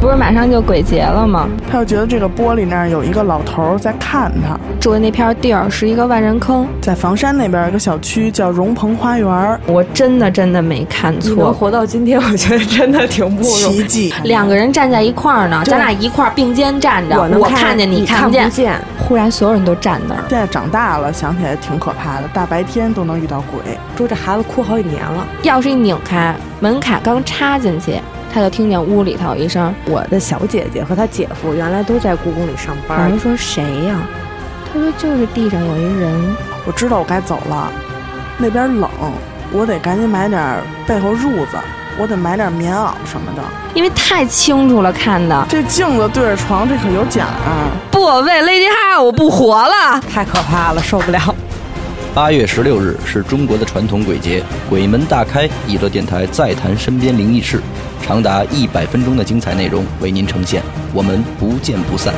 不是马上就鬼节了吗？
他就觉得这个玻璃那儿有一个老头儿在看他，
住的那片地儿是一个万人坑，
在房山那边有一个小区叫荣鹏花园儿，
我真的真的没看错，活到今天，我觉得真的挺不
奇迹。
两个人站在一块儿呢，咱俩一块儿并肩站着，
我能
我看见
你
看
看
不见。
见。
忽然所有人都站那儿了，
现在长大了，想起来挺可怕的，大白天都能遇到鬼。
说这孩子哭好几年了，
钥匙一拧开，门卡刚插进去，他就听见屋里头有一声
我的小姐姐和她姐夫原来都在故宫里上：“
有
班
人，说谁呀、他说：“就是地上有一人。
我知道我该走了，那边冷，我得赶紧买点儿被后褥子，我得买点儿棉袄什么的。”
因为太清楚了，看的
这镜子对着床，这可有奖啊！
不，为 Lady High 我不活了。
太可怕了，受不了。
八月十六日是中国的传统鬼节，鬼门大开，一乐电台再谈身边灵异事，长达一百分钟的精彩内容为您呈现，我们不见不散。